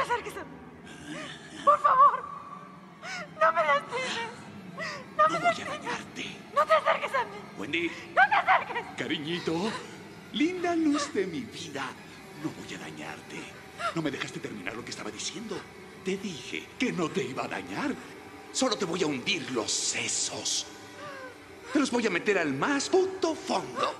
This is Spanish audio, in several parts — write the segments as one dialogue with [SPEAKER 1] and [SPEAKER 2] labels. [SPEAKER 1] acérquese. Por favor. No me lastimes. No me
[SPEAKER 2] No voy a
[SPEAKER 1] lastimes.
[SPEAKER 2] dañarte.
[SPEAKER 1] No te acerques a mí.
[SPEAKER 2] Wendy,
[SPEAKER 1] No te acerques.
[SPEAKER 2] cariñito, linda luz de mi vida, no voy a dañarte. No me dejaste terminar lo que estaba diciendo. Te dije que no te iba a dañar. Solo te voy a hundir los sesos. Te los voy a meter al más puto fondo.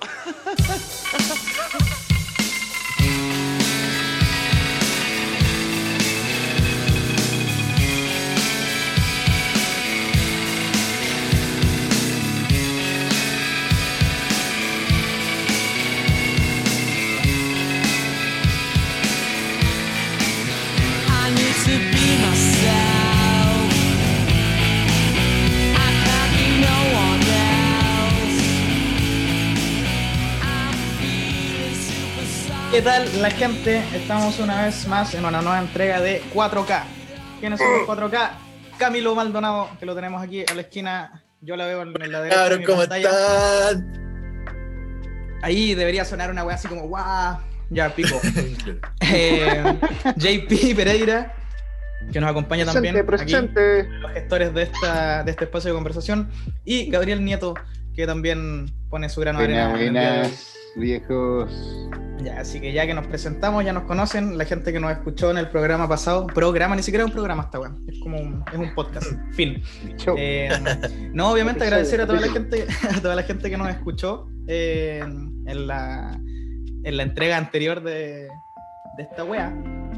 [SPEAKER 3] I need to be myself. I can't be no one else. I'm feeling
[SPEAKER 4] ¿Qué tal la gente? Estamos una vez más en una nueva entrega de 4K. ¿Quiénes son los 4K? Camilo Maldonado, que lo tenemos aquí a la esquina. Yo la veo en la derecha. de
[SPEAKER 5] Cabrón,
[SPEAKER 4] mi
[SPEAKER 5] ¿cómo
[SPEAKER 4] pantalla.
[SPEAKER 5] están?
[SPEAKER 4] Ahí debería sonar una wea así como guau. Ya, pico. Eh, JP Pereira, que nos acompaña también.
[SPEAKER 6] Presente,
[SPEAKER 4] aquí,
[SPEAKER 6] presente.
[SPEAKER 4] los gestores de, esta, de este espacio de conversación. Y Gabriel Nieto, que también pone su grano de
[SPEAKER 6] Buenas,
[SPEAKER 4] arena. en el día de hoy.
[SPEAKER 6] buenas, viejos.
[SPEAKER 4] Ya, así que ya que nos presentamos, ya nos conocen, la gente que nos escuchó en el programa pasado, programa, ni siquiera es un programa esta weá, es como un, es un podcast, fin.
[SPEAKER 6] Chau.
[SPEAKER 4] Eh, no, obviamente agradecer
[SPEAKER 6] Episodio,
[SPEAKER 4] a toda la
[SPEAKER 6] episodio.
[SPEAKER 4] gente, a toda la gente que nos escuchó eh, en, la, en la entrega anterior de, de esta weá,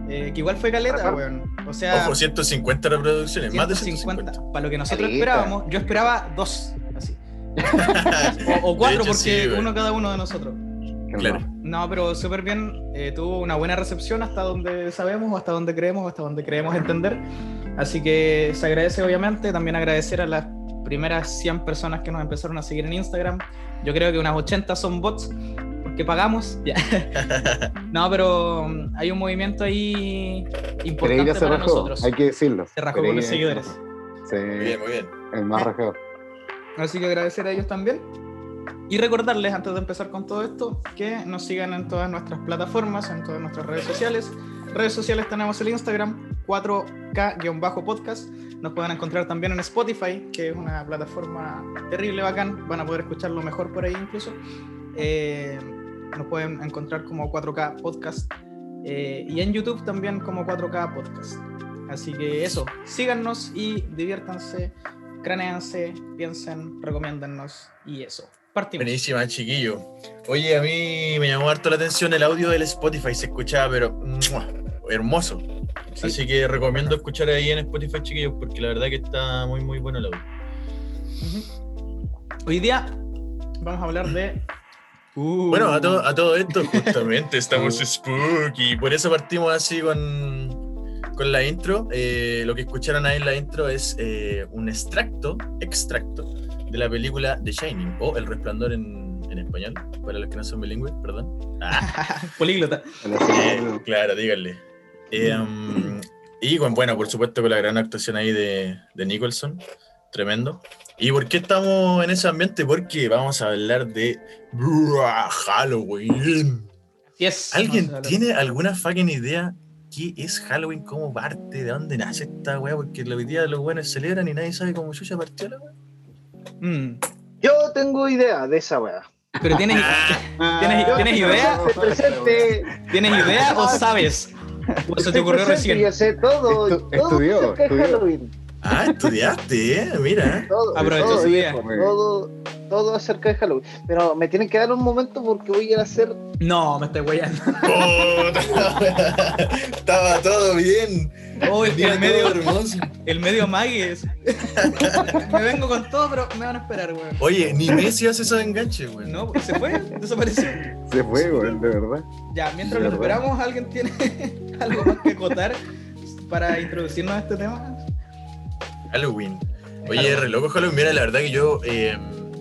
[SPEAKER 4] eh, que igual fue caleta,
[SPEAKER 6] Ajá.
[SPEAKER 4] weón. O sea,
[SPEAKER 5] Ojo, 150 reproducciones, más de 150.
[SPEAKER 4] 150, para lo que nosotros
[SPEAKER 6] Caleta.
[SPEAKER 4] esperábamos, yo esperaba dos, así. O, o cuatro,
[SPEAKER 5] De hecho, sí,
[SPEAKER 4] porque
[SPEAKER 5] weón.
[SPEAKER 4] uno cada uno de nosotros.
[SPEAKER 5] Claro.
[SPEAKER 4] No, pero súper bien. eh, tuvo una buena recepción hasta donde sabemos, o hasta donde creemos, o hasta donde creemos entender. Así que se agradece, obviamente. También agradecer a las primeras 100 personas que nos empezaron a seguir en Instagram. Yo creo que unas 80 son bots, porque pagamos. Ya. no, pero mm, hay un movimiento ahí importante
[SPEAKER 6] Pereira se
[SPEAKER 4] para
[SPEAKER 6] rajó,
[SPEAKER 4] nosotros.
[SPEAKER 6] hay que decirlo.
[SPEAKER 4] Se rajó con los
[SPEAKER 6] Pereira
[SPEAKER 4] seguidores.
[SPEAKER 6] se
[SPEAKER 5] Muy
[SPEAKER 6] rajó.
[SPEAKER 5] bien, muy bien.
[SPEAKER 6] Sí, el más rajado.
[SPEAKER 4] Así que agradecer a ellos también. Y recordarles, antes de empezar con todo esto, que nos sigan en todas nuestras plataformas, en todas nuestras redes sociales. Redes sociales tenemos el Instagram, 4K-podcast. Nos pueden encontrar también en Spotify, que es una plataforma terrible, bacán. Van a poder escucharlo mejor por ahí incluso. Eh, nos pueden encontrar como 4K Podcast. eh, y en YouTube también como 4K Podcast. Así que eso, síganos y diviértanse craneanse, piensen, recomiéndennos y eso. Partimos.
[SPEAKER 5] Buenísima, chiquillo. Oye, a mí me llamó harto la atención el audio del Spotify, se escuchaba, pero ¡mua! hermoso.
[SPEAKER 4] Sí.
[SPEAKER 5] Así que recomiendo escuchar ahí en Spotify, chiquillos, porque la verdad que está muy, muy bueno el audio.
[SPEAKER 4] Ujú. Hoy día vamos a hablar de. Uh,
[SPEAKER 5] Bueno, a todo, a todo esto, justamente estamos spooky. Por eso partimos así con, con la intro. Eh, lo que escucharon ahí en la intro es eh, un extracto, extracto, de la película The Shining, o El Resplandor en, en español, para los que no son bilingües, perdón. Ah,
[SPEAKER 4] políglota.
[SPEAKER 6] El
[SPEAKER 5] eh,
[SPEAKER 6] asesino.
[SPEAKER 5] claro, díganle. Eh, um, y con, bueno, por supuesto, con la gran actuación ahí de, de Nicholson, tremendo. ¿Y por qué estamos en ese ambiente? Porque vamos a hablar de Halloween.
[SPEAKER 4] Así es.
[SPEAKER 5] ¿Alguien
[SPEAKER 4] Vamos a hablar.
[SPEAKER 5] tiene alguna fucking idea qué es Halloween? ¿Cómo parte? ¿De dónde nace esta weá? Porque la hoy día los buenos celebran y nadie sabe cómo chucha partió la weá.
[SPEAKER 4] Mm,
[SPEAKER 7] Yo tengo idea de esa weá.
[SPEAKER 4] Pero tienes,
[SPEAKER 6] Ah,
[SPEAKER 4] ¿Tienes- tienes idea?
[SPEAKER 7] Presente,
[SPEAKER 4] ¿tienes idea o sabes? O se te ocurrió recién.
[SPEAKER 7] Yo sé todo.
[SPEAKER 6] Estu-
[SPEAKER 7] todo
[SPEAKER 6] estudió,
[SPEAKER 7] lo que es
[SPEAKER 6] estudió.
[SPEAKER 7] Halloween.
[SPEAKER 5] Ah, estudiaste, eh. Mira.
[SPEAKER 7] Todo,
[SPEAKER 4] Aprovecha
[SPEAKER 7] todo,
[SPEAKER 4] su día.
[SPEAKER 7] viejo, todo, todo acerca de Halloween. Pero me tienen que dar un momento porque voy a ir a hacer.
[SPEAKER 4] No, me estoy weyando.
[SPEAKER 5] Puta la weá. Estaba todo bien.
[SPEAKER 4] Oh, el,
[SPEAKER 5] Tenía
[SPEAKER 4] el medio,
[SPEAKER 5] todo hermoso.
[SPEAKER 4] el medio magues. me vengo con todo, pero me van a esperar, weón.
[SPEAKER 5] Oye, ni Messi hace esos enganches, weón.
[SPEAKER 4] No, se fue, desapareció.
[SPEAKER 6] Se fue, güey, de verdad.
[SPEAKER 4] Ya, mientras lo
[SPEAKER 6] ¿Verdad?
[SPEAKER 4] esperamos, ¿alguien tiene algo más que acotar para introducirnos a este tema?
[SPEAKER 5] Halloween. Oye,
[SPEAKER 4] Halloween.
[SPEAKER 5] re loco Halloween. Mira, la verdad que yo eh,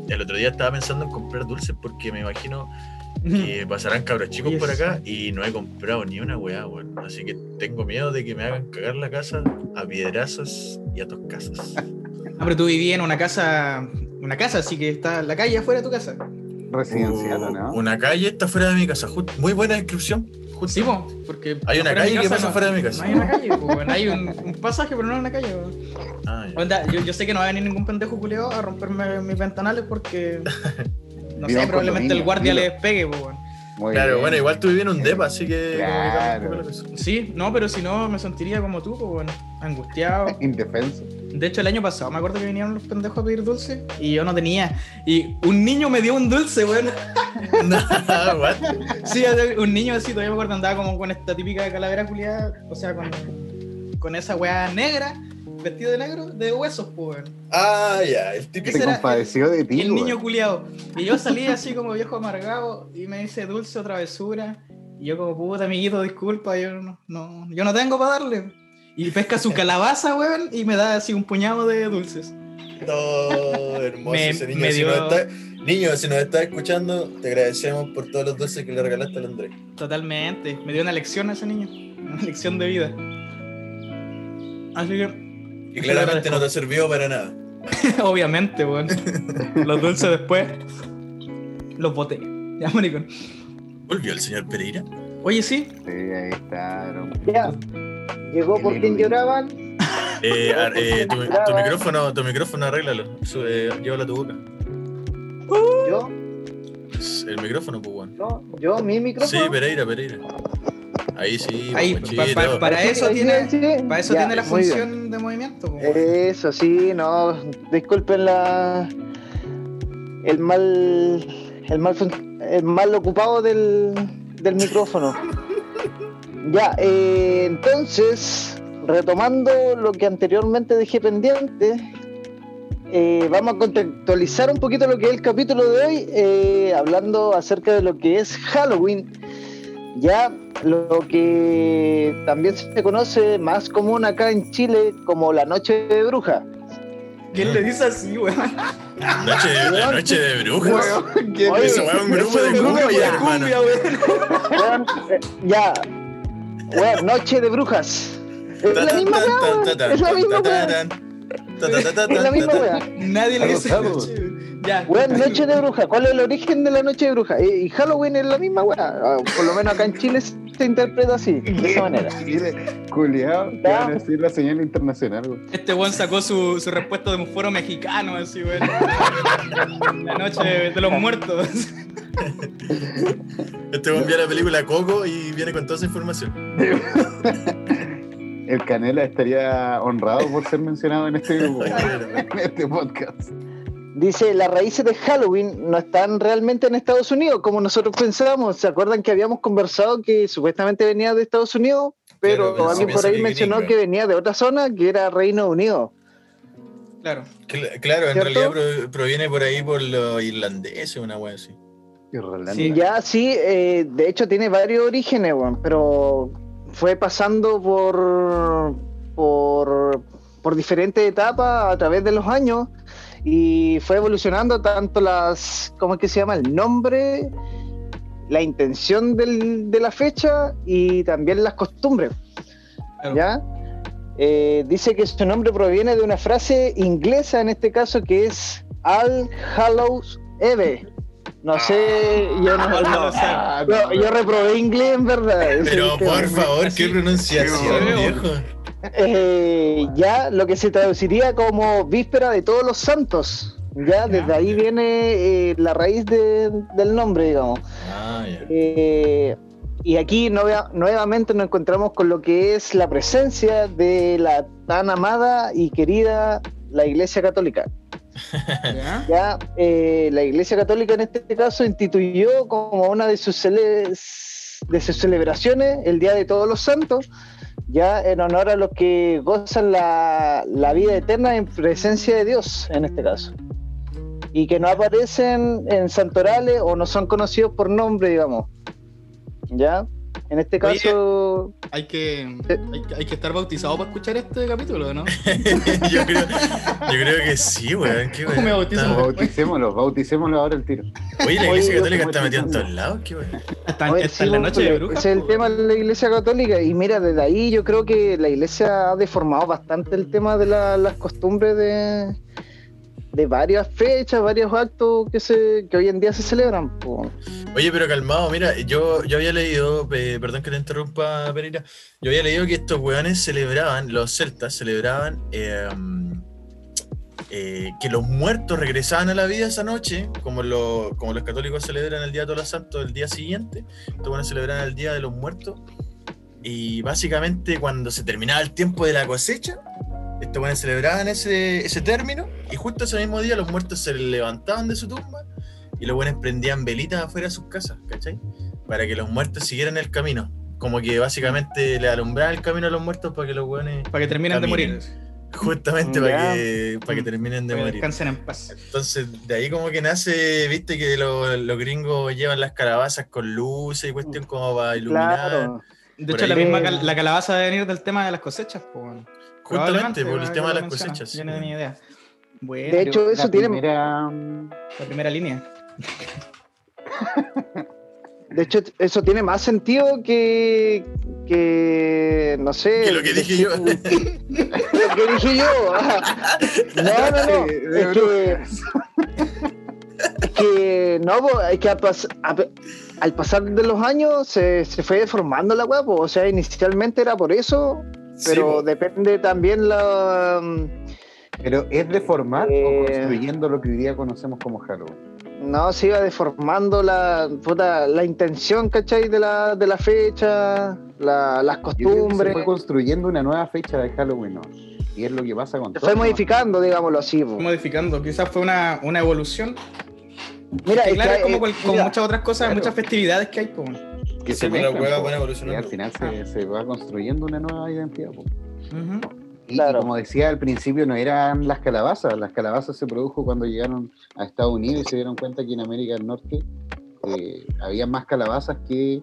[SPEAKER 5] el otro día estaba pensando en comprar dulces porque me imagino que pasarán cabros chicos
[SPEAKER 4] Oye,
[SPEAKER 5] por
[SPEAKER 4] sí.
[SPEAKER 5] acá y no he comprado ni una weá, weón. Así que tengo miedo de que me hagan cagar la casa a piedrazos y a toscazos.
[SPEAKER 4] Ah, pero tú vivías en una casa, una casa, así que está la calle afuera de tu casa.
[SPEAKER 6] Residencial, ¿o
[SPEAKER 5] Uh,
[SPEAKER 6] ¿no?
[SPEAKER 5] Una calle está fuera de mi casa. Just- muy buena descripción.
[SPEAKER 4] Sí,
[SPEAKER 5] juntos.
[SPEAKER 4] po, porque
[SPEAKER 5] Hay una calle, ¿qué
[SPEAKER 4] que
[SPEAKER 5] pasa fuera de mi casa?
[SPEAKER 4] No hay una calle, po, weón. hay un, un pasaje, pero no hay una calle. weón.
[SPEAKER 5] Ah, ya.
[SPEAKER 4] Onda, yo, yo sé que no va a venir ningún pendejo culeado a romperme mis ventanales porque. No
[SPEAKER 6] Viva
[SPEAKER 4] sé,
[SPEAKER 6] en
[SPEAKER 4] probablemente el
[SPEAKER 6] condominio,
[SPEAKER 4] guardia
[SPEAKER 6] viva.
[SPEAKER 4] les pegue, po, weón.
[SPEAKER 6] Muy
[SPEAKER 5] Claro,
[SPEAKER 6] bien.
[SPEAKER 5] bueno, igual tú vivías en un depa, así que...
[SPEAKER 6] Claro.
[SPEAKER 5] como que cambia un poco la cosa.
[SPEAKER 4] Sí, no, pero si no me sentiría como tú, po, weón. Angustiado.
[SPEAKER 6] Indefenso.
[SPEAKER 4] De hecho, el año pasado me acuerdo que vinieron los pendejos a pedir dulce y yo no tenía. Y un niño me dio un dulce, weón.
[SPEAKER 5] No, what?
[SPEAKER 4] Sí, un niño así, todavía me acuerdo, andaba como con esta típica calavera culiada, o sea, con, con esa weá negra, vestido de negro, de huesos, pues. weón.
[SPEAKER 5] Ah, ya, el típico.
[SPEAKER 4] Ese
[SPEAKER 6] Se
[SPEAKER 4] era
[SPEAKER 6] compadeció de ti,
[SPEAKER 4] el
[SPEAKER 6] güey.
[SPEAKER 4] niño culiado. Y yo salí así como viejo amargado y me dice dulce o travesura. Y yo como, puta, amiguito, disculpa, yo no, no- yo no tengo para darle. Y pesca su calabaza, weón, y me da así un puñado de dulces.
[SPEAKER 5] No, hermoso
[SPEAKER 4] Me-
[SPEAKER 5] ese niño.
[SPEAKER 4] me
[SPEAKER 5] Si
[SPEAKER 4] dio-
[SPEAKER 5] nos está- niño, si nos estás escuchando, te agradecemos por todos los dulces que le regalaste al Andrés.
[SPEAKER 4] Totalmente. Me dio una lección a ese niño. Una lección de vida. Así que
[SPEAKER 5] Y claramente no te sirvió para nada.
[SPEAKER 4] Obviamente, weón. Los dulces después los boté. Ya, maricón.
[SPEAKER 5] ¿Volvió el señor Pereira?
[SPEAKER 4] Oye, sí,
[SPEAKER 6] Sí, ahí estaron.
[SPEAKER 7] Ya. Llegó por quien lloraban.
[SPEAKER 5] Eh, ar- eh, tu, tu micrófono, tu micrófono, arréglalo. Su- eh, llévalo a tu boca.
[SPEAKER 7] Yo,
[SPEAKER 5] S- El micrófono, pues, weón.
[SPEAKER 7] no, yo, mi
[SPEAKER 5] Sí,
[SPEAKER 7] micrófono.
[SPEAKER 5] Pereira, Pereira. Ahí sí,
[SPEAKER 4] Ahí,
[SPEAKER 5] pues,
[SPEAKER 4] pa- pa-
[SPEAKER 5] chito.
[SPEAKER 4] para eso
[SPEAKER 7] Sí,
[SPEAKER 4] tiene-
[SPEAKER 7] sí, sí.
[SPEAKER 4] para eso
[SPEAKER 7] Ya,
[SPEAKER 4] tiene la
[SPEAKER 7] muy bien. Eh,
[SPEAKER 4] función de movimiento. po.
[SPEAKER 7] Eso sí, no, disculpen la el mal el mal fun- el mal ocupado del, del micrófono. Ya, eh, entonces, retomando lo que anteriormente dejé pendiente, eh, vamos a contextualizar un poquito lo que es el capítulo de hoy, eh, hablando acerca de lo que es Halloween. Ya, lo que también se conoce más común acá en Chile como la noche de bruja.
[SPEAKER 4] ¿Quién le dice así, weón?
[SPEAKER 5] Noche de, la noche de brujas.
[SPEAKER 6] ¿Qué
[SPEAKER 7] Oye,
[SPEAKER 5] Esa weá es un grupo de cumbia, hermano.
[SPEAKER 7] Weón, eh, ya, Weón, noche de brujas. Es la misma weá, weón. es la misma weá. Es la misma weá.
[SPEAKER 4] Nadie le dice
[SPEAKER 6] Claro,
[SPEAKER 4] así. Ya.
[SPEAKER 7] Weón, noche de bruja. ¿Cuál es el origen de la noche de bruja? Y, y Halloween es la misma weá. Ah, Por lo menos acá en Chile se interpreta así, de esa manera.
[SPEAKER 6] Chile, culiao, te van a decir la señal internacional, güey.
[SPEAKER 4] Este weón sacó su, su respuesta de un foro mexicano, así, weón. La noche de, de los muertos.
[SPEAKER 5] Este weón vio la película Coco y viene con toda esa información.
[SPEAKER 6] El Canela estaría honrado por ser mencionado en este grupo,
[SPEAKER 5] Ay,
[SPEAKER 6] güey,
[SPEAKER 5] mierda.
[SPEAKER 6] en este podcast.
[SPEAKER 7] Dice, las raíces de Halloween no están realmente en Estados Unidos, como nosotros pensábamos. ¿Se acuerdan que habíamos conversado que supuestamente venía de Estados Unidos?
[SPEAKER 5] Claro,
[SPEAKER 7] Pero
[SPEAKER 5] pero se
[SPEAKER 7] alguien por
[SPEAKER 5] piensa
[SPEAKER 7] ahí
[SPEAKER 5] que
[SPEAKER 7] mencionó
[SPEAKER 5] gringo.
[SPEAKER 7] que venía de otra zona, que era Reino Unido.
[SPEAKER 4] Claro.
[SPEAKER 5] Cl- Claro, en
[SPEAKER 7] ¿Cierto?
[SPEAKER 5] realidad pro- proviene por ahí por los irlandeses, una weá así.
[SPEAKER 6] Irlanda.
[SPEAKER 4] Sí.
[SPEAKER 7] Ya sí, eh, de hecho tiene varios orígenes, weón, pero fue pasando por, por, por diferentes etapas a través de los años y fue evolucionando tanto las, ¿cómo es que se llama? El nombre, la intención del- de la fecha y también las costumbres.
[SPEAKER 4] Claro.
[SPEAKER 7] ¿Ya? Eh, dice que su nombre proviene de una frase inglesa, en este caso, que es All Hallows Eve. No sé, yo no. Ah. no,
[SPEAKER 6] Ah,
[SPEAKER 7] no, yo reprobé inglés, en verdad. Ese
[SPEAKER 5] Pero
[SPEAKER 7] es el
[SPEAKER 5] por
[SPEAKER 7] tema.
[SPEAKER 5] favor, qué
[SPEAKER 4] Así-
[SPEAKER 5] pronunciación,
[SPEAKER 4] Sí, weón.
[SPEAKER 5] viejo.
[SPEAKER 7] Eh, ya lo que se traduciría como víspera de todos los santos. Ya, desde ahí viene eh, la raíz de- del nombre, digamos.
[SPEAKER 5] Ah, ya.
[SPEAKER 7] Eh, y aquí novia- nuevamente nos encontramos con lo que es la presencia de la tan amada y querida la Iglesia Católica.
[SPEAKER 4] Ya.
[SPEAKER 7] Ya eh, la Iglesia Católica en este caso instituyó como una de sus, cele- de sus celebraciones el Día de Todos los Santos, ya en honor a los que gozan la, la vida eterna en presencia de Dios en este caso. Y que no aparecen en santorales o no son conocidos por nombre, digamos. ¿Ya? En este
[SPEAKER 4] Oye.
[SPEAKER 7] caso...
[SPEAKER 4] Hay que, hay, que- hay que estar bautizado para escuchar este capítulo, ¿no?
[SPEAKER 5] yo, creo, yo creo que sí, weón. Qué
[SPEAKER 4] ¿Cómo me
[SPEAKER 5] weón.
[SPEAKER 4] bautizo?
[SPEAKER 5] Está-
[SPEAKER 6] Bauticémoslo, bauticémoslo ahora el tiro.
[SPEAKER 5] Oye, la
[SPEAKER 7] Oye,
[SPEAKER 5] iglesia
[SPEAKER 7] yo
[SPEAKER 5] católica
[SPEAKER 6] como
[SPEAKER 5] está metida en
[SPEAKER 6] escuchando.
[SPEAKER 5] todos lados, qué weón.
[SPEAKER 4] Hasta,
[SPEAKER 7] Oye,
[SPEAKER 4] hasta
[SPEAKER 7] sí,
[SPEAKER 4] en la
[SPEAKER 7] bueno,
[SPEAKER 4] noche de
[SPEAKER 7] pero
[SPEAKER 4] brujas.
[SPEAKER 7] Ese es
[SPEAKER 4] po,
[SPEAKER 7] el tema de la iglesia católica. Y mira, desde ahí yo creo que la iglesia ha deformado bastante el tema de la- las costumbres de, de varias fechas, varios actos que se que hoy en día se celebran. po.
[SPEAKER 5] Oye, pero calmado, mira, yo, yo había leído, eh, perdón que te interrumpa, Pereira, yo había leído que estos weones celebraban, los celtas celebraban eh, eh, que los muertos regresaban a la vida esa noche, como, lo- como los católicos celebran el Día de todos los santos el día siguiente, estos weones celebraban el Día de los Muertos, y básicamente cuando se terminaba el tiempo de la cosecha, estos weones celebraban ese, ese término, y justo ese mismo día los muertos se levantaban de su tumba y los buenos prendían velitas afuera de sus casas, ¿cachai? Para que los muertos siguieran el camino. Como que básicamente le alumbraban el camino a los muertos para que los buenos.
[SPEAKER 4] Para que terminen de
[SPEAKER 5] Caminen.
[SPEAKER 4] morir.
[SPEAKER 5] Justamente
[SPEAKER 7] Ya.
[SPEAKER 5] para que, para que
[SPEAKER 4] Mm.
[SPEAKER 5] terminen de
[SPEAKER 4] Para que
[SPEAKER 5] morir.
[SPEAKER 4] descansen en paz.
[SPEAKER 5] Entonces, de ahí como que nace, viste, que lo- los gringos llevan las calabazas con luces y cuestión como para iluminar.
[SPEAKER 7] Claro.
[SPEAKER 4] De
[SPEAKER 5] Por
[SPEAKER 4] hecho,
[SPEAKER 5] ahí
[SPEAKER 4] la
[SPEAKER 5] viene.
[SPEAKER 4] misma cal- la calabaza debe venir del tema de las cosechas, po, bueno.
[SPEAKER 5] Justamente por el
[SPEAKER 4] Probablemente,
[SPEAKER 5] tema de
[SPEAKER 4] ahora
[SPEAKER 5] las
[SPEAKER 4] que lo mencionas,
[SPEAKER 5] cosechas. sí.
[SPEAKER 4] Yo no tenía idea. Bueno,
[SPEAKER 7] De hecho, eso
[SPEAKER 6] la
[SPEAKER 7] tiene,
[SPEAKER 6] primera, mm,
[SPEAKER 4] la primera línea.
[SPEAKER 7] de hecho, eso tiene más sentido que, que no sé.
[SPEAKER 5] Que lo que dije yo.
[SPEAKER 7] lo que dije yo. ah. No, no, no.
[SPEAKER 6] Sí, eh, de
[SPEAKER 7] Es que, es que no, po, es que al, pas- a- al pasar de los años se, se fue deformando la web, o sea, inicialmente era por eso,
[SPEAKER 5] Sí,
[SPEAKER 7] pero
[SPEAKER 5] po.
[SPEAKER 7] depende también la mm,
[SPEAKER 6] Pero es deformar
[SPEAKER 7] Eh.
[SPEAKER 6] o construyendo lo que hoy día conocemos como Halloween.
[SPEAKER 7] no se iba deformando la puta, la intención, ¿cachai? de la, de la fecha, la- las
[SPEAKER 6] Yo creo que se
[SPEAKER 7] costumbres.
[SPEAKER 6] fue construyendo una nueva fecha de Halloween. ¿no? Y es lo que pasa con
[SPEAKER 7] Se
[SPEAKER 6] todo.
[SPEAKER 7] fue modificando, digámoslo así. po.
[SPEAKER 4] Fue Modificando, quizás fue una, una evolución.
[SPEAKER 7] Mira,
[SPEAKER 4] Que
[SPEAKER 7] es
[SPEAKER 4] claro,
[SPEAKER 7] que,
[SPEAKER 4] es como
[SPEAKER 7] eh,
[SPEAKER 4] cual- como
[SPEAKER 7] mira,
[SPEAKER 4] muchas otras cosas,
[SPEAKER 6] claro.
[SPEAKER 4] muchas festividades que hay, po, bueno.
[SPEAKER 6] Que
[SPEAKER 5] Sí,
[SPEAKER 6] se
[SPEAKER 5] pues, la
[SPEAKER 6] mezclan,
[SPEAKER 5] hueá
[SPEAKER 6] po,
[SPEAKER 5] van
[SPEAKER 6] Y
[SPEAKER 5] evolucionando.
[SPEAKER 6] al final
[SPEAKER 7] Ah.
[SPEAKER 6] se, se va construyendo una nueva identidad. po.
[SPEAKER 4] Ujú.
[SPEAKER 6] Y, y
[SPEAKER 7] Claro.
[SPEAKER 6] como decía al principio, no eran las calabazas. Las calabazas se produjo cuando llegaron a Estados Unidos y se dieron cuenta que en América del Norte eh, había más calabazas que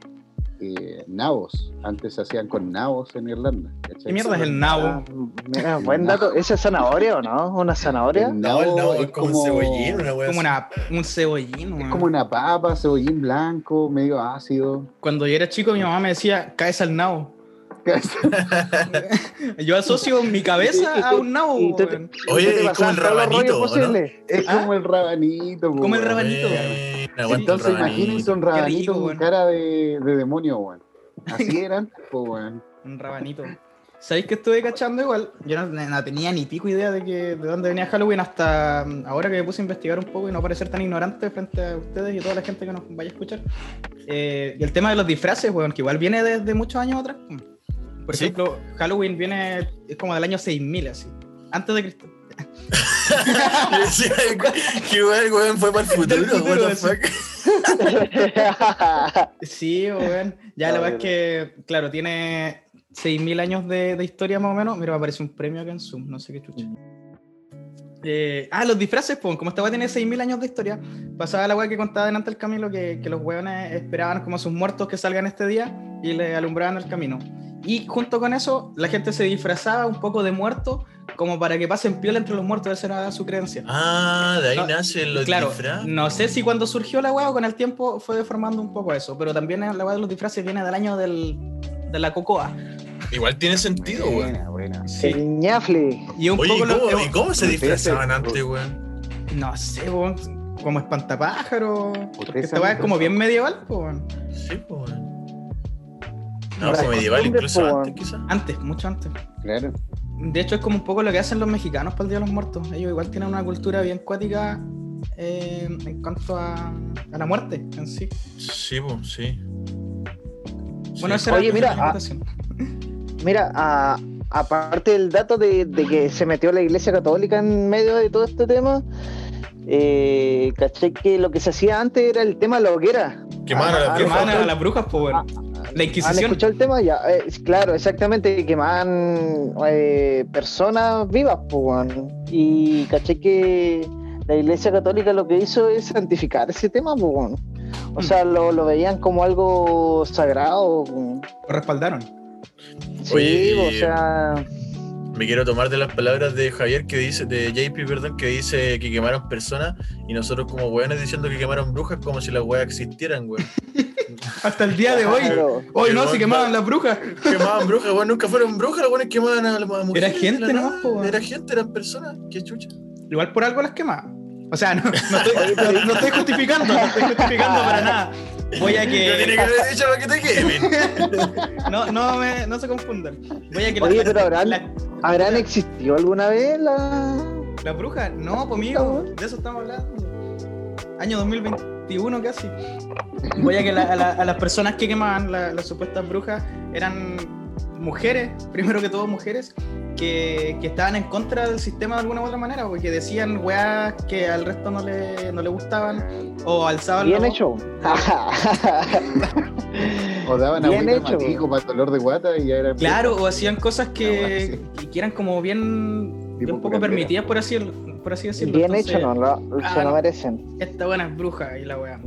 [SPEAKER 6] eh, nabos. Antes se hacían con nabos en Irlanda. ¿cachai?
[SPEAKER 4] ¿Qué mierda es el nabo?
[SPEAKER 7] mira, buen dato. ¿Esa es zanahoria o no? ¿Una zanahoria?
[SPEAKER 6] El
[SPEAKER 5] No,
[SPEAKER 6] nabo
[SPEAKER 5] no, es como un cebollín, una wea
[SPEAKER 4] Como
[SPEAKER 5] así.
[SPEAKER 4] una, un cebollín.
[SPEAKER 6] Es
[SPEAKER 4] weón.
[SPEAKER 6] como una papa, cebollín blanco, medio ácido.
[SPEAKER 4] Cuando yo era chico, mi mamá me decía, caes al nabo. Yo asocio mi cabeza a un nabo.
[SPEAKER 7] Y tú te-
[SPEAKER 4] weón.
[SPEAKER 5] Oye,
[SPEAKER 7] ¿Qué te
[SPEAKER 5] es
[SPEAKER 7] pasaba?
[SPEAKER 5] como el
[SPEAKER 7] ¿Todos los rollos
[SPEAKER 5] rabanito, ¿no?
[SPEAKER 7] posibles?
[SPEAKER 6] Es
[SPEAKER 4] ¿Ah?
[SPEAKER 6] como el rabanito. po,
[SPEAKER 4] Como el
[SPEAKER 6] weón.
[SPEAKER 4] rabanito.
[SPEAKER 5] Buena,
[SPEAKER 4] Sí,
[SPEAKER 5] aguanta el
[SPEAKER 6] Entonces imagínense
[SPEAKER 5] rabanito.
[SPEAKER 6] un
[SPEAKER 4] Qué rico,
[SPEAKER 6] rabanito con
[SPEAKER 4] weón.
[SPEAKER 6] cara de, de demonio, weón. Así eran, pues, weón.
[SPEAKER 4] Un rabanito. ¿Sabéis que estuve cachando igual? Yo no, no tenía ni pico idea de, que, de dónde venía Halloween hasta mm, ahora que me puse a investigar un poco y no parecer tan ignorante frente a ustedes y toda la gente que nos vaya a escuchar. Eh, y el tema de los disfraces, weón, que igual viene desde muchos años atrás. Por
[SPEAKER 5] Sí.
[SPEAKER 4] ejemplo, Halloween viene, es como del año 6000, así. Antes de Cristo.
[SPEAKER 5] Yo decía, Qué weón, weón, fue para el
[SPEAKER 4] Del
[SPEAKER 5] futuro,
[SPEAKER 4] futuro,
[SPEAKER 5] what the
[SPEAKER 4] sí.
[SPEAKER 5] fuck.
[SPEAKER 4] Sí, pues, weón. Ya la verdad es que, claro, tiene 6.000 años de, de historia más o menos. Mira, me aparece un premio acá en Zoom, no sé qué chucha. Eh, ah, los disfraces, pues, como esta weá tiene 6.000 años de historia, pasaba la weá que contaba delante el Camilo, que, que los weones esperaban como a sus muertos que salgan este día y le alumbraban el camino. Y junto con eso, la gente se disfrazaba un poco de muerto, como para que pasen piola entre los muertos, esa era su creencia.
[SPEAKER 5] Ah, de ahí
[SPEAKER 4] No,
[SPEAKER 5] nacen los
[SPEAKER 4] Claro,
[SPEAKER 5] disfraz.
[SPEAKER 4] no sé si cuando surgió la weá o con el tiempo fue deformando un poco eso, pero también la weá de los disfraces viene del año del, de la cocoa.
[SPEAKER 5] Igual tiene sentido, weón.
[SPEAKER 6] Buena, buena.
[SPEAKER 4] Sí.
[SPEAKER 7] El ñafle.
[SPEAKER 4] Y un
[SPEAKER 5] Oye, ¿y
[SPEAKER 4] poco lo-
[SPEAKER 5] cómo,
[SPEAKER 4] eh,
[SPEAKER 5] y cómo
[SPEAKER 6] no
[SPEAKER 5] se
[SPEAKER 6] sé,
[SPEAKER 5] disfrazaban
[SPEAKER 6] ese-
[SPEAKER 5] antes, weón?
[SPEAKER 4] No sé, weón, como espantapájaro. Porque esta
[SPEAKER 6] saben
[SPEAKER 4] weá es como
[SPEAKER 6] eso.
[SPEAKER 4] bien medieval, po, weón.
[SPEAKER 5] Sí, po, weón. No,
[SPEAKER 7] Las
[SPEAKER 5] fue medieval,
[SPEAKER 7] costumbres,
[SPEAKER 5] incluso
[SPEAKER 7] po, weón.
[SPEAKER 5] antes, quizás.
[SPEAKER 4] Antes, mucho antes.
[SPEAKER 6] Claro.
[SPEAKER 4] De hecho, es como un poco lo que hacen los mexicanos para el Día de los Muertos. Ellos igual tienen una cultura bien cuática eh, en cuanto a, a la muerte en sí.
[SPEAKER 5] Sí, po, sí.
[SPEAKER 4] Bueno,
[SPEAKER 5] Sí.
[SPEAKER 4] esa era
[SPEAKER 7] Oye, mira,
[SPEAKER 4] la interpretación.
[SPEAKER 7] Mira, a- aparte del dato de, de que se metió la iglesia católica en medio de todo este tema, eh, caché que lo que se hacía antes era el tema de la hoguera.
[SPEAKER 5] Quemaban a las
[SPEAKER 7] Ah,
[SPEAKER 5] brujas.
[SPEAKER 4] Quemaban a las brujas, po, weón. La
[SPEAKER 7] ¿Han
[SPEAKER 4] Inquisición.
[SPEAKER 7] escuchado el tema? Ya, eh, claro, exactamente, quemaban eh, personas vivas, pues, weón. Y caché que la iglesia católica lo que hizo es santificar ese tema, pues, weón. O sea, lo, lo veían como algo sagrado. weón.
[SPEAKER 4] Lo respaldaron.
[SPEAKER 7] Sí,
[SPEAKER 5] Oye,
[SPEAKER 7] o
[SPEAKER 5] y-
[SPEAKER 7] sea,
[SPEAKER 4] ah,
[SPEAKER 5] Me quiero tomar de las palabras de Javier que dice, de JP, perdón, que dice que quemaron personas y nosotros como weones diciendo que quemaron brujas como si las weas existieran, weón.
[SPEAKER 4] Hasta el día de hoy.
[SPEAKER 7] claro.
[SPEAKER 4] Hoy no,
[SPEAKER 5] Pero
[SPEAKER 4] se
[SPEAKER 5] no-
[SPEAKER 4] quemaban las brujas.
[SPEAKER 5] Quemaban brujas, weón, nunca fueron brujas, los weones quemaban a las mujeres.
[SPEAKER 4] gente
[SPEAKER 5] de la
[SPEAKER 4] nomás,
[SPEAKER 5] nada.
[SPEAKER 4] po, weón.
[SPEAKER 5] Era gente, eran personas, qué chucha.
[SPEAKER 4] Igual por algo las quema. O sea, no, no estoy, no- no estoy justificando, no estoy justificando para nada. Voy a
[SPEAKER 5] No tiene
[SPEAKER 4] que.
[SPEAKER 5] que haber dicho lo que te quemen.
[SPEAKER 4] No, no, me- no se confundan. Voy a que.
[SPEAKER 7] Oye,
[SPEAKER 4] las-
[SPEAKER 7] pero habrán-
[SPEAKER 4] las-
[SPEAKER 7] ¿Habrán existido alguna vez la.?
[SPEAKER 4] Las brujas, no, pues amigo, de eso estamos hablando. Año 2021 casi. Voy a que la- a, la- a las personas que quemaban la- las supuestas brujas eran mujeres, primero que todo mujeres, que, que estaban en contra del sistema de alguna u otra manera, porque decían weas que al resto no le, no le gustaban, o
[SPEAKER 6] Ah,
[SPEAKER 4] alzaban la
[SPEAKER 7] Bien
[SPEAKER 4] voz.
[SPEAKER 7] hecho.
[SPEAKER 6] O daban
[SPEAKER 7] Bien
[SPEAKER 6] agüita de
[SPEAKER 7] hecho.
[SPEAKER 6] matico para el dolor de guata y ya era.
[SPEAKER 4] Claro, o hacían cosas que,
[SPEAKER 6] Ah,
[SPEAKER 4] que eran como bien,
[SPEAKER 6] Tipo
[SPEAKER 4] bien poco
[SPEAKER 6] curandera.
[SPEAKER 4] permitidas, por así, por así decirlo.
[SPEAKER 7] Bien
[SPEAKER 4] Entonces,
[SPEAKER 7] hecho, no, la-
[SPEAKER 4] Ah,
[SPEAKER 7] se lo
[SPEAKER 4] no.
[SPEAKER 7] merecen.
[SPEAKER 4] Esta buena es bruja y la weá.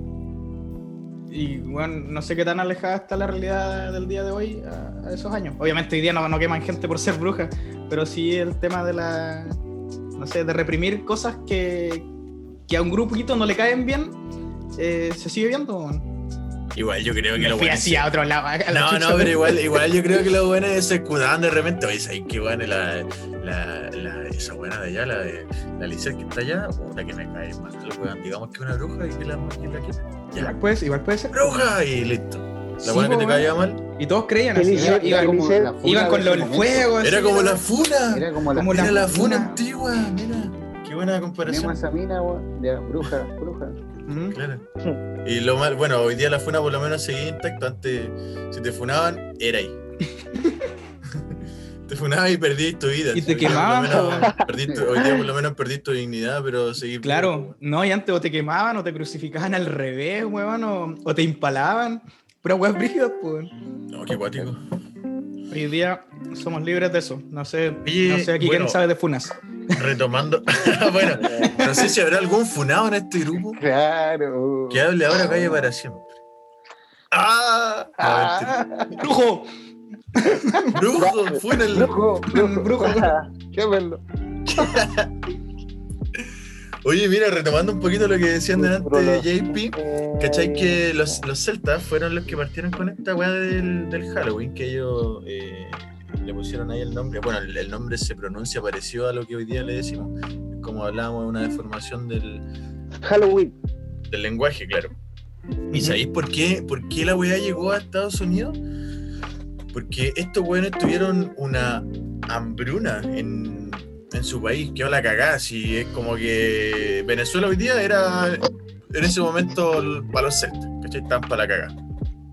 [SPEAKER 4] Y bueno, no sé qué tan alejada está la realidad del día de hoy a, a esos años. Obviamente hoy día no, no queman gente por ser bruja, pero sí el tema de la. No sé, de reprimir cosas que, que a un grupito no le caen bien, eh, se sigue viendo. weón.
[SPEAKER 5] Igual yo creo que
[SPEAKER 4] Me
[SPEAKER 5] lo
[SPEAKER 4] fui
[SPEAKER 5] bueno.
[SPEAKER 4] así a otro lado. a la
[SPEAKER 5] No,
[SPEAKER 4] chucha,
[SPEAKER 5] no, pero igual, igual yo creo que los buenos se escudaban de repente. Oye, ¿sabes qué buena la, la, la- esa buena de allá, la de la Lizeth que está allá? Puta que me cae mal, weón. Digamos que una bruja y que la que la que.
[SPEAKER 4] Igual
[SPEAKER 5] Ya,
[SPEAKER 4] puede, ser- igual puede ser.
[SPEAKER 5] bruja y listo. La
[SPEAKER 4] Sí,
[SPEAKER 5] buena que
[SPEAKER 4] po,
[SPEAKER 5] te caía mal.
[SPEAKER 4] Y todos creían
[SPEAKER 7] ¿Qué
[SPEAKER 4] así.
[SPEAKER 7] dice?
[SPEAKER 4] Iban, iban-
[SPEAKER 7] Elise-
[SPEAKER 4] iban con los fuegos.
[SPEAKER 5] Pues Era como la funa.
[SPEAKER 6] Era como la
[SPEAKER 4] como
[SPEAKER 6] funa.
[SPEAKER 5] Mira la
[SPEAKER 4] funa.
[SPEAKER 5] funa antigua, mira. Qué buena comparación.
[SPEAKER 6] Tenemos esa mina, weón, de bruja, bruja.
[SPEAKER 4] Mm.
[SPEAKER 5] Claro. Y lo mal, bueno, hoy día la funa por lo menos seguía intacto. Antes, si te funaban, era ahí. te funabas y perdí tu vida.
[SPEAKER 4] Y te
[SPEAKER 5] Hoy día por lo
[SPEAKER 4] quemaban,
[SPEAKER 5] menos perdí tu- Hoy día por lo menos perdí tu dignidad, pero seguí.
[SPEAKER 4] Claro, no, y antes o te quemaban o te crucificaban al revés, weón, o, o te impalaban. Pero weón, brígidas, pues.
[SPEAKER 5] No, qué cuático.
[SPEAKER 4] Hoy día somos libres de eso. No sé, no
[SPEAKER 5] Oye,
[SPEAKER 4] sé aquí
[SPEAKER 5] bueno.
[SPEAKER 4] quién sabe de funas.
[SPEAKER 5] Retomando. bueno, no sé si habrá algún funado en este grupo
[SPEAKER 6] Claro.
[SPEAKER 5] que hable ahora calle para siempre. ¡Ah!
[SPEAKER 6] Ah,
[SPEAKER 4] ¡Brujo!
[SPEAKER 5] ¡Brujo! ¡Fúnenlo!
[SPEAKER 6] brujo,
[SPEAKER 4] Brujo.
[SPEAKER 6] quémelo.
[SPEAKER 5] Oye, mira, retomando un poquito lo que decían delante de
[SPEAKER 7] Brolo.
[SPEAKER 5] JP, ¿cachai que los, los celtas fueron los que partieron con esta weá del, del Halloween? Que ellos eh, le pusieron ahí el nombre. Bueno, el, el nombre se pronuncia parecido a lo que hoy día le decimos. Como hablábamos de una deformación del,
[SPEAKER 7] Halloween.
[SPEAKER 5] del lenguaje, claro. ¿Y sabéis por qué, por qué la weá llegó a Estados Unidos? Porque estos weones tuvieron una hambruna en, en su país. Quedó la cagada. Si es como que Venezuela hoy día era en ese momento el- para los celtas, ¿cachai? Estaban para la cagada.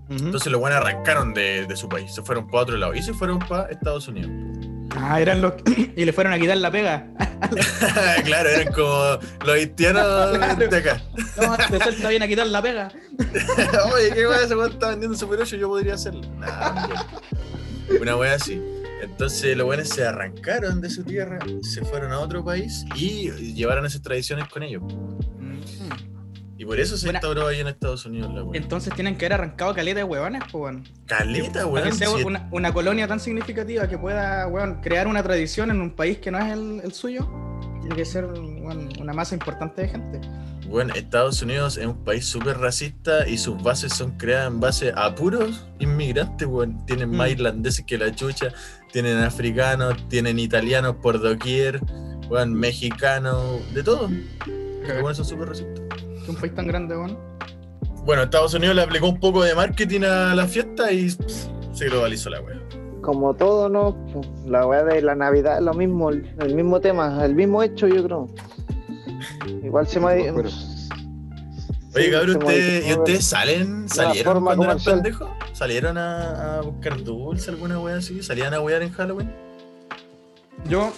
[SPEAKER 5] Entonces los weones arrancaron de, de su país, se fueron para otro lado y se fueron para Estados Unidos.
[SPEAKER 4] Ah, eran los. y le fueron a quitar la pega.
[SPEAKER 5] claro, eran como los haitianos
[SPEAKER 4] Claro.
[SPEAKER 5] de acá.
[SPEAKER 4] No, te suelta bien a quitar la pega.
[SPEAKER 5] Oye, qué weá, ese weón está vendiendo Super 8, yo podría hacerlo. Nah, hombre. una weá así. Entonces los weones se arrancaron de su tierra, se fueron a otro país y llevaron esas tradiciones con ellos. Y por eso se
[SPEAKER 4] Mm. Buena.
[SPEAKER 5] instauró ahí en Estados Unidos la weá.
[SPEAKER 4] Entonces tienen que haber arrancado caleta de huevones, pues, weón.
[SPEAKER 5] Caleta,
[SPEAKER 4] Para
[SPEAKER 5] weón.
[SPEAKER 4] que sea
[SPEAKER 5] si-
[SPEAKER 4] una, una colonia tan significativa que pueda, weón, crear una tradición en un país que no es el, el suyo, tiene que ser, weón, una masa importante de gente.
[SPEAKER 5] Bueno, Estados Unidos es un país súper racista y sus bases son creadas en base a puros inmigrantes, weón. Tienen más
[SPEAKER 4] Mm.
[SPEAKER 5] irlandeses que la chucha, tienen africanos, tienen italianos por doquier, weón, mexicanos, de todo. Los weones son súper racistas.
[SPEAKER 4] Que un país tan grande, weón.
[SPEAKER 5] Bueno, Estados Unidos le aplicó un poco de marketing a la fiesta y pff, se globalizó la weón.
[SPEAKER 7] Como todo, ¿no? La weá de la Navidad es lo mismo, el el mismo tema, el mismo hecho, yo creo. Igual se me.
[SPEAKER 6] Pero-
[SPEAKER 5] Oye, cabrón, ¿ustedes,
[SPEAKER 7] usted
[SPEAKER 5] ¿y ustedes salen, salieron
[SPEAKER 7] forma
[SPEAKER 5] cuando eran
[SPEAKER 7] comercial.
[SPEAKER 5] pendejos? ¿Salieron a, a buscar dulce, alguna weá así? ¿Salían a wear en Halloween?
[SPEAKER 4] Yo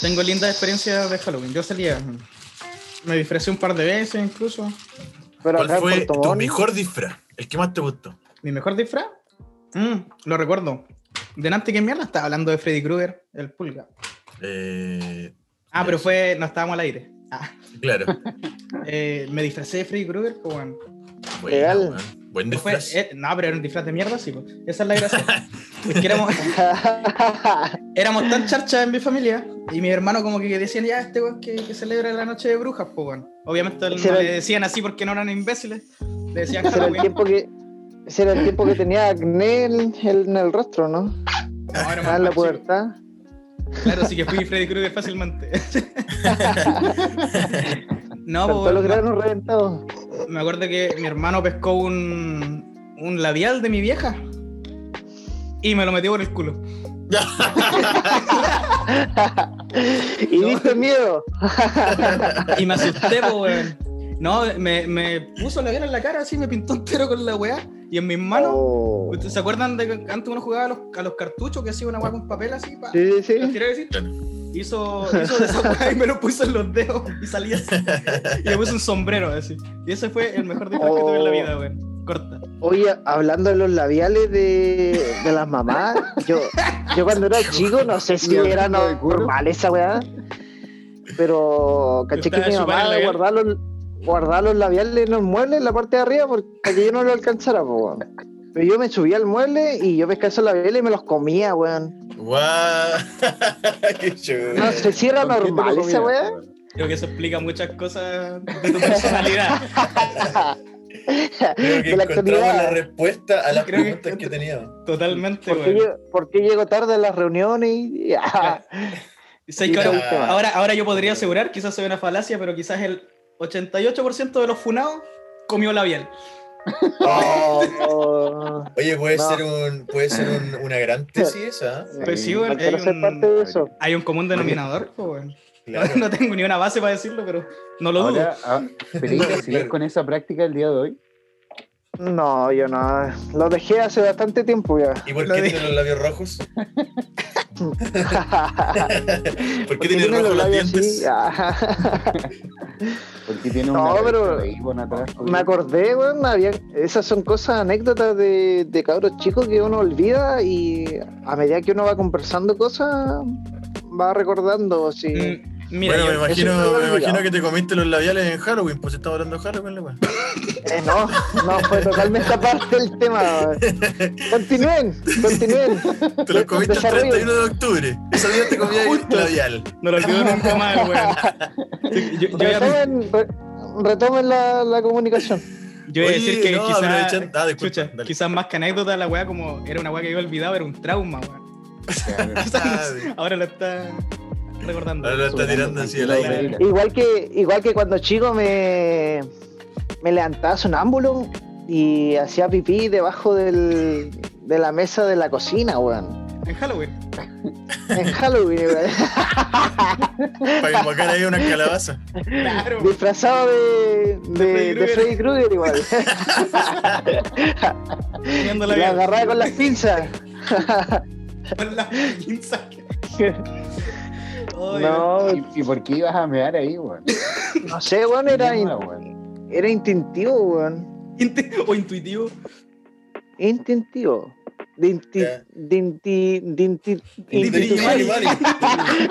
[SPEAKER 4] tengo lindas experiencias de Halloween. Yo salía, mm, me disfrazé un par de veces incluso.
[SPEAKER 7] Pero
[SPEAKER 5] ¿Cuál
[SPEAKER 7] acá en
[SPEAKER 5] fue
[SPEAKER 7] Puerto
[SPEAKER 5] tu
[SPEAKER 7] Montt,
[SPEAKER 5] mejor disfraz? El que más te gustó.
[SPEAKER 4] ¿Mi mejor disfraz? Mm, lo recuerdo. Delante que mierda estaba hablando de Freddy Krueger, el pulga.
[SPEAKER 5] Eh,
[SPEAKER 4] Ah, pero fue, no estábamos al aire. Ah,
[SPEAKER 5] claro.
[SPEAKER 4] eh, me disfracé de Freddy Krueger, pues, weón.
[SPEAKER 5] Buena,
[SPEAKER 7] Legal.
[SPEAKER 5] weón. Buen
[SPEAKER 4] Fue-
[SPEAKER 5] disfraz.
[SPEAKER 4] eh, no, pero era un disfraz de mierda, sí. po. Esa es la gracia. Porque éramos, éramos tan charchas en mi familia y mi hermano como que decían, ya, este weón que, que celebra la noche de brujas, pues, weón. Obviamente
[SPEAKER 7] Ese
[SPEAKER 4] no
[SPEAKER 7] era
[SPEAKER 4] le
[SPEAKER 7] el-
[SPEAKER 4] decían así porque no eran imbéciles. Le decían
[SPEAKER 7] Ese era el
[SPEAKER 4] Halloween.
[SPEAKER 7] tiempo que. Ese era el tiempo que tenía acné en el, en el rostro, ¿no?
[SPEAKER 4] No, era más
[SPEAKER 7] Ah, en la
[SPEAKER 4] chico.
[SPEAKER 7] pubertad.
[SPEAKER 4] Claro, sí que fui Freddy Krueger fácilmente. no,
[SPEAKER 7] Con
[SPEAKER 4] po,
[SPEAKER 7] todos los
[SPEAKER 4] me-
[SPEAKER 7] granos reventados.
[SPEAKER 4] me acuerdo que mi hermano pescó un, un labial de mi vieja y me lo metió por el culo.
[SPEAKER 7] Y diste miedo.
[SPEAKER 4] Y me asusté, po, weón. No, me, me puso la labial en la cara así, me pintó entero con la weá y en mis manos.
[SPEAKER 7] Oh.
[SPEAKER 4] ¿Ustedes pues, se acuerdan de que antes uno jugaba a los, a los cartuchos que hacía una weá con papel así? Pa,
[SPEAKER 7] Sí, sí,
[SPEAKER 4] los
[SPEAKER 7] sí.
[SPEAKER 4] tiraba así?
[SPEAKER 5] Claro.
[SPEAKER 4] Hizo, hizo de esa weá y me lo puso en los dedos y salí así. Y le puse un sombrero así. Y ese fue el mejor disfraz que tuve en la vida, weón. Corta.
[SPEAKER 7] Oye, hablando de los labiales de, de las mamás, yo, yo cuando era chico no sé si
[SPEAKER 6] Mi
[SPEAKER 7] era
[SPEAKER 6] amigo de cuero.
[SPEAKER 7] normal esa weá, pero caché que
[SPEAKER 4] Estaba
[SPEAKER 7] mi
[SPEAKER 4] chupando el
[SPEAKER 7] mamá
[SPEAKER 4] labial.
[SPEAKER 7] guardaba los, guardaba los labiales en los muebles en la parte de arriba porque, para que yo no lo alcanzara, po, weón. Pero yo me subía al mueble y yo pescaba esos labiales y me los comía, weón.
[SPEAKER 5] ¡Guau! ¡Qué chulo!
[SPEAKER 7] No sé si era
[SPEAKER 6] ¿Con qué te lo
[SPEAKER 7] normal
[SPEAKER 6] comías,
[SPEAKER 7] esa weá.
[SPEAKER 6] weón?
[SPEAKER 4] Creo que eso explica muchas cosas de tu personalidad.
[SPEAKER 5] Creo que
[SPEAKER 7] de la
[SPEAKER 5] encontramos la
[SPEAKER 7] actualidad.
[SPEAKER 5] respuesta a las
[SPEAKER 4] Creo que-
[SPEAKER 5] preguntas que teníamos.
[SPEAKER 4] Totalmente,
[SPEAKER 7] ¿Por qué,
[SPEAKER 4] weón.
[SPEAKER 7] llego- por qué llego tarde a las reuniones? Y,
[SPEAKER 4] Sé que ahora,
[SPEAKER 5] Ah.
[SPEAKER 4] ahora, ahora yo podría asegurar, quizás sea una falacia, pero quizás el 88% de los funados comió labial.
[SPEAKER 7] Oh,
[SPEAKER 5] Oye, puede
[SPEAKER 7] No.
[SPEAKER 5] ser, un, puede ser un- una gran tesis esa. ¿eh?
[SPEAKER 4] Pues sí,
[SPEAKER 6] Sí,
[SPEAKER 4] weón,
[SPEAKER 7] no quiero
[SPEAKER 4] hay
[SPEAKER 7] ser
[SPEAKER 4] un-
[SPEAKER 7] parte de eso.
[SPEAKER 4] Hay un común denominador, po, weón.
[SPEAKER 5] Claro.
[SPEAKER 4] No tengo ni una base para decirlo, pero no lo dudo.
[SPEAKER 6] Ahora, ah, pero
[SPEAKER 5] No,
[SPEAKER 6] ¿y sigues
[SPEAKER 5] claro.
[SPEAKER 6] con esa práctica el día de hoy?
[SPEAKER 7] No, yo no. Lo dejé hace bastante tiempo ya.
[SPEAKER 5] ¿Y por
[SPEAKER 4] Lo
[SPEAKER 5] qué
[SPEAKER 4] dije.
[SPEAKER 5] tiene los labios rojos?
[SPEAKER 4] este?
[SPEAKER 5] ¿Por qué
[SPEAKER 7] Porque
[SPEAKER 5] tiene
[SPEAKER 7] tiene
[SPEAKER 5] rojos los
[SPEAKER 7] los labios así,
[SPEAKER 5] dientes?
[SPEAKER 7] ah.
[SPEAKER 6] Porque tiene
[SPEAKER 7] No,
[SPEAKER 6] una
[SPEAKER 7] pero-
[SPEAKER 6] revista de Avon atrás.
[SPEAKER 7] Me acordé, weón. había- Esas son cosas, anécdotas de, de cabros chicos que uno olvida y a medida que uno va conversando cosas, va recordando. Sí.
[SPEAKER 4] Mm, Mira,
[SPEAKER 5] Bueno, me
[SPEAKER 4] yo-
[SPEAKER 7] eso
[SPEAKER 5] imagino,
[SPEAKER 7] me
[SPEAKER 5] me
[SPEAKER 7] había
[SPEAKER 5] imagino
[SPEAKER 7] olvidado.
[SPEAKER 5] que te comiste los labiales en Halloween, pues estamos hablando de Halloween, la weá.
[SPEAKER 7] Eh, no, no, fue totalmente aparte el tema. weón. Continúen, continúen.
[SPEAKER 5] Te los comiste el
[SPEAKER 7] Desarrollen.
[SPEAKER 5] 31 de octubre. Ese día te comías el labial.
[SPEAKER 4] no lo olvido nunca más, weón. Sí, Yo, yo, iba a-
[SPEAKER 7] Retomen, re- retomen la, la comunicación.
[SPEAKER 4] yo iba a
[SPEAKER 5] Oye,
[SPEAKER 4] decir que
[SPEAKER 5] no,
[SPEAKER 4] quizás,
[SPEAKER 5] aprovechan- ah, disculpa,
[SPEAKER 4] chucha,
[SPEAKER 5] dale.
[SPEAKER 4] quizás más que anécdota, la weá como era una weá que yo olvidaba, era un trauma, weón.
[SPEAKER 6] Claro.
[SPEAKER 4] Ahora lo está recordando.
[SPEAKER 5] Ah. Ahora lo está tirando así al aire.
[SPEAKER 7] Igual que, igual que cuando chico me, me levantaba sonámbulo y hacía pipí debajo del, de la mesa de la cocina, weón.
[SPEAKER 4] En Halloween.
[SPEAKER 7] En Halloween, weón.
[SPEAKER 5] Para invocar ahí una calabaza.
[SPEAKER 4] Claro.
[SPEAKER 7] Disfrazado de, de, de Freddy Krueger, igual.
[SPEAKER 4] Comiendo
[SPEAKER 7] La
[SPEAKER 4] labial.
[SPEAKER 7] agarraba con las pinzas.
[SPEAKER 4] Con la pinza. Ay,
[SPEAKER 7] No,
[SPEAKER 6] ¿Y, y por qué ibas a mear ahí, weón?
[SPEAKER 7] no sé, weón, era, in-
[SPEAKER 6] Ninguna, weón.
[SPEAKER 7] era instintivo, weón.
[SPEAKER 4] intu- o intuitivo.
[SPEAKER 7] Instintivo. De inti,
[SPEAKER 5] Ya.
[SPEAKER 7] de inti, de inti-
[SPEAKER 5] Digimani,
[SPEAKER 7] intuición.
[SPEAKER 5] Mani.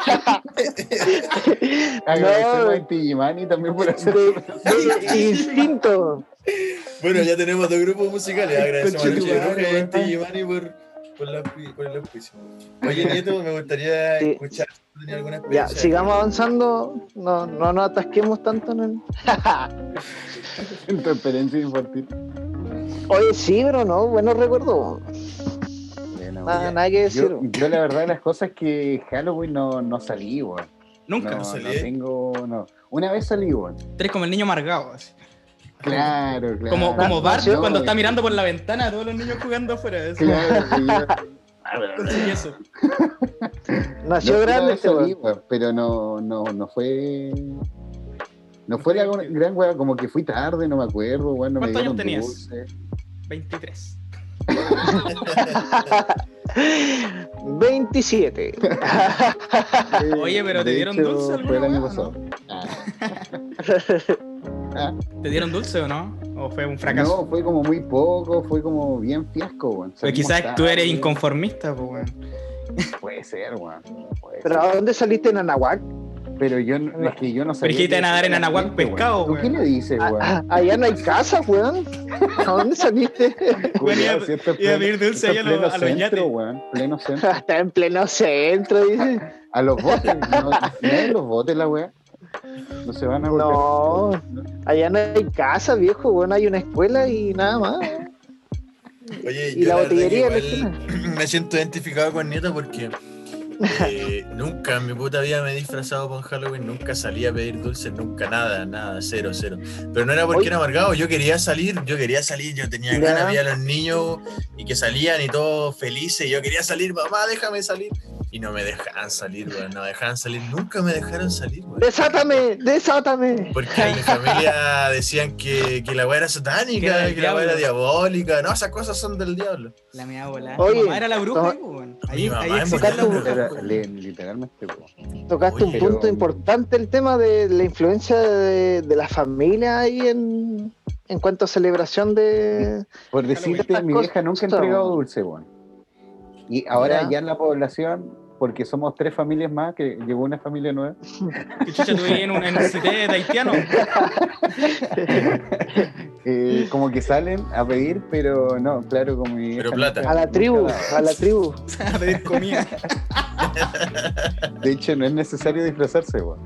[SPEAKER 6] Agradecemos
[SPEAKER 7] No,
[SPEAKER 6] a Intigimani también por hacer
[SPEAKER 7] de- de instinto.
[SPEAKER 5] Bueno, ya tenemos dos grupos musicales. Agradecemos a
[SPEAKER 6] Conche
[SPEAKER 5] Lucho
[SPEAKER 6] tu
[SPEAKER 5] de
[SPEAKER 6] madre,
[SPEAKER 5] Roca
[SPEAKER 6] weón.
[SPEAKER 5] y a Inti Gimani por, por, la, por el auspicio. Oye, Nieto, me gustaría
[SPEAKER 7] Sí.
[SPEAKER 5] escuchar si tú tenías alguna
[SPEAKER 7] Ya,
[SPEAKER 5] experiencia.
[SPEAKER 7] sigamos avanzando, no, no nos atasquemos tanto en el...
[SPEAKER 6] referencia infantil.
[SPEAKER 7] Oye, sí, pero no, buenos recuerdos.
[SPEAKER 6] Bueno,
[SPEAKER 7] Nada,
[SPEAKER 6] ya.
[SPEAKER 7] nada que decir.
[SPEAKER 6] yo, yo la verdad las cosas que Halloween no, no salí, weón.
[SPEAKER 4] Nunca.
[SPEAKER 6] No,
[SPEAKER 5] salí.
[SPEAKER 6] no tengo, no. Una vez salí, weón.
[SPEAKER 4] Tres como el niño amargado. así.
[SPEAKER 6] Claro, claro.
[SPEAKER 4] Como, como Bart
[SPEAKER 6] No,
[SPEAKER 4] cuando
[SPEAKER 6] weón.
[SPEAKER 4] está mirando por la ventana a todos los niños jugando afuera. así.
[SPEAKER 6] Claro, sí, yo- Ah,
[SPEAKER 4] Sí, eso.
[SPEAKER 7] Nació
[SPEAKER 6] Yo
[SPEAKER 7] grande
[SPEAKER 6] una vez
[SPEAKER 7] este
[SPEAKER 6] salí,
[SPEAKER 7] weón.
[SPEAKER 6] weón, pero no, no, no fue. No fue la gran- gran weón, como que fui tarde, no me acuerdo, weón, no me
[SPEAKER 4] ¿Cuántos años
[SPEAKER 6] dieron
[SPEAKER 4] tenías?
[SPEAKER 6] dulces.
[SPEAKER 4] 23.
[SPEAKER 7] 27.
[SPEAKER 6] Eh,
[SPEAKER 4] Oye, pero ¿te
[SPEAKER 6] de
[SPEAKER 4] dieron
[SPEAKER 6] hecho,
[SPEAKER 4] dulce alguna
[SPEAKER 6] Fue el año
[SPEAKER 4] weá,
[SPEAKER 6] pasado. Ah, ah.
[SPEAKER 4] ¿Te dieron dulce o no? ¿O fue un fracaso?
[SPEAKER 6] No, fue como muy poco, fue como bien fiasco, weón.
[SPEAKER 4] Pero
[SPEAKER 6] Salimos
[SPEAKER 4] quizás tú eres
[SPEAKER 6] tarde.
[SPEAKER 4] inconformista, pues, weón.
[SPEAKER 6] Puede ser, weón. puede
[SPEAKER 7] ¿Pero
[SPEAKER 6] ser.
[SPEAKER 7] a dónde saliste en Anahuac?
[SPEAKER 6] Pero yo no, es que yo no sabía.
[SPEAKER 4] es que te van a dar en
[SPEAKER 6] era
[SPEAKER 4] Anahuac
[SPEAKER 6] gente, weón.
[SPEAKER 4] pescado,
[SPEAKER 6] ¿Tú qué
[SPEAKER 4] weón?
[SPEAKER 6] le dices,
[SPEAKER 7] A-
[SPEAKER 6] weón?
[SPEAKER 7] a- Allá no hay casa, weón. ¿A dónde saliste?
[SPEAKER 6] Culiao,
[SPEAKER 4] iba-
[SPEAKER 6] si esto es
[SPEAKER 4] iba a
[SPEAKER 6] pleno-
[SPEAKER 4] pedir dulce
[SPEAKER 6] esto es
[SPEAKER 4] ahí a los-
[SPEAKER 6] pleno
[SPEAKER 4] a los
[SPEAKER 6] centro,
[SPEAKER 4] yates.
[SPEAKER 6] weón, pleno centro.
[SPEAKER 7] Está en pleno centro, dice.
[SPEAKER 6] A los botes, no, nadie los botes la weá. No se van a volver.
[SPEAKER 7] No.
[SPEAKER 6] No.
[SPEAKER 7] Allá no hay casa, viejo, weón. Hay una escuela y nada más.
[SPEAKER 5] Oye,
[SPEAKER 7] Y
[SPEAKER 5] yo
[SPEAKER 7] la
[SPEAKER 5] la verdad que
[SPEAKER 7] botillería,
[SPEAKER 5] igual me siento identificado con Nieto porque Eh, nunca en mi puta vida me he disfrazado con Halloween, nunca salí a pedir dulces, nunca nada, nada, cero, cero. Pero no era porque
[SPEAKER 7] Oye.
[SPEAKER 5] era amargado, yo quería salir, yo quería salir, yo tenía
[SPEAKER 7] Ya.
[SPEAKER 5] ganas, vi a los niños y que salían y todos felices, yo quería salir, mamá, déjame salir. Y no me dejaban salir, weón, no me dejaban salir, nunca me dejaron salir, weón.
[SPEAKER 7] ¡Desátame! ¡Desátame!
[SPEAKER 5] Porque en mi familia decían que, que la weá era
[SPEAKER 4] Que era
[SPEAKER 5] satánica,
[SPEAKER 4] del
[SPEAKER 5] que la weá era
[SPEAKER 4] diablo.
[SPEAKER 5] diabólica, no, esas cosas son del diablo.
[SPEAKER 4] La mea bola.
[SPEAKER 7] Oye,
[SPEAKER 4] Mi mamá era la bruja,
[SPEAKER 7] no.
[SPEAKER 4] ahí, pues, bueno. Ahí,
[SPEAKER 5] Mi mamá
[SPEAKER 4] ahí
[SPEAKER 5] es
[SPEAKER 4] existe
[SPEAKER 7] bruja.
[SPEAKER 4] la bruja.
[SPEAKER 6] Era li- literalmente. po.
[SPEAKER 7] Tocaste
[SPEAKER 5] Oye,
[SPEAKER 7] un punto
[SPEAKER 6] pero-
[SPEAKER 7] importante el tema de la influencia de, de la familia ahí en, en cuanto a celebración de...
[SPEAKER 6] Por decirte,
[SPEAKER 7] estas
[SPEAKER 6] mi
[SPEAKER 7] cosas,
[SPEAKER 6] vieja nunca ha
[SPEAKER 7] esto.
[SPEAKER 6] entregado dulce, weón. Y ahora
[SPEAKER 7] Ya.
[SPEAKER 6] ya en la población, porque somos tres familias más, que llegó una familia nueva,
[SPEAKER 4] Que chucha tú vivías en un en un cité de haitiano.
[SPEAKER 6] eh, como que salen a pedir, pero no, claro, como mi vieja
[SPEAKER 5] Pero plata.
[SPEAKER 6] nunca-
[SPEAKER 7] A la tribu,
[SPEAKER 6] nunca daba.
[SPEAKER 7] a la tribu.
[SPEAKER 4] A pedir comida.
[SPEAKER 6] De hecho, no es necesario disfrazarse, weón.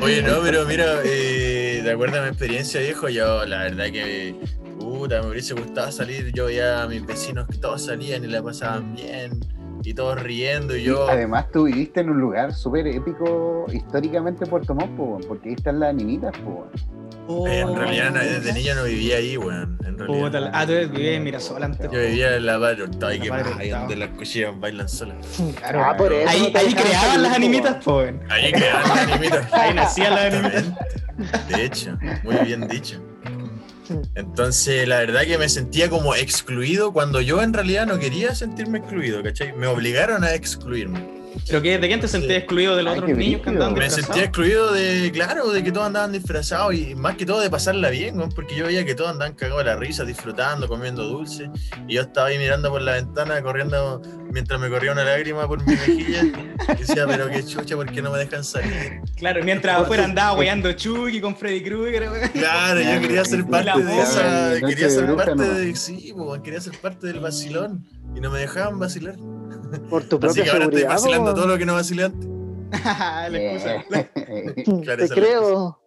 [SPEAKER 5] Oye, no, pero mira, eh, de acuerdo a mi experiencia, viejo, yo la verdad que puta, me hubiese gustado salir. Yo veía a mis vecinos que todos salían y la pasaban bien y todos riendo. Y
[SPEAKER 6] Y
[SPEAKER 5] yo, eh,
[SPEAKER 6] Además, tú viviste en un lugar súper épico históricamente Puerto Montt, po, weón, porque ahí están las ninitas, po, weón.
[SPEAKER 5] eh, en realidad, no- desde niño no vivía ahí, weón. En
[SPEAKER 4] Puta,
[SPEAKER 5] realidad.
[SPEAKER 4] la- ah, tú vivías en Mirasol antes.
[SPEAKER 5] Yo vivía en la barrio, estaba ahí
[SPEAKER 4] La
[SPEAKER 5] que
[SPEAKER 4] Barrio
[SPEAKER 5] ahí
[SPEAKER 4] Octavo.
[SPEAKER 5] donde las cuchillas bailan solas.
[SPEAKER 4] Claro.
[SPEAKER 7] Ah, por eso.
[SPEAKER 4] Ahí,
[SPEAKER 7] no te
[SPEAKER 4] ahí
[SPEAKER 7] dejaban
[SPEAKER 4] creaban
[SPEAKER 7] salir,
[SPEAKER 4] las
[SPEAKER 7] po,
[SPEAKER 4] animitas, pues. bueno.
[SPEAKER 5] Ahí quedaban las animitas.
[SPEAKER 4] Ahí nacían las animitas.
[SPEAKER 5] Exactamente. De hecho, muy bien dicho. Entonces, la verdad que me sentía como excluido cuando yo en realidad no quería sentirme excluido, ¿cachai? Me obligaron a excluirme.
[SPEAKER 4] ¿Pero qué? ¿De quién te sentías excluido de los
[SPEAKER 6] Ay,
[SPEAKER 4] otros
[SPEAKER 6] qué
[SPEAKER 4] niños que
[SPEAKER 6] brígido.
[SPEAKER 4] andaban
[SPEAKER 5] Me
[SPEAKER 4] disfrazados?
[SPEAKER 5] sentía excluido de, claro, de que todos andaban disfrazados y más que todo de pasarla bien, weón, porque yo veía que todos andaban cagados de la risa, disfrutando, comiendo dulce. Y yo estaba ahí mirando por la ventana, corriendo, mientras me corría una lágrima por mi mejilla. Y decía, pero qué chucha, ¿por qué no me dejan salir?
[SPEAKER 4] Claro, mientras afuera andaba weando Chucky con Freddy Krueger, weón.
[SPEAKER 5] Claro, yo quería ser parte de esa.
[SPEAKER 6] Noche
[SPEAKER 5] Quería
[SPEAKER 6] de
[SPEAKER 5] ser
[SPEAKER 6] bruja
[SPEAKER 5] parte
[SPEAKER 6] nomás.
[SPEAKER 5] de. Sí, po, quería ser parte del vacilón. Y no me dejaban vacilar.
[SPEAKER 7] po, Por tu
[SPEAKER 5] Así
[SPEAKER 7] propia
[SPEAKER 5] que ahora estoy
[SPEAKER 7] seguridad.
[SPEAKER 5] vacilando
[SPEAKER 7] po.
[SPEAKER 5] todo lo que no vacilé antes.
[SPEAKER 4] la excusa.
[SPEAKER 6] Eh,
[SPEAKER 5] Claro,
[SPEAKER 7] Te
[SPEAKER 5] esa es la
[SPEAKER 7] creo.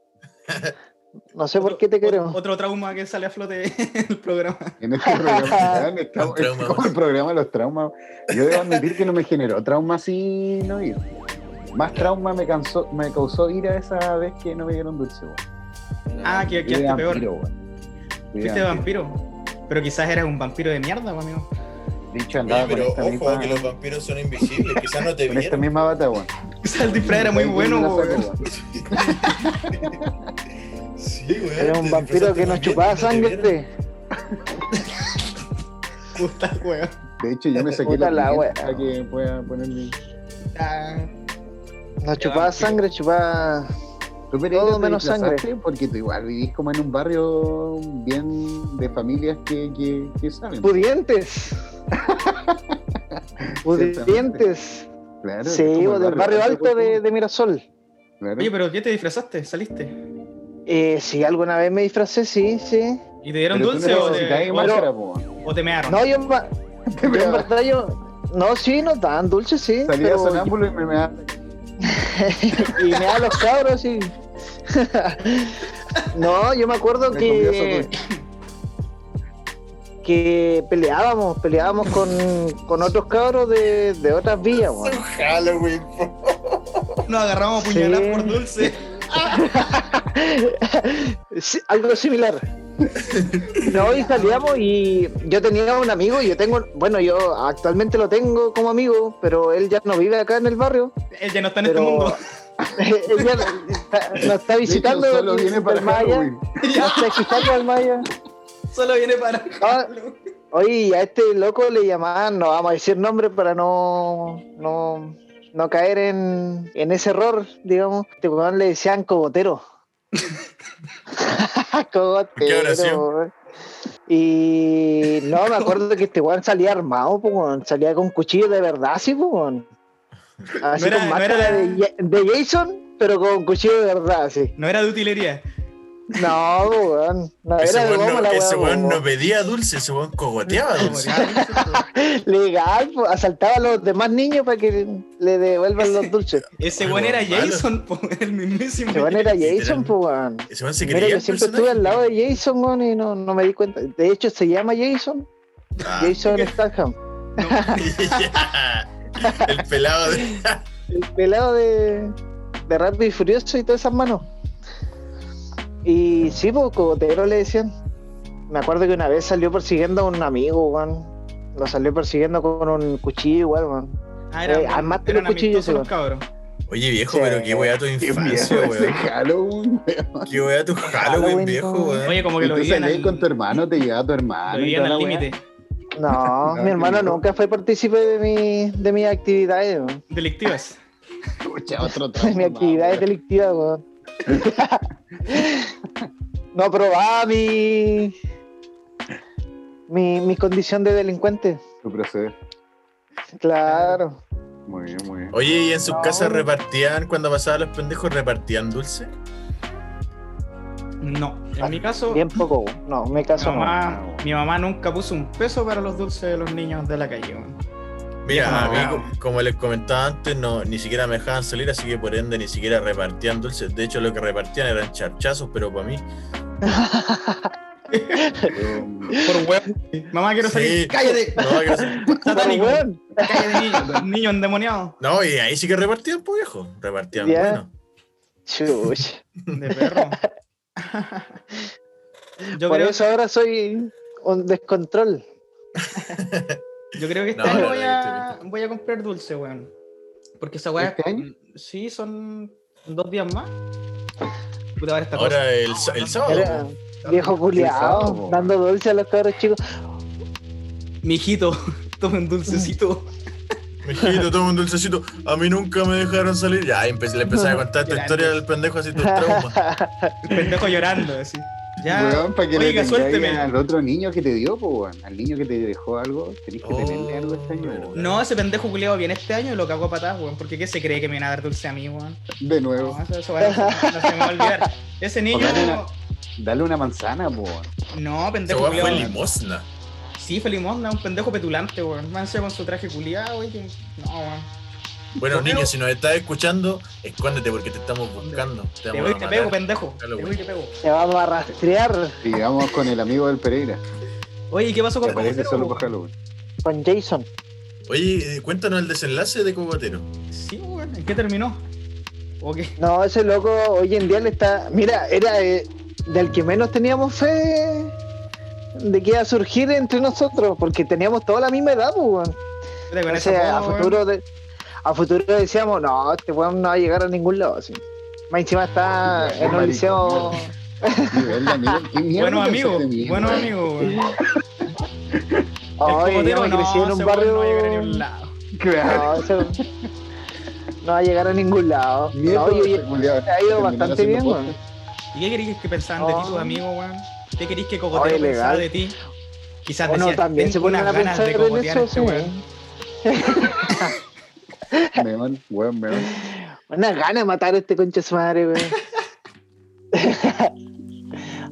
[SPEAKER 7] No sé por qué te creo.
[SPEAKER 4] Otro trauma que sale a flote en el programa.
[SPEAKER 6] En este programa, weón, estamos-
[SPEAKER 5] Los traumas.
[SPEAKER 6] es como el programa de los traumas. Yo debo admitir que no me generó trauma así no ir. Más trauma me, cansó, me causó ira esa vez que no me dieron dulce. weón.
[SPEAKER 4] Ah, que
[SPEAKER 6] Yo era
[SPEAKER 4] quedaste peor.
[SPEAKER 6] vampiro, weón. Yo era
[SPEAKER 4] Fuiste
[SPEAKER 6] vampiro.
[SPEAKER 4] vampiro. Pero quizás eras un vampiro de mierda, pues, amigo.
[SPEAKER 6] De hecho,
[SPEAKER 5] Oye,
[SPEAKER 6] andaba
[SPEAKER 5] pero
[SPEAKER 6] con, esta
[SPEAKER 5] ojo que
[SPEAKER 6] misma,
[SPEAKER 5] los vampiros son invisibles, quizás no te
[SPEAKER 6] con esta
[SPEAKER 5] vieron.
[SPEAKER 6] misma bata. weón.
[SPEAKER 4] Quizás el disfraz era muy
[SPEAKER 6] Ahí
[SPEAKER 4] bueno,
[SPEAKER 6] tengo una
[SPEAKER 4] weón.
[SPEAKER 6] saco, weón.
[SPEAKER 5] Sí, weón,
[SPEAKER 7] Era
[SPEAKER 5] te
[SPEAKER 7] un vampiro que nos
[SPEAKER 5] disfrazaste
[SPEAKER 7] chupaba
[SPEAKER 5] muy bien, no te
[SPEAKER 7] sangre. este.
[SPEAKER 4] Puta, weón.
[SPEAKER 6] De hecho, yo me saqué
[SPEAKER 7] Puta
[SPEAKER 6] la,
[SPEAKER 7] la
[SPEAKER 6] piñata
[SPEAKER 7] weá.
[SPEAKER 6] para que pueda ponerle.
[SPEAKER 4] Ah,
[SPEAKER 7] Nos chupaba
[SPEAKER 4] vampiro.
[SPEAKER 7] sangre, chupaba...
[SPEAKER 6] Tú, Pereira,
[SPEAKER 7] Todo
[SPEAKER 6] te
[SPEAKER 7] menos
[SPEAKER 6] desplazaste Porque tú igual vivís como en un barrio bien de familias que, que, que saben.
[SPEAKER 7] Pudientes. Pudientes.
[SPEAKER 6] Claro,
[SPEAKER 7] Sí,
[SPEAKER 6] es como
[SPEAKER 7] o
[SPEAKER 6] el
[SPEAKER 7] del barrio alto de, de Mirasol.
[SPEAKER 6] Claro.
[SPEAKER 4] Oye, pero ¿qué te disfrazaste? ¿Saliste?
[SPEAKER 7] Eh, sí, alguna vez me disfracé, sí, sí.
[SPEAKER 4] ¿Y te dieron
[SPEAKER 6] Pero tú
[SPEAKER 4] dulce
[SPEAKER 6] no
[SPEAKER 4] o te,
[SPEAKER 6] necesitabas
[SPEAKER 4] o-
[SPEAKER 6] máscara, po.
[SPEAKER 4] o te mearon?
[SPEAKER 7] No, yo en, va- yo en verdad yo... No, sí, nos daban dulces, sí.
[SPEAKER 6] Salía
[SPEAKER 7] pero-
[SPEAKER 6] sonámbulo y me me da-
[SPEAKER 7] y me da los cabros y... no, yo me acuerdo
[SPEAKER 6] me comí
[SPEAKER 7] que...
[SPEAKER 6] eso,
[SPEAKER 7] Que peleábamos, peleábamos con, con otros cabros de, de otras villas, weón.
[SPEAKER 5] vieron. Halloween, po.
[SPEAKER 4] Nos agarramos a puñaladas
[SPEAKER 7] Sí.
[SPEAKER 4] por dulce.
[SPEAKER 7] Sí, algo similar. No, y salíamos y yo tenía un amigo, y yo tengo, bueno, yo actualmente lo tengo como amigo, pero él ya no vive acá en el barrio.
[SPEAKER 4] Él ya no está en
[SPEAKER 7] Pero-
[SPEAKER 4] este mundo.
[SPEAKER 7] él ya no- está- nos
[SPEAKER 6] De
[SPEAKER 7] está
[SPEAKER 6] hecho,
[SPEAKER 7] visitando
[SPEAKER 6] solo
[SPEAKER 7] del-
[SPEAKER 6] viene para
[SPEAKER 7] del Maya.
[SPEAKER 6] Halloween.
[SPEAKER 7] Nos está visitando del Maya.
[SPEAKER 4] Solo viene para.
[SPEAKER 7] Ah, oye, y a este loco le llamaban, no vamos a decir nombre para no, no, no caer en, en ese error, digamos. Este weón le decían cogotero.
[SPEAKER 5] ¿Qué habrá
[SPEAKER 7] cogotero.
[SPEAKER 5] sido?
[SPEAKER 7] weón. Y no, me acuerdo que este weón salía armado, po, weón. salía con cuchillo de verdad, sí, po, weón. Así
[SPEAKER 4] No era-
[SPEAKER 7] con
[SPEAKER 4] no
[SPEAKER 7] máscara
[SPEAKER 4] era-
[SPEAKER 7] de, Ja- de Jason, pero con cuchillo de verdad, sí.
[SPEAKER 4] No era de utilería.
[SPEAKER 7] No, po, weón. No,
[SPEAKER 5] Ese
[SPEAKER 7] era de
[SPEAKER 5] weón
[SPEAKER 7] goma
[SPEAKER 5] no,
[SPEAKER 7] la
[SPEAKER 5] ese
[SPEAKER 7] weá, po,
[SPEAKER 5] weón no
[SPEAKER 7] weón.
[SPEAKER 5] pedía dulce, ese weón cogoteaba dulce.
[SPEAKER 4] "Ah, pues".
[SPEAKER 7] Legal, po, asaltaba a los demás niños para que le devuelvan los dulces.
[SPEAKER 4] Ese
[SPEAKER 5] Algo
[SPEAKER 4] weón era
[SPEAKER 5] malo.
[SPEAKER 4] Jason, po, el mismísimo.
[SPEAKER 7] Se van era Jason,
[SPEAKER 5] Literalmente.
[SPEAKER 7] pues, weón.
[SPEAKER 5] Ese weón se creía.
[SPEAKER 7] Mira, yo
[SPEAKER 5] el
[SPEAKER 7] siempre estuve
[SPEAKER 5] personaje.
[SPEAKER 7] al lado de Jason, weón, y no, no me di cuenta. De hecho, se llama Jason.
[SPEAKER 5] Ah,
[SPEAKER 7] Jason Statham.
[SPEAKER 5] El pelado de...
[SPEAKER 7] el pelado de, de Rápido y Furioso y todas esas manos. Y sí, pues, cogotero le decían. Me acuerdo que una vez salió persiguiendo a un amigo, weón. Lo salió persiguiendo con un cuchillo igual, weón.
[SPEAKER 4] Ah,
[SPEAKER 7] Eh, además tiene
[SPEAKER 4] eran
[SPEAKER 7] cuchillo
[SPEAKER 4] amistosos
[SPEAKER 7] ese,
[SPEAKER 4] los cabros.
[SPEAKER 5] Oye, viejo,
[SPEAKER 7] Sí.
[SPEAKER 5] pero qué wea tu
[SPEAKER 6] Qué
[SPEAKER 5] infancia,
[SPEAKER 6] mierda ese
[SPEAKER 5] weón.
[SPEAKER 6] Halloween, weón.
[SPEAKER 5] Qué wea tu Halloween,
[SPEAKER 7] Halloween,
[SPEAKER 5] viejo,
[SPEAKER 7] no.
[SPEAKER 5] weón.
[SPEAKER 4] Oye, como que
[SPEAKER 6] Eh, Y
[SPEAKER 4] lo
[SPEAKER 6] tú
[SPEAKER 4] vivían
[SPEAKER 6] salías
[SPEAKER 4] al,
[SPEAKER 6] con tu hermano, te llevaba tu
[SPEAKER 4] lo
[SPEAKER 6] hermano. y
[SPEAKER 4] vivían
[SPEAKER 6] toda
[SPEAKER 4] al
[SPEAKER 6] la weá.
[SPEAKER 4] límite
[SPEAKER 7] No, mi hermano nunca fue partícipe de, mi, de mis actividades, weón.
[SPEAKER 4] delictivas.
[SPEAKER 6] Pucha, otro
[SPEAKER 7] de
[SPEAKER 6] trauma,
[SPEAKER 7] mis actividades
[SPEAKER 6] weón.
[SPEAKER 7] delictivas, weón. no probaba mi, mi. mi condición de delincuente.
[SPEAKER 6] Tu proceder.
[SPEAKER 7] Claro.
[SPEAKER 6] Muy bien, muy bien.
[SPEAKER 5] Oye, ¿y en sus casas repartían, cuando pasaban los pendejos, repartían dulce?
[SPEAKER 4] No,
[SPEAKER 6] Ah,
[SPEAKER 4] en mi caso,
[SPEAKER 7] Bien poco, güey. no, me
[SPEAKER 4] mi
[SPEAKER 7] caso no.
[SPEAKER 4] mamá, mi mamá nunca puso un peso para los dulces de los niños de la calle. weón.
[SPEAKER 5] Mira, a
[SPEAKER 4] No.
[SPEAKER 5] mí, co- como les comentaba antes, no, ni siquiera me dejaban salir, así que por ende ni siquiera repartían dulces. De hecho, lo que repartían eran charchazos, pero para mí.
[SPEAKER 6] Yo-
[SPEAKER 4] Por huevo. Mamá, quiero salir.
[SPEAKER 5] Sí.
[SPEAKER 4] ¡Cállate!
[SPEAKER 5] No, que no sé.
[SPEAKER 7] Pero,
[SPEAKER 4] Satánico.
[SPEAKER 7] weón,
[SPEAKER 4] ¡Cállate, niño, niño endemoniado!
[SPEAKER 5] No, y ahí sí que repartían, pues viejo. Repartían
[SPEAKER 7] Ya.
[SPEAKER 5] bueno.
[SPEAKER 7] chuch.
[SPEAKER 4] De perro. Yo
[SPEAKER 7] Por
[SPEAKER 4] creo,
[SPEAKER 7] eso ahora soy un descontrol.
[SPEAKER 4] yo creo que este
[SPEAKER 5] No,
[SPEAKER 4] año
[SPEAKER 5] no,
[SPEAKER 4] voy,
[SPEAKER 5] no,
[SPEAKER 4] a, voy a comprar dulce, weón. Porque esa weá. mm,
[SPEAKER 6] ¿Este año?
[SPEAKER 4] Sí, son dos días más. Puta, ahora está
[SPEAKER 5] Ahora el, sa- el sábado.
[SPEAKER 7] Era
[SPEAKER 5] pues.
[SPEAKER 7] viejo
[SPEAKER 6] pesado,
[SPEAKER 7] culiao,
[SPEAKER 6] güey.
[SPEAKER 7] dando dulce a los cabros chicos.
[SPEAKER 4] Mijito, tome un dulcecito.
[SPEAKER 5] Mijito, toma un dulcecito. A mí nunca me dejaron salir. Ya, ahí empe- le empecé a contar esta
[SPEAKER 4] Grande.
[SPEAKER 5] historia del pendejo así tus traumas.
[SPEAKER 4] El pendejo llorando, así. Ya.
[SPEAKER 6] Weón, para que
[SPEAKER 4] Oiga,
[SPEAKER 6] le
[SPEAKER 4] suélteme.
[SPEAKER 6] tengáis al otro niño que te dio, po, weón. Al niño que te dejó algo, tenés que
[SPEAKER 5] Oh.
[SPEAKER 6] tenerle algo este año, weón.
[SPEAKER 4] No, ese pendejo culiado viene este año y lo cago a patadas, weón. Porque qué se cree que me viene a dar dulce a mí, weón.
[SPEAKER 6] De
[SPEAKER 4] No,
[SPEAKER 6] nuevo.
[SPEAKER 4] eso, eso va a- no se me va a olvidar. Ese niño.
[SPEAKER 6] Ojalá era- Dale una manzana, po, weón.
[SPEAKER 4] No,
[SPEAKER 5] Esa
[SPEAKER 4] pendejo
[SPEAKER 5] weá fue
[SPEAKER 4] culiado.
[SPEAKER 5] limosna.
[SPEAKER 4] Sí, fue limosna, un pendejo petulante, weón. Mancia con su traje culiado, wey. que- No, weón.
[SPEAKER 5] Bueno,
[SPEAKER 4] Te pego.
[SPEAKER 5] niño, si nos estás escuchando, escóndete porque te estamos buscando. Te
[SPEAKER 4] Te
[SPEAKER 5] vamos
[SPEAKER 4] voy y
[SPEAKER 5] a
[SPEAKER 4] te
[SPEAKER 5] matar.
[SPEAKER 4] pego, pendejo. Te
[SPEAKER 5] Dale,
[SPEAKER 4] voy y te pego.
[SPEAKER 7] Te vamos a rastrear
[SPEAKER 6] Y vamos con el amigo del Pereira.
[SPEAKER 4] Oye, ¿y ¿qué pasó
[SPEAKER 6] Que
[SPEAKER 4] con
[SPEAKER 6] aparece
[SPEAKER 4] Cogotero,
[SPEAKER 6] solo
[SPEAKER 4] weón?
[SPEAKER 6] para Halloween.
[SPEAKER 7] con Jason.
[SPEAKER 5] Oye, eh, cuéntanos el desenlace de Cogotero.
[SPEAKER 4] Sí, weón. ¿En qué terminó? ¿O qué?
[SPEAKER 7] No, ese loco hoy en día le está. Mira, era eh, del que menos teníamos fe de que iba a surgir entre nosotros, porque teníamos toda la misma edad, pues, weón.
[SPEAKER 4] Puta, con
[SPEAKER 7] Entonces,
[SPEAKER 4] esa
[SPEAKER 7] a
[SPEAKER 4] foto, weón.
[SPEAKER 7] futuro, de- a futuro decíamos, no, este weón no va a llegar a ningún lado. Así. Más encima está
[SPEAKER 6] Qué
[SPEAKER 7] en un
[SPEAKER 6] maricón,
[SPEAKER 7] liceo.
[SPEAKER 6] weón. Nivel de amigo. ¿Qué mierda
[SPEAKER 7] pues,
[SPEAKER 4] Buenos
[SPEAKER 6] es
[SPEAKER 4] amigos,
[SPEAKER 6] este mismo,
[SPEAKER 4] buenos
[SPEAKER 6] weón?
[SPEAKER 4] amigos, weón.
[SPEAKER 7] Ay, yo me crecí en un
[SPEAKER 4] ese weón no
[SPEAKER 7] barrio.
[SPEAKER 4] va a llegar a ningún lado.
[SPEAKER 6] Claro.
[SPEAKER 7] No, ese weón no va a llegar a ningún lado.
[SPEAKER 6] Mierda,
[SPEAKER 7] No, yo-
[SPEAKER 6] este culiao.
[SPEAKER 7] te ha ido
[SPEAKER 6] Terminar
[SPEAKER 7] bastante
[SPEAKER 6] haciendo
[SPEAKER 7] bien,
[SPEAKER 6] podcast.
[SPEAKER 7] weón.
[SPEAKER 4] ¿Y qué queréis que pensaban de
[SPEAKER 7] No.
[SPEAKER 4] ti tus amigos, weón? ¿Qué queréis que Cogotero
[SPEAKER 7] Oye,
[SPEAKER 4] pensaba
[SPEAKER 7] legal.
[SPEAKER 4] de ti? Quizás
[SPEAKER 7] Bueno,
[SPEAKER 4] decía,
[SPEAKER 7] también se
[SPEAKER 4] tengo
[SPEAKER 7] ponen
[SPEAKER 4] unas
[SPEAKER 7] a
[SPEAKER 4] ganas
[SPEAKER 7] pensar
[SPEAKER 4] de
[SPEAKER 7] en
[SPEAKER 4] cogotear a
[SPEAKER 7] eso,
[SPEAKER 4] este
[SPEAKER 7] sí.
[SPEAKER 4] weón.
[SPEAKER 6] Meón, weón, meón.
[SPEAKER 7] Una gana de matar a este concha de su madre, güey.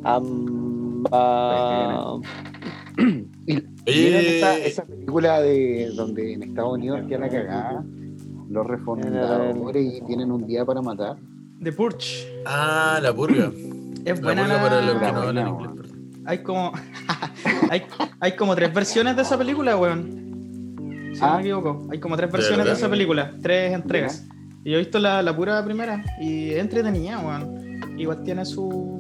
[SPEAKER 7] Amba-
[SPEAKER 6] Y
[SPEAKER 5] Oye,
[SPEAKER 4] Eh.
[SPEAKER 6] ¿Vieron esa, esa película de donde en Estados Unidos queda la cagada? Los refundadores y tienen un día para matar.
[SPEAKER 4] The Purge.
[SPEAKER 5] Ah, la purga.
[SPEAKER 4] Es
[SPEAKER 5] La
[SPEAKER 4] buena
[SPEAKER 5] purga para los que
[SPEAKER 4] la...
[SPEAKER 5] no
[SPEAKER 6] buena,
[SPEAKER 5] hablan
[SPEAKER 6] weón.
[SPEAKER 5] inglés. perdón.
[SPEAKER 4] Hay como... hay, hay como tres versiones de esa película, weón. Si no
[SPEAKER 6] Ah.
[SPEAKER 4] me equivoco. Hay como tres versiones de
[SPEAKER 5] verdad?
[SPEAKER 4] esa película. Tres entregas. Y yo he visto la, la pura primera. Y es entretenida, weón. Igual tiene su...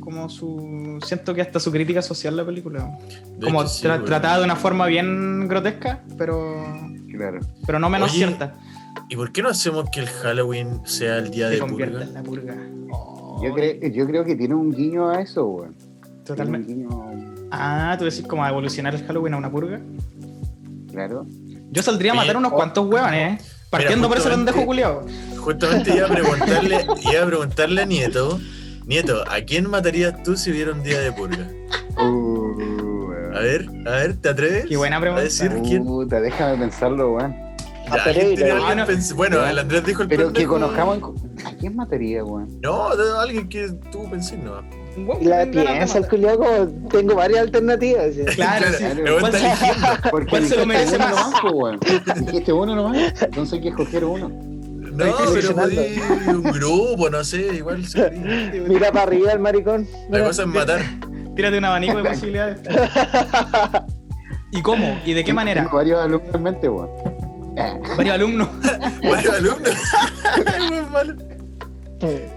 [SPEAKER 4] Como su... Siento que hasta su crítica social la película, weón.
[SPEAKER 5] De
[SPEAKER 4] como
[SPEAKER 5] hecho, sí,
[SPEAKER 4] tra-
[SPEAKER 5] weón.
[SPEAKER 4] tratada de una forma bien grotesca, pero,
[SPEAKER 6] Claro.
[SPEAKER 4] pero no menos
[SPEAKER 5] Oye,
[SPEAKER 4] cierta.
[SPEAKER 5] ¿Y por qué no hacemos que el Halloween sea el día
[SPEAKER 4] Se
[SPEAKER 5] de
[SPEAKER 4] convierte
[SPEAKER 5] purga?
[SPEAKER 4] en la purga. Oh,
[SPEAKER 6] Yo, cre- yo creo que tiene un guiño a eso, weón. Tiene un
[SPEAKER 4] Totalmente.
[SPEAKER 6] guiño,
[SPEAKER 4] Ah, tú decís como a evolucionar el Halloween a una purga.
[SPEAKER 6] claro.
[SPEAKER 4] Yo saldría a matar
[SPEAKER 5] Oye,
[SPEAKER 4] unos
[SPEAKER 5] oh.
[SPEAKER 4] cuantos hueones, eh. Partiendo por ese
[SPEAKER 5] justamente-
[SPEAKER 4] pendejo culiado.
[SPEAKER 5] Justamente iba a preguntarle, iba a preguntarle a Nieto, Nieto, ¿a quién matarías tú si hubiera un día de purga?
[SPEAKER 6] Uh, weón.
[SPEAKER 5] A ver, a ver, ¿te atreves?
[SPEAKER 4] Qué buena pregunta.
[SPEAKER 5] A decir quién.
[SPEAKER 6] Puta, déjame pensarlo, weón.
[SPEAKER 5] Ya,
[SPEAKER 7] A
[SPEAKER 5] ¿quién
[SPEAKER 7] Pereira.
[SPEAKER 5] tiene alguien
[SPEAKER 4] Ah, no.
[SPEAKER 5] pens- Bueno, el Andrés dijo el
[SPEAKER 6] Pero que
[SPEAKER 5] pendejo.
[SPEAKER 6] conozcamos. ¿A quién mataría, weón?
[SPEAKER 5] No, no, alguien que tú pensé, no.
[SPEAKER 4] Un hueón que tenga
[SPEAKER 7] La
[SPEAKER 4] ganas de
[SPEAKER 7] piensa el
[SPEAKER 4] matar.
[SPEAKER 7] culiao como, tengo varias alternativas. ¿sí?
[SPEAKER 4] Claro,
[SPEAKER 5] Claro,
[SPEAKER 4] sí.
[SPEAKER 5] me
[SPEAKER 6] claro.
[SPEAKER 5] voy a estar eligiendo.
[SPEAKER 6] Porque
[SPEAKER 4] ¿Cuál se lo
[SPEAKER 6] dijiste
[SPEAKER 4] merece
[SPEAKER 6] uno
[SPEAKER 4] más?
[SPEAKER 6] nomás, po, weón. Dijiste uno nomás. Entonces hay que escoger uno.
[SPEAKER 5] No, pero podí un grupo, no sé, igual se podía.
[SPEAKER 7] Mira para arriba el maricón.
[SPEAKER 5] La
[SPEAKER 7] Mira.
[SPEAKER 5] cosa es matar.
[SPEAKER 4] Tírate un abanico de posibilidades. ¿Y cómo? ¿Y de qué manera?
[SPEAKER 6] Tengo varios alumnos en mente, weón. Ah,
[SPEAKER 4] Varios alumnos.
[SPEAKER 5] Bueno, alumno. Es muy malo.
[SPEAKER 7] Eh,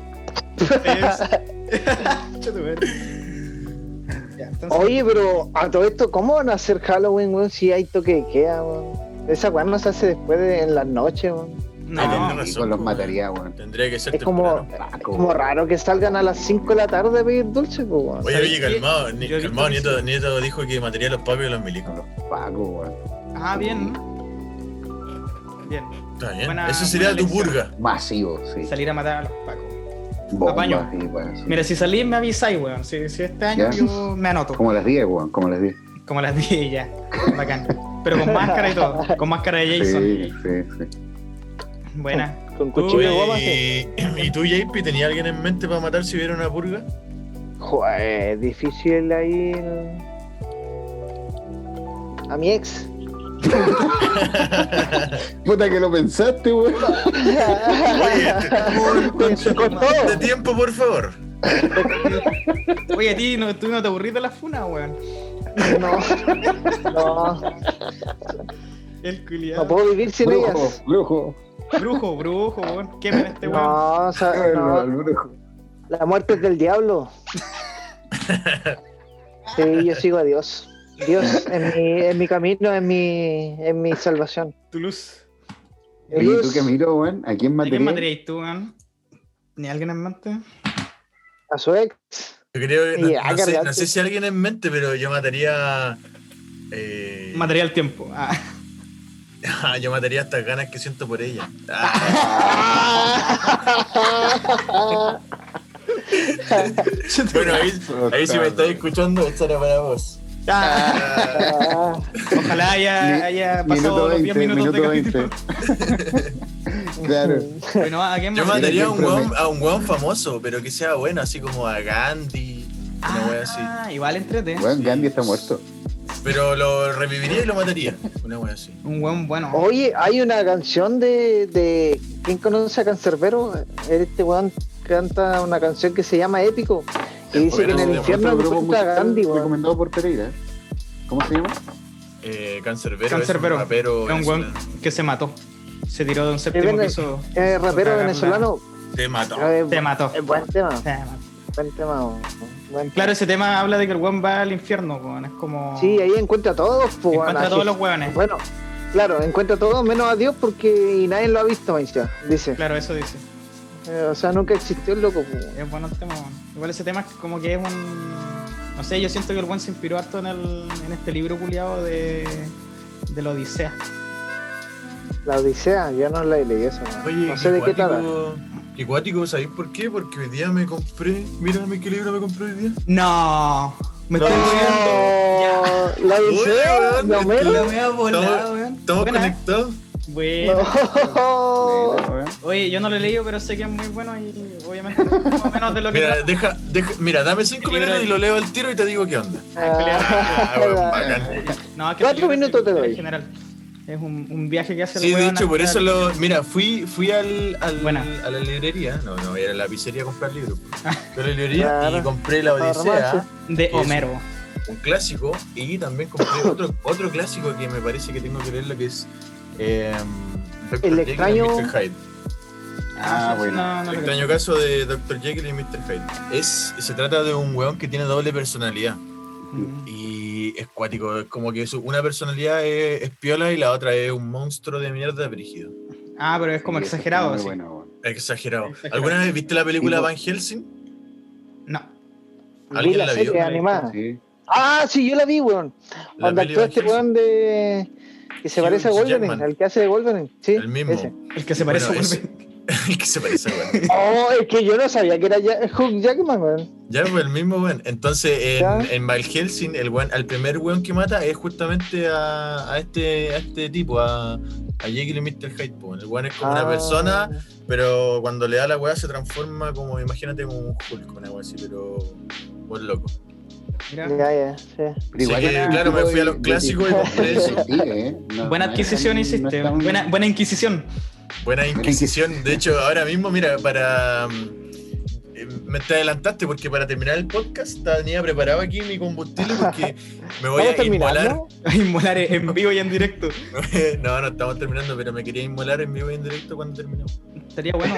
[SPEAKER 4] Ya, entonces-
[SPEAKER 7] Oye, pero a todo esto, ¿cómo van a hacer Halloween, weón? Si hay toque de queda, weón. Esa weón no se hace después de, en las noches, weón.
[SPEAKER 5] Ay,
[SPEAKER 4] No,
[SPEAKER 5] tenés razón,
[SPEAKER 6] con los
[SPEAKER 5] po,
[SPEAKER 6] mataría, weón.
[SPEAKER 5] Tendría que ser
[SPEAKER 7] Es como,
[SPEAKER 5] temprano.
[SPEAKER 7] es
[SPEAKER 6] Oh.
[SPEAKER 7] como raro que salgan a las 5 de la tarde a pedir dulce, pues, weón.
[SPEAKER 5] Oye,
[SPEAKER 4] ¿sabes
[SPEAKER 5] oye,
[SPEAKER 4] qué?
[SPEAKER 5] calmado,
[SPEAKER 4] Yo
[SPEAKER 5] ni-
[SPEAKER 4] he visto
[SPEAKER 5] calmado,
[SPEAKER 4] eso.
[SPEAKER 5] Nieto, Nieto dijo que mataría a los pacos y a los milicos.
[SPEAKER 6] Con los pacos, weón.
[SPEAKER 4] Ah, bien. Bien.
[SPEAKER 5] Está bien.
[SPEAKER 4] Buena-
[SPEAKER 5] Eso sería
[SPEAKER 4] buena
[SPEAKER 5] tu
[SPEAKER 4] elección.
[SPEAKER 5] burga.
[SPEAKER 6] Masivo, sí.
[SPEAKER 4] Salir a matar a los pacos.
[SPEAKER 6] Bombas
[SPEAKER 4] apaño.
[SPEAKER 6] y weón, sí.
[SPEAKER 4] Mira, si salís me avisáis, weón. Si, si este año
[SPEAKER 6] Ya.
[SPEAKER 4] yo me anoto.
[SPEAKER 6] Como las 10, weón, como las 10.
[SPEAKER 4] Como las 10 ya. Bacán. Pero con máscara y todo. Con máscara de Jason.
[SPEAKER 6] Sí, sí, sí.
[SPEAKER 4] Buena.
[SPEAKER 7] Con
[SPEAKER 4] Oye,
[SPEAKER 7] cuchillo de goma, sí.
[SPEAKER 5] Oye, y, ¿Y tú, JP, tenía alguien en mente para matar si hubiera una burga?
[SPEAKER 7] Joder, es eh, difícil ahí. el- A mi ex.
[SPEAKER 6] Puta que lo pensaste, weón.
[SPEAKER 7] Se cortó.
[SPEAKER 5] De tiempo, por favfavor.
[SPEAKER 4] Oye, a ti no, tú no te aburrís de la funa, weón.
[SPEAKER 7] No, no,
[SPEAKER 4] El
[SPEAKER 7] no
[SPEAKER 4] culiado.
[SPEAKER 7] puedo vivir sin
[SPEAKER 6] Brujo,
[SPEAKER 7] ellas.
[SPEAKER 6] brujo.
[SPEAKER 4] Brujo, brujo, weón. Quemen a este weón.
[SPEAKER 7] No, o sea, no,
[SPEAKER 6] brujo.
[SPEAKER 7] la muerte es del diablo. Sí, yo sigo a Dios. Dios en mi, en mi camino, en mi, en mi salvación.
[SPEAKER 4] Tu luz.
[SPEAKER 6] Oye, tú
[SPEAKER 7] Dios,
[SPEAKER 6] que miro, weón,
[SPEAKER 4] ¿A
[SPEAKER 6] ¿a quién
[SPEAKER 4] quién
[SPEAKER 6] mataría?
[SPEAKER 4] mataríais tú, weón? ¿Ni alguien en mente?
[SPEAKER 7] a su ex.
[SPEAKER 5] Yo creo que. No,
[SPEAKER 7] Ya,
[SPEAKER 5] no sé,
[SPEAKER 7] cargate.
[SPEAKER 5] no sé si alguien en mente, pero yo mataría. Eh,
[SPEAKER 4] Mataría al tiempo. Ah.
[SPEAKER 5] yo mataría estas ganas que siento por ella. Ah. Bueno, ahí, ahí si me estáis escuchando, esta era para vos.
[SPEAKER 7] Ah,
[SPEAKER 4] Ojalá haya, haya pasado
[SPEAKER 6] Minuto
[SPEAKER 4] Ah, los 10
[SPEAKER 6] 20,
[SPEAKER 4] minutos
[SPEAKER 6] minuto
[SPEAKER 4] de
[SPEAKER 6] 20.
[SPEAKER 4] capítulo.
[SPEAKER 6] Claro.
[SPEAKER 7] Ah.
[SPEAKER 4] Bueno, ¿a quién
[SPEAKER 5] Yo
[SPEAKER 4] mataríais?
[SPEAKER 5] mataría a un,
[SPEAKER 6] Tiene que
[SPEAKER 5] weón, a un weón famoso, pero que sea bueno, así como a Gandhi, una wea así.
[SPEAKER 4] Ah, igual entrete.
[SPEAKER 6] Weón, Gandhi está muerto.
[SPEAKER 5] Pero lo reviviría y lo mataría, una wea así.
[SPEAKER 4] Un weón bueno.
[SPEAKER 7] Oye, hay una canción de, de. ¿Quién conoce a Cancerbero? Este weón canta una canción que se llama Épico. Y dice que en el
[SPEAKER 5] Otro
[SPEAKER 7] infierno encuentra a Gandhi, weón.
[SPEAKER 6] recomendado por Pereira. ¿Cómo se llama?
[SPEAKER 5] Eh, Cancerbero.
[SPEAKER 4] Cancerbero.
[SPEAKER 5] Es un rapero
[SPEAKER 4] Es un weón
[SPEAKER 5] venezolano.
[SPEAKER 4] que se mató. Se tiró de un séptimo
[SPEAKER 7] vende-
[SPEAKER 4] piso.
[SPEAKER 7] Eh,
[SPEAKER 4] por
[SPEAKER 7] rapero
[SPEAKER 4] cagarla.
[SPEAKER 7] venezolano.
[SPEAKER 5] Te mató.
[SPEAKER 7] Eh,
[SPEAKER 4] Se mató.
[SPEAKER 7] eh, buen tema,
[SPEAKER 4] Se mató.
[SPEAKER 7] buen tema. weón. Buen
[SPEAKER 4] Claro, ese tema habla de que el weón va al infierno, weón. Es como.
[SPEAKER 7] tema. Sí, ahí encuentra a todos, pues, weón,
[SPEAKER 4] Encuentra a
[SPEAKER 7] así.
[SPEAKER 4] todos los weones.
[SPEAKER 7] Bueno, claro, encuentra a todos menos a Dios porque y nadie lo ha visto, me dice. Dice.
[SPEAKER 4] Claro, eso dice.
[SPEAKER 7] Eh, o sea, nunca existió el loco, pues, weón.
[SPEAKER 4] Es bueno el tema, weón. Igual ese tema es como que es un. No sé, yo siento que el weón se inspiró harto en, el, en este libro culiado de. de la Odisea.
[SPEAKER 7] La Odisea, yo no la he leído esa. weón.
[SPEAKER 5] Oye,
[SPEAKER 7] no sé de qué trata.
[SPEAKER 5] cuático- qué cuático, ¿sabéis por qué? Porque hoy día me compré. Mírame qué libro me compré hoy día.
[SPEAKER 4] No, me
[SPEAKER 5] No.
[SPEAKER 4] estoy muriendo.
[SPEAKER 7] No, la Odisea,
[SPEAKER 5] Weón,
[SPEAKER 7] de Homero.
[SPEAKER 4] La wea volada,
[SPEAKER 5] Estamos-
[SPEAKER 4] weón.
[SPEAKER 5] Estamos
[SPEAKER 4] Buena.
[SPEAKER 5] conectados.
[SPEAKER 4] Buena.
[SPEAKER 7] No.
[SPEAKER 6] Pereira, weón.
[SPEAKER 4] Oye, yo no lo he leído, pero sé que es muy bueno y obviamente más o menos de lo que
[SPEAKER 5] Mira,
[SPEAKER 4] trata.
[SPEAKER 5] deja, deja, mira, dame cinco
[SPEAKER 4] El libro
[SPEAKER 5] minutos y
[SPEAKER 4] del-
[SPEAKER 5] lo leo al tiro y te digo qué onda. Ah, weón, bacán.
[SPEAKER 4] No, es que
[SPEAKER 7] Cuatro
[SPEAKER 4] el libro
[SPEAKER 7] minutos
[SPEAKER 4] es-
[SPEAKER 7] te
[SPEAKER 4] en
[SPEAKER 7] doy.
[SPEAKER 4] general. Es un, un viaje que hace
[SPEAKER 5] Sí, de
[SPEAKER 4] weón
[SPEAKER 5] hecho, por
[SPEAKER 4] hasta-
[SPEAKER 5] eso lo. Mira, fui, fui al, al-
[SPEAKER 4] Buena.
[SPEAKER 5] a la librería. No, no, era la pizzería a comprar libros. Fui a la librería
[SPEAKER 7] Ah. Claro.
[SPEAKER 5] y compré La
[SPEAKER 7] Para
[SPEAKER 5] Odisea,
[SPEAKER 7] romance.
[SPEAKER 4] De
[SPEAKER 5] eso.
[SPEAKER 4] Homero.
[SPEAKER 5] un clásico, y también compré otro, otro clásico que me parece que tengo que leer, lo que es. eh, Dr.
[SPEAKER 7] El
[SPEAKER 5] Jekyll y
[SPEAKER 7] extraño-
[SPEAKER 5] Mr. Hyde.
[SPEAKER 6] Ah,
[SPEAKER 4] sí,
[SPEAKER 6] bueno.
[SPEAKER 4] No, no
[SPEAKER 5] El
[SPEAKER 4] lo
[SPEAKER 5] extraño caso de Dr. Jekyll y Mr. Hyde. Es, se trata de un weón que tiene doble personalidad.
[SPEAKER 4] creo.
[SPEAKER 5] Y es cuático, es como que su- una personalidad es, es piola y la otra es un monstruo de mierda brígido.
[SPEAKER 4] Ah, pero es como
[SPEAKER 6] Sí, eso
[SPEAKER 4] exagerado.
[SPEAKER 6] está
[SPEAKER 4] sí.
[SPEAKER 6] muy bueno, weón.
[SPEAKER 5] Exagerado.
[SPEAKER 4] Exagerado.
[SPEAKER 5] ¿Alguna vez viste la película
[SPEAKER 6] Sí,
[SPEAKER 5] Van
[SPEAKER 7] pues.
[SPEAKER 5] Helsing?
[SPEAKER 4] No.
[SPEAKER 7] Vi
[SPEAKER 5] ¿Alguien
[SPEAKER 7] la
[SPEAKER 5] la vio?
[SPEAKER 7] serie animada.
[SPEAKER 6] Sí.
[SPEAKER 7] Ah, sí, yo la vi, weón.
[SPEAKER 5] La
[SPEAKER 7] Donde
[SPEAKER 5] peli
[SPEAKER 7] actúa
[SPEAKER 5] Van
[SPEAKER 7] este
[SPEAKER 5] Helsing,
[SPEAKER 7] weón de. que se
[SPEAKER 5] Hugh
[SPEAKER 7] parece a Wolverine,
[SPEAKER 5] Jackman.
[SPEAKER 7] el que hace de Wolverine. Sí,
[SPEAKER 5] El mismo.
[SPEAKER 7] ese.
[SPEAKER 4] El que se parece
[SPEAKER 5] Bueno,
[SPEAKER 4] a
[SPEAKER 5] ese.
[SPEAKER 4] Wolverine.
[SPEAKER 5] El que se parece a weón.
[SPEAKER 7] Oh, es que yo no sabía que era Ja- Hugh Jackman, weón.
[SPEAKER 5] Ya, pues el mismo weón. Entonces,
[SPEAKER 7] Ya.
[SPEAKER 5] en, en Van Helsing, el weón, al primer weón que mata es justamente a, a este, a este tipo, a, a Jekyll y Mr. Hyde. po. El weón es como
[SPEAKER 7] Ah.
[SPEAKER 5] una persona Pero cuando le da la weá se transforma como, imagínate, como un Hulk, una weá así, pero por loco.
[SPEAKER 4] Mira.
[SPEAKER 7] Ah, Ya, ya, sí.
[SPEAKER 6] Pero
[SPEAKER 5] Así
[SPEAKER 6] igual
[SPEAKER 5] que,
[SPEAKER 6] era un
[SPEAKER 5] claro, me
[SPEAKER 6] tipo
[SPEAKER 5] fui a los
[SPEAKER 6] de-
[SPEAKER 5] clásicos y
[SPEAKER 6] de-
[SPEAKER 5] compré
[SPEAKER 6] de-
[SPEAKER 5] eso.
[SPEAKER 6] sí, eh. No-
[SPEAKER 4] buena
[SPEAKER 6] no es
[SPEAKER 4] adquisición
[SPEAKER 6] tan- no
[SPEAKER 4] hiciste.
[SPEAKER 6] es tan-
[SPEAKER 4] buena, buena inquisición.
[SPEAKER 5] Buena Inquisición. De hecho, ahora mismo, mira, para. mm, eh, me te adelantaste porque para terminar el podcast tenía preparado aquí mi combustible porque me voy a inmolar.
[SPEAKER 7] terminando?
[SPEAKER 4] A inmolar en vivo y en directo.
[SPEAKER 5] No, no estamos terminando, pero me quería inmolar en vivo y en directo cuando terminamos.
[SPEAKER 4] Estaría bueno.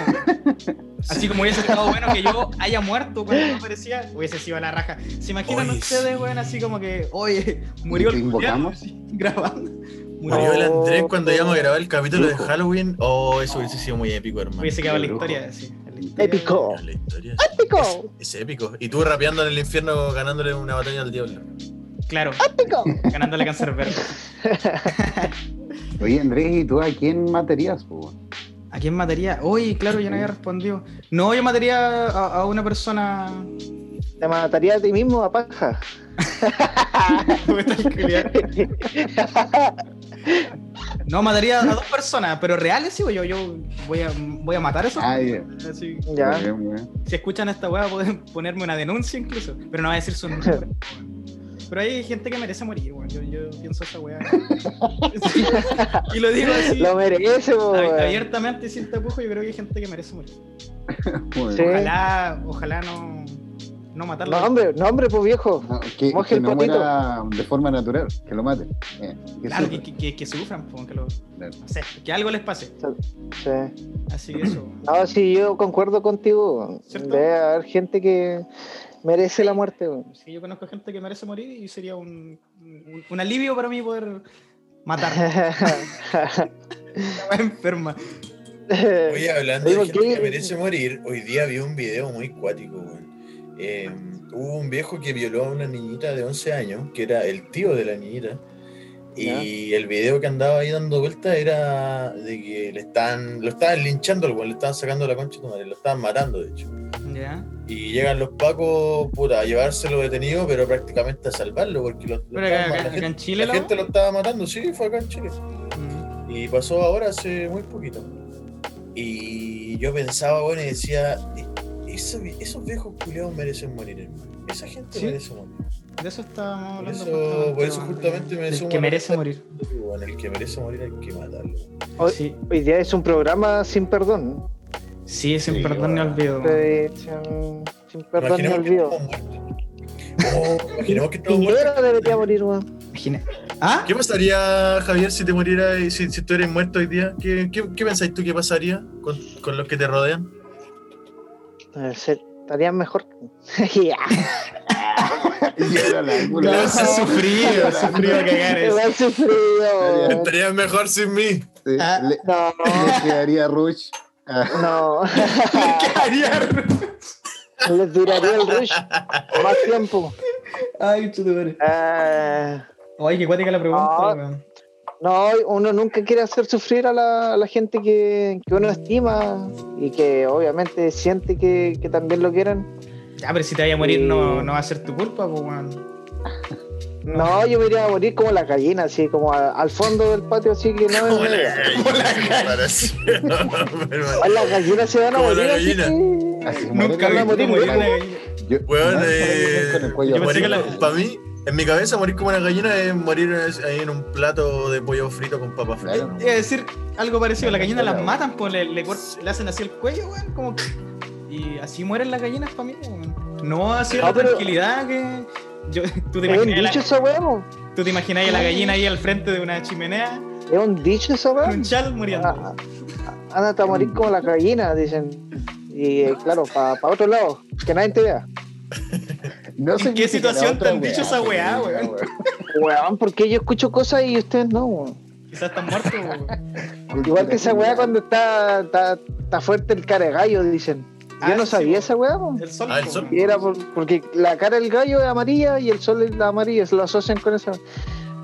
[SPEAKER 4] Así como hubiese estado bueno que yo haya muerto cuando no aparecía, hubiese sido la raja. ¿Se imaginan
[SPEAKER 5] Oye,
[SPEAKER 4] ustedes,
[SPEAKER 5] sí.
[SPEAKER 4] weón? Así como que, oye, murió
[SPEAKER 6] ¿Te
[SPEAKER 4] el Julián,
[SPEAKER 6] invocamos?
[SPEAKER 4] así, grabando. Murió.
[SPEAKER 5] Murió el Andrés cuando
[SPEAKER 7] Oh.
[SPEAKER 5] íbamos a grabar el capítulo de
[SPEAKER 6] Brujo.
[SPEAKER 5] Halloween. Oh, eso hubiese sido muy épico, hermano.
[SPEAKER 4] Hubiese quedado la
[SPEAKER 6] Brujo.
[SPEAKER 4] historia, sí. la historia.
[SPEAKER 7] Épico.
[SPEAKER 5] La historia
[SPEAKER 7] Épico.
[SPEAKER 5] es, es épico. Y tú rapeando en el infierno ganándole una batalla al diablo.
[SPEAKER 4] Claro,
[SPEAKER 7] Épico.
[SPEAKER 4] ganándole cáncer verde.
[SPEAKER 6] Oye, Andrés, ¿y tú a quién matarías? po?
[SPEAKER 4] ¿A quién mataría? Oye, claro, yo no había respondido. No, yo mataría a, a una persona.
[SPEAKER 7] Te mataría a ti mismo a paja.
[SPEAKER 4] No, mataría a dos personas, pero reales sí, pues, yo, yo voy a, voy a matar a esos.
[SPEAKER 6] Ah, ya.
[SPEAKER 4] Así.
[SPEAKER 7] ya.
[SPEAKER 6] Bien, weón.
[SPEAKER 4] Si escuchan esta weá, pueden ponerme una denuncia incluso. Pero no va a decir su nombre. Pero hay gente que merece morir, weón. Yo, yo pienso esa weá. Sí. Y lo digo así.
[SPEAKER 7] Lo merece, po,
[SPEAKER 4] ab-
[SPEAKER 7] weón.
[SPEAKER 4] Abiertamente y sin tapujo, yo creo que hay gente que merece morir.
[SPEAKER 6] Bueno.
[SPEAKER 7] Sí.
[SPEAKER 4] Ojalá, ojalá no, no matarlo.
[SPEAKER 7] No, hombre, no, hombre, pues viejo.
[SPEAKER 6] No, que,
[SPEAKER 7] Moje
[SPEAKER 6] que
[SPEAKER 7] el
[SPEAKER 6] no
[SPEAKER 7] potito.
[SPEAKER 6] muera de forma natural, que lo maten. Eh, que
[SPEAKER 4] Claro,
[SPEAKER 6] sufra.
[SPEAKER 7] pues.
[SPEAKER 4] que, que- que sufran, po, que lo-
[SPEAKER 6] Claro.
[SPEAKER 4] no sé, que algo les pase.
[SPEAKER 7] Sí.
[SPEAKER 4] Así que eso.
[SPEAKER 7] No, sí, yo concuerdo contigo.
[SPEAKER 4] ¿Cierto?
[SPEAKER 7] Debe haber gente que merece la muerte, weón.
[SPEAKER 4] Sí, yo conozco gente que merece morir y sería un, un- un alivio para mí poder matar a enferma.
[SPEAKER 5] Oye, hablando
[SPEAKER 7] Digo,
[SPEAKER 5] de gente
[SPEAKER 7] ¿qué?
[SPEAKER 5] que merece morir, hoy día vi un video muy cuático, weón. Eh, hubo un viejo que violó a una niñita de 11 años, que era el tío de la niñita. Y el video que andaba ahí dando vuelta era de que le estaban, lo estaban linchando, al weón, le estaban sacando la concha, de tu madre, lo estaban matando, de hecho.
[SPEAKER 4] Ya.
[SPEAKER 5] Y llegan los pacos puta, a llevárselo detenido, pero prácticamente a salvarlo, porque lo- lo
[SPEAKER 4] Pero
[SPEAKER 5] estaban
[SPEAKER 4] acá,
[SPEAKER 5] matando.
[SPEAKER 4] acá-
[SPEAKER 5] la
[SPEAKER 4] acá
[SPEAKER 5] gente,
[SPEAKER 4] en Chile,
[SPEAKER 5] la
[SPEAKER 4] la
[SPEAKER 5] gente lo estaba matando, sí, fue acá en Chile.
[SPEAKER 4] weá. Mm.
[SPEAKER 5] Y pasó ahora hace muy poquito. Y yo pensaba, bueno, y decía, "Eso- esos viejos culiados merecen morir, hermano. Esa gente
[SPEAKER 4] Sí.
[SPEAKER 5] merece morir.
[SPEAKER 4] De eso estábamos
[SPEAKER 5] Por
[SPEAKER 4] hablando.
[SPEAKER 5] eso, por eso justamente me
[SPEAKER 4] El
[SPEAKER 5] sumo
[SPEAKER 4] que
[SPEAKER 5] a-
[SPEAKER 4] merece morir.
[SPEAKER 5] Bueno, el que merece morir hay que matarlo.
[SPEAKER 7] Hoy-
[SPEAKER 4] Sí,
[SPEAKER 7] Hoy día es un programa sin perdón.
[SPEAKER 4] sí, sin
[SPEAKER 6] Sí,
[SPEAKER 4] perdón ni
[SPEAKER 5] bueno.
[SPEAKER 4] olvido.
[SPEAKER 7] Eh, Sin sin perdón, me
[SPEAKER 5] Imaginemos que
[SPEAKER 7] olvido.
[SPEAKER 5] estamos muertos. Oh, imaginemos que estamos muertos.
[SPEAKER 7] Piñera debería morir, weón.
[SPEAKER 4] Imagina. ¿Ah?
[SPEAKER 5] ¿Qué pasaría, Javier, si te murieras, y si, si tú eres muerto hoy día? ¿Qué, qué, qué pensáis tú que pasaría con, con los que te rodean?
[SPEAKER 7] Eh, se- Estarían mejor. Ya.
[SPEAKER 6] Y era la ángulo.
[SPEAKER 4] Claro, se ha sufrido, se ha sufrido a cagar eso.
[SPEAKER 7] Igual sufrido, weón.
[SPEAKER 5] Estarías mejor sin mí.
[SPEAKER 6] Sí,
[SPEAKER 7] Ah.
[SPEAKER 6] le,
[SPEAKER 7] No,
[SPEAKER 6] le quedaría Rush. Ah,
[SPEAKER 7] no. Les duraría el rush más tiempo.
[SPEAKER 4] Ay, chuta madre.
[SPEAKER 7] Eh,
[SPEAKER 4] Ay, qué cuática la pregunta,
[SPEAKER 7] Ah.
[SPEAKER 4] weón.
[SPEAKER 7] no, uno nunca quiere hacer sufrir a la, a la gente que, que uno estima y que obviamente siente que, que también lo quieran.
[SPEAKER 4] Ya, pero si te vaya a morir, no, no va a ser tu culpa, pues, weón.
[SPEAKER 7] No, yo me iría a morir como la gallina, así como a- al fondo del patio, así que no.
[SPEAKER 5] Como la
[SPEAKER 7] no-
[SPEAKER 5] gallina. comparación, hermano.
[SPEAKER 7] a las gallinas se van a
[SPEAKER 5] Como la
[SPEAKER 7] morir. así
[SPEAKER 5] gallina.
[SPEAKER 7] que-
[SPEAKER 6] así muere
[SPEAKER 4] Nunca
[SPEAKER 6] con
[SPEAKER 4] vi
[SPEAKER 6] el-
[SPEAKER 7] morir,
[SPEAKER 4] morir
[SPEAKER 7] weón.
[SPEAKER 6] Yo-
[SPEAKER 5] Weón,
[SPEAKER 6] no,
[SPEAKER 5] eh,
[SPEAKER 6] con el cuello
[SPEAKER 4] yo pensé que la-
[SPEAKER 6] abajo.
[SPEAKER 5] Para mí, en mi cabeza, morir como una gallina es morir es- ahí en un plato de pollo frito con papas fritas.
[SPEAKER 6] Claro.
[SPEAKER 4] Iba a decir algo parecido. Las gallinas las matan, pues le, le cort- le hacen así el cuello, weón. Como... que- Y así mueren las gallinas para mí, weón. No así
[SPEAKER 7] No,
[SPEAKER 4] la
[SPEAKER 7] Ah, pero-
[SPEAKER 4] tranquilidad que. Yo, ¿tú, te
[SPEAKER 7] Es un
[SPEAKER 4] imaginas
[SPEAKER 7] dicho
[SPEAKER 4] la,
[SPEAKER 7] esa weá, po.
[SPEAKER 4] ¿Tú te imaginas a la gallina ahí al frente de una chimenea?
[SPEAKER 7] Es un dicho esa weá.
[SPEAKER 4] con un chal muriendo.
[SPEAKER 7] Ah, ah, Ándate a morir como la gallina, dicen. Y eh, claro, para otro lado, que nadie te vea.
[SPEAKER 6] No
[SPEAKER 4] ¿En qué
[SPEAKER 6] significa
[SPEAKER 4] situación
[SPEAKER 6] otra
[SPEAKER 4] te han dicho esa weá, weón?
[SPEAKER 7] Weón, porque yo escucho cosas y ustedes no, weón.
[SPEAKER 4] Quizás están muertos, weón.
[SPEAKER 7] Igual que esa weá cuando está, está, está fuerte el cara de gallo, dicen.
[SPEAKER 4] Ah,
[SPEAKER 7] Yo no
[SPEAKER 4] sí,
[SPEAKER 7] sabía
[SPEAKER 4] weón.
[SPEAKER 7] esa weá, weón.
[SPEAKER 4] El sol.
[SPEAKER 5] Ah, el
[SPEAKER 4] po,
[SPEAKER 5] sol.
[SPEAKER 4] weón.
[SPEAKER 7] Y Era por- porque la cara del gallo es amarilla y el sol es la amarilla, se lo asocian con esa.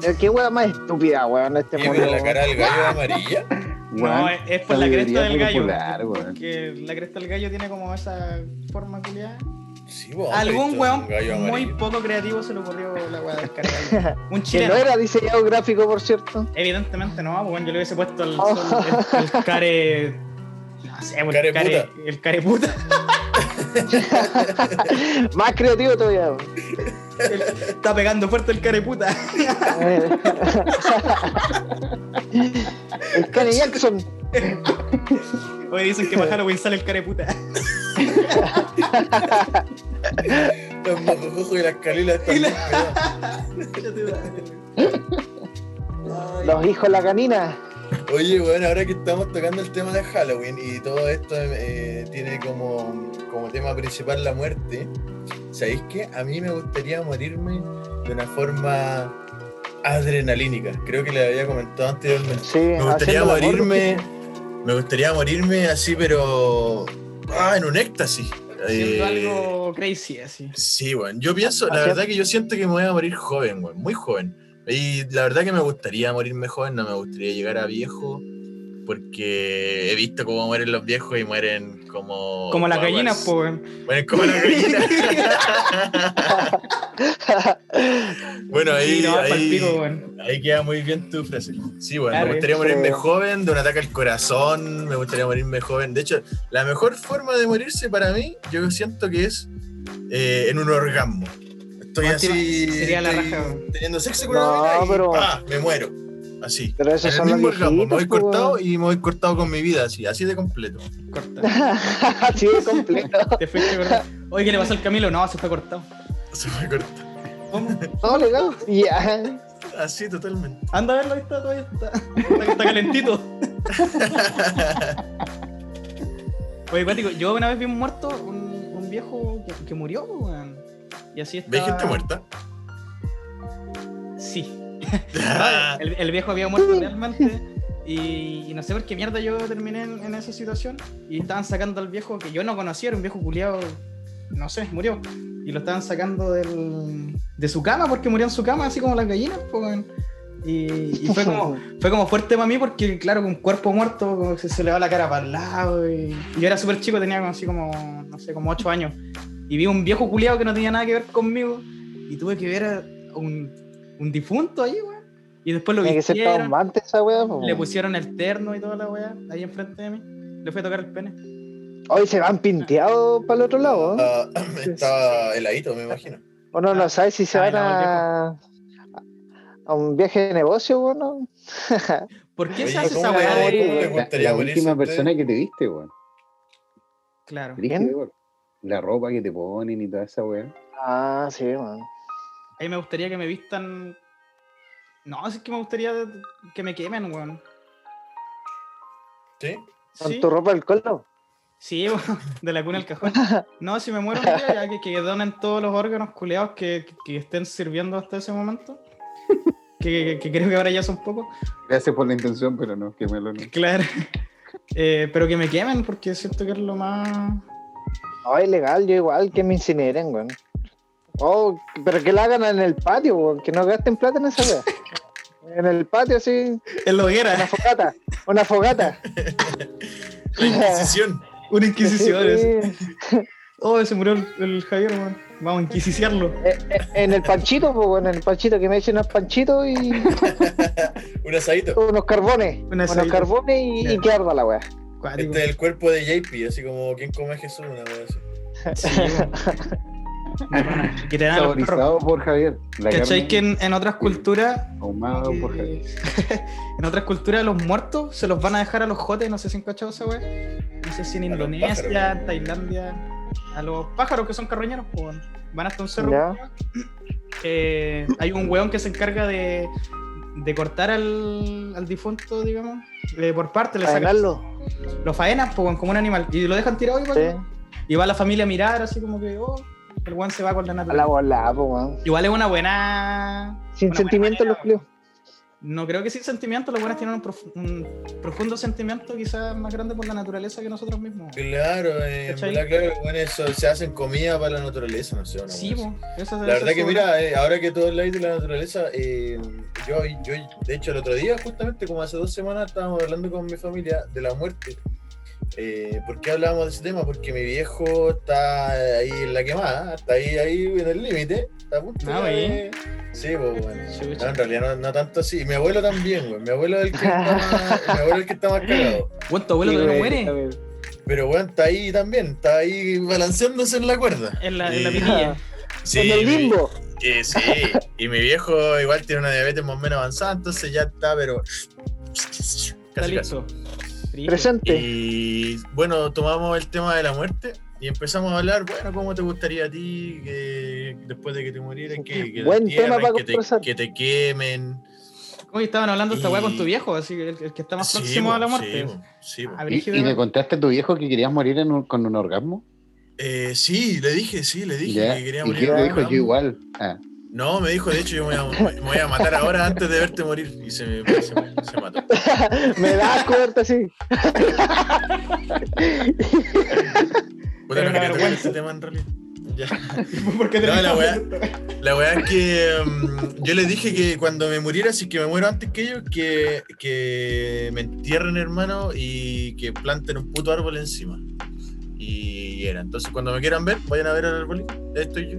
[SPEAKER 7] Eh, Qué weá más estúpida, weón, este
[SPEAKER 5] Eh,
[SPEAKER 7] mundo.
[SPEAKER 5] pero la
[SPEAKER 7] weón.
[SPEAKER 5] cara del gallo amarilla.
[SPEAKER 4] No, es, es por la cresta del gallo.
[SPEAKER 6] Popular, weón.
[SPEAKER 4] que la cresta del gallo tiene como esa forma culiada.
[SPEAKER 5] Sí, vos,
[SPEAKER 4] Algún
[SPEAKER 5] visto
[SPEAKER 4] weón
[SPEAKER 5] Oh, un gallo
[SPEAKER 4] muy
[SPEAKER 5] amarillo.
[SPEAKER 4] poco creativo se le ocurrió la weá del cara del gallo. Un
[SPEAKER 7] Que no
[SPEAKER 4] chileno.
[SPEAKER 7] era diseñado gráfico, por cierto.
[SPEAKER 4] Evidentemente no, pues, bueno, yo le hubiese puesto el,
[SPEAKER 7] Oh.
[SPEAKER 4] sol- el, el care. No sé, pues, el
[SPEAKER 5] Care
[SPEAKER 4] care.
[SPEAKER 5] puta.
[SPEAKER 4] El care puta.
[SPEAKER 7] Más creativo todavía, weón.
[SPEAKER 4] El- Está pegando fuerte el care puta.
[SPEAKER 7] El Kanye Jackson.
[SPEAKER 4] Hoy dicen que bajaron Halloween sale el care puta.
[SPEAKER 5] Los mococojo y las calilas están
[SPEAKER 4] Y la-
[SPEAKER 5] bien pegadas.
[SPEAKER 7] Los hijos la canina.
[SPEAKER 5] Oye, bueno, ahora que estamos tocando el tema de Halloween y todo esto eh, tiene como, como tema principal la muerte, ¿sabéis qué? A mí me gustaría morirme de una forma adrenalínica. Creo que le había comentado anteriormente.
[SPEAKER 7] Sí,
[SPEAKER 5] Me gustaría
[SPEAKER 7] Eh, haciendo el amor.
[SPEAKER 5] morirme, me gustaría morirme así, pero ah, en un éxtasis.
[SPEAKER 4] Haciendo
[SPEAKER 5] Eh,
[SPEAKER 4] algo crazy así.
[SPEAKER 5] Sí, weón. Yo pienso, la
[SPEAKER 7] Hacer-
[SPEAKER 5] verdad que yo siento que me voy a morir joven, weón. Muy joven. Y la verdad que me gustaría morirme joven, no me gustaría llegar a viejo. Porque he visto cómo mueren los viejos y mueren como.
[SPEAKER 4] Como las
[SPEAKER 5] guaguas.
[SPEAKER 4] gallinas, po. weón.
[SPEAKER 5] Mueren como las gallinas. bueno, ahí.
[SPEAKER 4] Sí, no,
[SPEAKER 5] ahí-
[SPEAKER 4] palpico, weón.
[SPEAKER 5] Ahí queda muy bien tu frase. Sí, bueno,
[SPEAKER 4] Claro.
[SPEAKER 5] me gustaría morirme
[SPEAKER 7] Sí.
[SPEAKER 5] joven, de un ataque al corazón, me gustaría morirme joven. De hecho, la mejor forma de morirse para mí, yo siento que es eh, en un orgasmo. Estoy
[SPEAKER 4] Última-
[SPEAKER 5] así
[SPEAKER 4] sería la
[SPEAKER 5] estoy
[SPEAKER 4] raja, weón.
[SPEAKER 5] teniendo sexo con
[SPEAKER 7] No,
[SPEAKER 5] una mina y
[SPEAKER 7] pero-
[SPEAKER 5] ¡pa! me muero. Así.
[SPEAKER 7] Pero
[SPEAKER 5] En
[SPEAKER 7] esos
[SPEAKER 5] el
[SPEAKER 7] son los
[SPEAKER 5] mismo orgasmo, me voy
[SPEAKER 7] viejitos. po,
[SPEAKER 5] cortado y me voy cortado con mi vida, así, así de completo.
[SPEAKER 4] Corta.
[SPEAKER 7] weón. Sí, completo.
[SPEAKER 4] Te fuiste, ¿verdad? Oye, ¿qué le pasó al Camilo? No, se está cortado.
[SPEAKER 5] Se me corta.
[SPEAKER 7] No, legal. Ya.
[SPEAKER 5] Así totalmente.
[SPEAKER 4] Anda a verlo, ahí está, todavía está. Está, está calentito. Oye, cuático, yo una vez vi un muerto, un, un viejo que, que murió, pues, weón. Y así está.
[SPEAKER 5] ¿Veis gente muerta?
[SPEAKER 4] Sí. Ah, el, el viejo había muerto realmente. Y, y no sé por qué mierda yo terminé en, en esa situación. Y estaban sacando al viejo que yo no conocía, era un viejo culiado, no sé, murió. Y lo estaban sacando del- de su cama porque murió en su cama, así como las gallinas. po, weón. y, y fue, como, fue como fuerte para mí porque, claro, con cuerpo muerto como que se, se le va la cara para el lado. Y, y yo era súper chico, tenía como, así como, no sé, como 8 años. Y vi un viejo culiado que no tenía nada que ver conmigo. Y tuve que ver a un, un difunto ahí, weón. Y después lo
[SPEAKER 7] Tiene que ser
[SPEAKER 4] vistieron.
[SPEAKER 7] traumante esa weá. po.
[SPEAKER 4] Le pusieron el terno y toda la weá ahí enfrente de mí. Le fui a tocar el pene.
[SPEAKER 7] Hoy se van pinteados para el otro lado. ¿eh?
[SPEAKER 5] Ah, estaba heladito, me imagino.
[SPEAKER 7] Uno no sabe si se
[SPEAKER 4] Ah,
[SPEAKER 7] van
[SPEAKER 4] no,
[SPEAKER 7] a, a un viaje de negocio, weón. ¿no?
[SPEAKER 4] ¿Por qué
[SPEAKER 5] Oye,
[SPEAKER 4] se hace
[SPEAKER 5] ¿cómo
[SPEAKER 4] esa
[SPEAKER 5] le
[SPEAKER 4] weá
[SPEAKER 5] hago
[SPEAKER 6] La,
[SPEAKER 5] Me
[SPEAKER 4] de.?
[SPEAKER 5] tú? gustaría
[SPEAKER 6] la
[SPEAKER 5] morirse
[SPEAKER 6] última
[SPEAKER 5] antes.
[SPEAKER 6] persona que te viste, weón.
[SPEAKER 4] Claro.
[SPEAKER 6] Brígido,
[SPEAKER 7] ¿Quién?
[SPEAKER 6] weón. La ropa que te ponen y toda esa weón.
[SPEAKER 7] Ah, sí, weón.
[SPEAKER 4] A mí me gustaría que me vistan. No, es que me gustaría que me quemen, weón.
[SPEAKER 5] ¿Sí?
[SPEAKER 7] Con
[SPEAKER 4] Sí,
[SPEAKER 7] tu ropa del colo.
[SPEAKER 4] sí, weón, de la cuna al cajón. No, si me muero, un día, ya que, que donen todos los órganos culeados que, que estén sirviendo hasta ese momento. Que, que- que creo que ahora ya son pocos.
[SPEAKER 6] Gracias por la intención, pero no, que me lo no.
[SPEAKER 4] Claro. Eh, pero que me quemen porque siento que es lo más.
[SPEAKER 7] No, es legal, yo igual que me incineren, weón. Oh, pero que la hagan en el patio, weón. Que no gasten plata en esa weá. En el patio, sí.
[SPEAKER 4] Es lo que
[SPEAKER 7] Una fogata. Una fogata.
[SPEAKER 5] La Inquisición.
[SPEAKER 4] Una inquisición. así.
[SPEAKER 7] Sí.
[SPEAKER 4] Oh, se murió el, el Javier, weón. Vamos a inquisiciarlo.
[SPEAKER 7] Eh, eh, En el panchito, po, weón. En el panchito. Que me echen unos panchitos y
[SPEAKER 5] Un asadito.
[SPEAKER 7] unos carbones. unos
[SPEAKER 4] aceite.
[SPEAKER 7] carbones y, y
[SPEAKER 4] Ya.
[SPEAKER 7] que arda la weá.
[SPEAKER 4] Cuático.
[SPEAKER 5] Este es el cuerpo de JP, así como quien come a Jesús, una cosa así.
[SPEAKER 4] Sí, weón. De pana. que te
[SPEAKER 7] Ah,
[SPEAKER 4] dan a los perros.
[SPEAKER 6] Saborizado por Javier. La
[SPEAKER 4] ¿Cachai
[SPEAKER 6] carne
[SPEAKER 4] que en, en otras culturas.
[SPEAKER 6] Ahumado por Javier.
[SPEAKER 4] eh, en otras culturas los muertos se los van a dejar a los jotes, no sé si en cachado esa weá. No sé si en
[SPEAKER 5] A los
[SPEAKER 4] Indonesia,
[SPEAKER 5] pájaros.
[SPEAKER 4] Tailandia. A los pájaros que son carroñeros, pues, weón. van hasta un cerro.
[SPEAKER 7] Ya.
[SPEAKER 4] Eh, hay un weón que se encarga de, de cortar al, al difunto, digamos, eh, por parte, le saca
[SPEAKER 7] Ganarlo.
[SPEAKER 4] lo faenan po, weón, como un animal y lo dejan tirado igual,
[SPEAKER 7] Sí.
[SPEAKER 4] ¿no? y va la familia a mirar así como que oh, el weón se va con la
[SPEAKER 7] A la
[SPEAKER 4] naturaleza
[SPEAKER 7] volada, po, weón.
[SPEAKER 4] igual es una buena
[SPEAKER 7] Sin
[SPEAKER 4] una buena
[SPEAKER 7] sentimiento los
[SPEAKER 4] manera,
[SPEAKER 7] culios.
[SPEAKER 4] no creo que sin sentimiento los buenos tienen un, profu- un profundo sentimiento quizás más grande por la naturaleza que nosotros mismos
[SPEAKER 5] Claro, eh, en
[SPEAKER 4] ¿Cachai?
[SPEAKER 5] verdad, claro, bueno, eso, se hacen comida para la naturaleza, no sé. una
[SPEAKER 4] sí,
[SPEAKER 5] cosa
[SPEAKER 4] po, esa-
[SPEAKER 5] así.
[SPEAKER 4] esa
[SPEAKER 5] La verdad
[SPEAKER 4] es
[SPEAKER 5] que
[SPEAKER 4] su-
[SPEAKER 5] mira, eh, ahora que todo el live de la naturaleza, eh, yo, yo, de hecho, el otro día, justamente como hace dos semanas, estábamos hablando con mi familia de la muerte. Eh, ¿Por qué hablábamos de ese tema? Porque mi viejo está ahí en la quemada, está ahí, ahí en el límite, está a punto
[SPEAKER 4] Ah,
[SPEAKER 5] ya
[SPEAKER 4] oye.
[SPEAKER 5] de- Sí, pues bueno. No,
[SPEAKER 4] Chucha.
[SPEAKER 5] en realidad no, no tanto así. Mi abuelo también, güey. Mi abuelo es el que está más, mi abuelo es el que está más cagado.
[SPEAKER 4] Weón, tu abuelo
[SPEAKER 7] Sí,
[SPEAKER 4] todavía no
[SPEAKER 7] weón,
[SPEAKER 4] muere
[SPEAKER 7] también.
[SPEAKER 5] Pero bueno, está ahí también, está ahí balanceándose en la cuerda.
[SPEAKER 4] en la, en la
[SPEAKER 5] Y-
[SPEAKER 4] pinilla.
[SPEAKER 5] Sí,
[SPEAKER 7] en el
[SPEAKER 5] mi-
[SPEAKER 7] limbo.
[SPEAKER 5] eh, sí, y mi viejo igual tiene una diabetes más o menos avanzada, entonces ya está, pero...
[SPEAKER 4] está
[SPEAKER 5] Casi, casi.
[SPEAKER 4] listo Brígido.
[SPEAKER 7] Presente.
[SPEAKER 5] Y bueno, tomamos el tema de la muerte Y empezamos a hablar, bueno, ¿cómo te gustaría a ti que después de que te murieras, que, que te
[SPEAKER 7] Buen tema
[SPEAKER 5] entierren,
[SPEAKER 7] para
[SPEAKER 5] que, te,
[SPEAKER 7] conversar.
[SPEAKER 5] que te quemen?
[SPEAKER 4] Uy, estaban hablando esta weá
[SPEAKER 5] Y-
[SPEAKER 4] con tu viejo, así que el, el que está más
[SPEAKER 5] Sí,
[SPEAKER 4] próximo
[SPEAKER 5] po,
[SPEAKER 4] a la
[SPEAKER 5] sí,
[SPEAKER 4] muerte.
[SPEAKER 5] po, sí, po.
[SPEAKER 4] Ah,
[SPEAKER 6] ¿Y,
[SPEAKER 4] brígido.
[SPEAKER 6] y me contaste a tu viejo que querías morir en un- con un orgasmo?
[SPEAKER 5] Eh, sí, le dije, sí, le dije
[SPEAKER 6] Ya.
[SPEAKER 5] que
[SPEAKER 6] ¿Y
[SPEAKER 5] quería
[SPEAKER 6] qué
[SPEAKER 5] morir.
[SPEAKER 6] te
[SPEAKER 5] ahora,
[SPEAKER 6] dijo?
[SPEAKER 5] ¿no?
[SPEAKER 6] Yo igual. Ah,
[SPEAKER 5] No, me dijo, de hecho, yo me voy a, me voy a matar ahora antes de verte morir. Y se, me- se me- se mató.
[SPEAKER 7] Me da asco verte así.
[SPEAKER 5] Puta,
[SPEAKER 4] Era
[SPEAKER 5] no
[SPEAKER 4] una
[SPEAKER 5] quería tocar
[SPEAKER 4] vergüenza.
[SPEAKER 5] este tema en realidad. Ya.
[SPEAKER 4] ¿Por qué
[SPEAKER 5] No, la
[SPEAKER 4] terminamos?
[SPEAKER 5] weá, la weá es que mm, yo le dije que cuando me muriera, si es que me muero antes que ellos, que, que me entierren, hermano, y que planten un puto árbol encima. Y era. Entonces, cuando me quieran ver, vayan a ver el árbol. Estoy yo.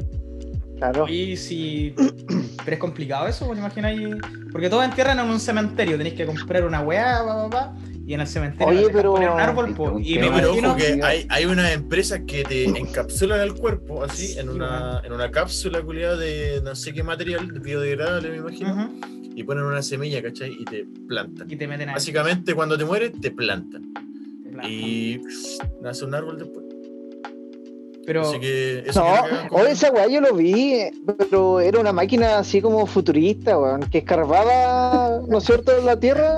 [SPEAKER 7] Claro.
[SPEAKER 4] Y si. Pero es complicado eso, pues imagináis. Porque todos entierran en un cementerio, tenéis que comprar una weá, pa, pa, pa, y en el cementerio
[SPEAKER 7] Oye,
[SPEAKER 4] le tenés que
[SPEAKER 7] pero-
[SPEAKER 4] poner un árbol, po, y me
[SPEAKER 5] No, pero ojo
[SPEAKER 4] imagino
[SPEAKER 5] que hay, hay unas empresas que te encapsulan el cuerpo así, en una, en una cápsula culiada de no sé qué material, biodegradable me imagino,
[SPEAKER 4] Ujú,
[SPEAKER 5] y ponen una semilla, ¿cachai? Y te plantan.
[SPEAKER 4] Y te meten ahí.
[SPEAKER 5] Básicamente cuando te mueres, te plantan.
[SPEAKER 4] en plan.
[SPEAKER 5] Y nace un árbol después.
[SPEAKER 4] Pero.
[SPEAKER 5] Así que eso
[SPEAKER 7] No,
[SPEAKER 5] quiero que hagan con-
[SPEAKER 7] oye, esa weá yo lo vi, eh, pero era una máquina así como futurista, weón, que escarbaba, ¿no es cierto?, la tierra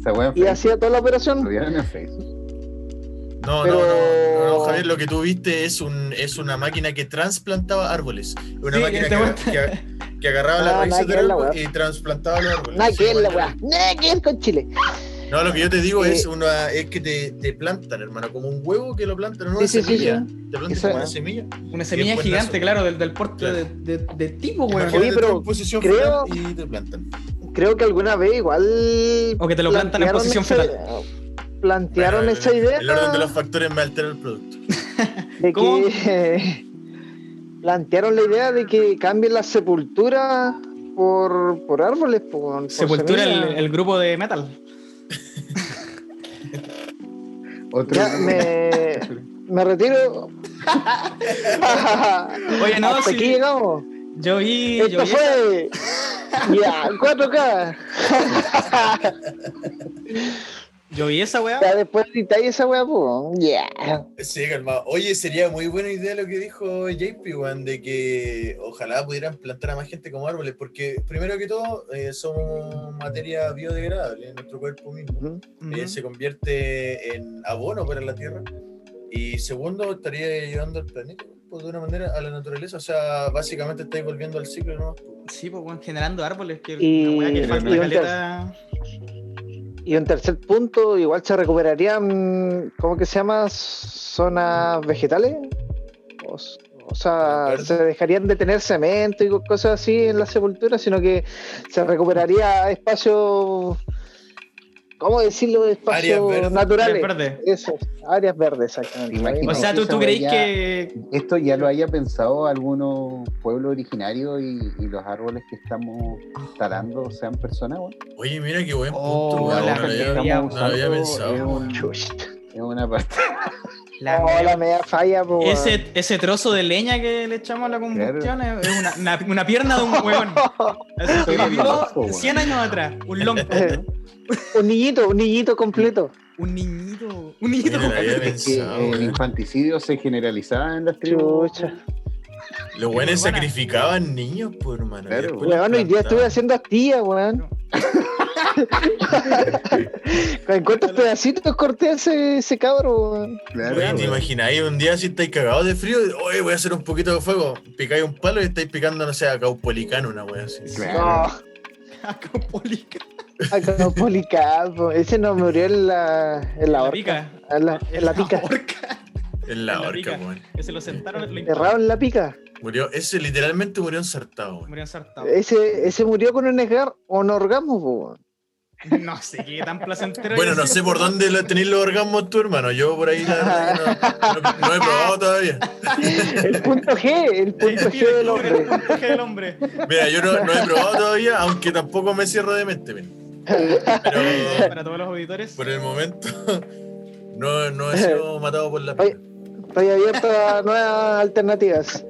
[SPEAKER 6] esa weá en
[SPEAKER 7] y
[SPEAKER 6] Facebook.
[SPEAKER 7] hacía toda la
[SPEAKER 6] ¿Lo
[SPEAKER 7] operación.
[SPEAKER 6] vieron en Facebook?
[SPEAKER 5] No,
[SPEAKER 7] pero-
[SPEAKER 5] no, no, no, no, Javier, lo que tú viste es, un, es una máquina que trasplantaba árboles. Una
[SPEAKER 4] Sí,
[SPEAKER 5] máquina
[SPEAKER 4] te
[SPEAKER 5] que,
[SPEAKER 4] cuento.
[SPEAKER 5] que- que agarraba las
[SPEAKER 7] este Ah,
[SPEAKER 5] raíces
[SPEAKER 7] nada que
[SPEAKER 5] del
[SPEAKER 7] ver la
[SPEAKER 5] árbol
[SPEAKER 7] weá.
[SPEAKER 5] y trasplantaba los árboles.
[SPEAKER 7] Nada que ver la
[SPEAKER 5] Así,
[SPEAKER 7] weá, nada que ver con Chile.
[SPEAKER 5] No, lo que yo te digo
[SPEAKER 7] Eh,
[SPEAKER 5] es una es que te, te plantan, hermano, como un huevo que lo plantan en una
[SPEAKER 7] Sí, sí, sí,
[SPEAKER 5] semilla. Te plantan
[SPEAKER 7] Eso-
[SPEAKER 5] como una semilla.
[SPEAKER 4] Una semilla
[SPEAKER 5] buenazo.
[SPEAKER 4] gigante, claro, del, del porte
[SPEAKER 5] Claro.
[SPEAKER 4] de, de- de tipo, weón.
[SPEAKER 5] Imagínate
[SPEAKER 7] oye, pero
[SPEAKER 5] tú en posición
[SPEAKER 7] creo-
[SPEAKER 5] fetal y te plantan.
[SPEAKER 7] Creo que alguna vez igual.
[SPEAKER 4] O que te lo plantan en
[SPEAKER 7] plantearon
[SPEAKER 4] posición
[SPEAKER 7] esa-
[SPEAKER 4] fetal.
[SPEAKER 7] Plantearon
[SPEAKER 5] Bueno,
[SPEAKER 7] esa
[SPEAKER 5] el-
[SPEAKER 7] idea
[SPEAKER 5] El orden de los factores me altera el producto.
[SPEAKER 7] de
[SPEAKER 4] ¿Cómo?
[SPEAKER 7] que. plantearon la idea de que cambien las sepulturas por, por árboles. Por, por
[SPEAKER 4] Sepultura el,
[SPEAKER 7] semillas.
[SPEAKER 4] el grupo de metal.
[SPEAKER 6] Otro.
[SPEAKER 7] Ya, me, me retiro.
[SPEAKER 4] Oye, no,
[SPEAKER 7] Hasta
[SPEAKER 4] sí.
[SPEAKER 7] aquí llegamos.
[SPEAKER 4] Yo vi. Yo
[SPEAKER 7] Esto
[SPEAKER 4] vi
[SPEAKER 7] fue. Ya, 4K.
[SPEAKER 4] Yo vi esa weá.
[SPEAKER 7] Ya después editáis esa wea, po. Ya.
[SPEAKER 5] Sí, calmado. Oye, sería muy buena idea lo que dijo JP, weón, de que ojalá pudieran plantar a más gente como árboles, porque primero que todo eh, somos materia biodegradable en nuestro cuerpo mismo. eh, se convierte en abono para la tierra. Y segundo, estaría ayudando al planeta pues, de una manera a la naturaleza. O sea, básicamente estáis volviendo al ciclo, ¿no?
[SPEAKER 4] Sí, pues, weón, generando árboles. Que,
[SPEAKER 7] Y-
[SPEAKER 4] una weá que falta
[SPEAKER 7] y-
[SPEAKER 4] caleta.
[SPEAKER 7] Y un tercer punto, igual se recuperarían, ¿cómo que se llama? Zonas vegetales. O, s- o sea,
[SPEAKER 5] Verde.
[SPEAKER 7] se dejarían de tener cemento y co- cosas así en las sepulturas, sino que se recuperaría espacio. ¿Cómo decirlo?
[SPEAKER 5] Áreas verdes.
[SPEAKER 7] Espacios
[SPEAKER 4] Áreas
[SPEAKER 7] naturales.
[SPEAKER 4] verdes.
[SPEAKER 7] Eso, áreas verdes, exactamente.
[SPEAKER 6] Imagino.
[SPEAKER 4] O sea, ¿tú,
[SPEAKER 6] Esa
[SPEAKER 4] tú
[SPEAKER 6] weá
[SPEAKER 4] creís
[SPEAKER 6] ya-
[SPEAKER 4] que
[SPEAKER 6] Esto ya lo haya pensado algunos pueblos originarios y, y los árboles que estamos talando sean personas, weón.
[SPEAKER 5] Oye, mira qué buen
[SPEAKER 4] Oh,
[SPEAKER 5] punto, weón,
[SPEAKER 4] la
[SPEAKER 5] no lo había-
[SPEAKER 4] gente
[SPEAKER 5] no lo había
[SPEAKER 6] usando
[SPEAKER 5] pensado.
[SPEAKER 6] es un-
[SPEAKER 7] Chuch.
[SPEAKER 6] es una parte.
[SPEAKER 4] la-
[SPEAKER 7] No, Oh, la media falla, po, weón.
[SPEAKER 4] ese, ese trozo de leña que le echamos a la combustión es- es una, una, una pierna de un huevón? Así que vivió
[SPEAKER 6] Loco, weón.
[SPEAKER 4] 100 años atrás. Un lonco.
[SPEAKER 7] un niñito, un niñito completo.
[SPEAKER 4] Un niñito. Un niñito.
[SPEAKER 5] Mira, no lo había
[SPEAKER 6] Es que
[SPEAKER 5] pensado,
[SPEAKER 6] el
[SPEAKER 5] weón.
[SPEAKER 6] infanticidio se generalizaba en las tribus.
[SPEAKER 7] Chucha.
[SPEAKER 5] Los buenos
[SPEAKER 4] urbana.
[SPEAKER 5] sacrificaban niños, pues, hermano. y
[SPEAKER 6] Claro,
[SPEAKER 5] después los
[SPEAKER 7] Weón, hoy día estuve
[SPEAKER 5] plantaban.
[SPEAKER 7] haciendo astilla, weón. ¿En cuántos pedacitos corté ese, ese cabro, weón?
[SPEAKER 6] Claro,
[SPEAKER 5] Oye, ¿te
[SPEAKER 6] weón.
[SPEAKER 5] imagináis un día si estáis cagados de frío? Oye, voy a hacer un poquito de fuego. Picáis un palo y estáis picando, no sé, a caupolicano, una wea así.
[SPEAKER 7] Ah, No,
[SPEAKER 6] Claro.
[SPEAKER 4] Acapulco.
[SPEAKER 7] acropolicado. Ese no murió en la, en la
[SPEAKER 4] La
[SPEAKER 7] horca.
[SPEAKER 4] pica.
[SPEAKER 7] En la, en la pica.
[SPEAKER 4] horca.
[SPEAKER 5] En
[SPEAKER 4] En
[SPEAKER 5] la
[SPEAKER 4] la
[SPEAKER 5] horca,
[SPEAKER 4] pica.
[SPEAKER 5] weón.
[SPEAKER 4] Ese lo sentaron. Lo
[SPEAKER 7] Errado en la pica.
[SPEAKER 5] Murió, ese literalmente murió ensartado, weón.
[SPEAKER 4] Murió ensartado.
[SPEAKER 7] Ese, ese murió con un, esgar, un orgasmo, po, weón.
[SPEAKER 4] No sé qué tan placentero.
[SPEAKER 5] Bueno,
[SPEAKER 4] haya
[SPEAKER 5] no
[SPEAKER 4] sido.
[SPEAKER 5] sé por dónde lo tenéis los orgasmos tú, hermano. Yo por ahí la verdad que no, no- no he probado todavía.
[SPEAKER 7] El punto G, el punto G del
[SPEAKER 4] El
[SPEAKER 7] hombre.
[SPEAKER 4] punto G del hombre.
[SPEAKER 5] Mira, yo no, no he probado todavía, aunque tampoco me cierro de mente. mira. Pero
[SPEAKER 4] Para todos los auditores.
[SPEAKER 5] por el momento no, no he sido matado por la
[SPEAKER 7] Oye.
[SPEAKER 5] pena.
[SPEAKER 7] Estoy abierto a nuevas alternativas.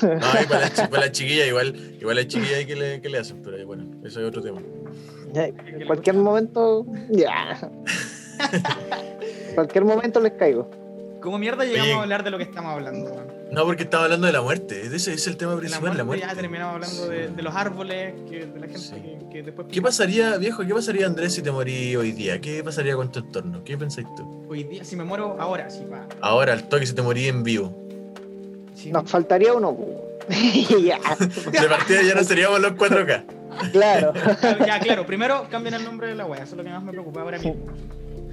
[SPEAKER 5] No, ahí para la, chi- para la chiquilla, igual, igual la chiquilla hay que le, que le hacen, pero ahí, bueno, eso es otro tema.
[SPEAKER 7] Ya, En cualquier momento, ya. cualquier momento les caigo.
[SPEAKER 4] ¿Cómo mierda llegamos
[SPEAKER 5] Oye.
[SPEAKER 4] a hablar de lo que estamos hablando? weón?
[SPEAKER 5] No, porque estaba hablando de la muerte. Ese es el tema
[SPEAKER 4] De la
[SPEAKER 5] principal,
[SPEAKER 4] muerte,
[SPEAKER 5] la muerte.
[SPEAKER 4] ya terminamos hablando de, de los árboles, que, de la gente
[SPEAKER 5] Sí.
[SPEAKER 4] que, que después...
[SPEAKER 5] ¿Qué pasaría, viejo? ¿Qué pasaría, Andrés, si te morís hoy día? ¿Qué pasaría con tu entorno? ¿Qué pensáis tú?
[SPEAKER 4] Hoy día, si me muero ahora, sí, va.
[SPEAKER 5] Ahora, al toque, si te morís en vivo.
[SPEAKER 4] Sí.
[SPEAKER 7] Nos faltaría uno. po. ya,
[SPEAKER 5] De partida ya no seríamos los 4K.
[SPEAKER 7] claro.
[SPEAKER 4] Claro, Ya, claro, primero cambian el nombre de la wea, eso es lo que más me preocupa ahora
[SPEAKER 7] Sí.
[SPEAKER 4] mismo.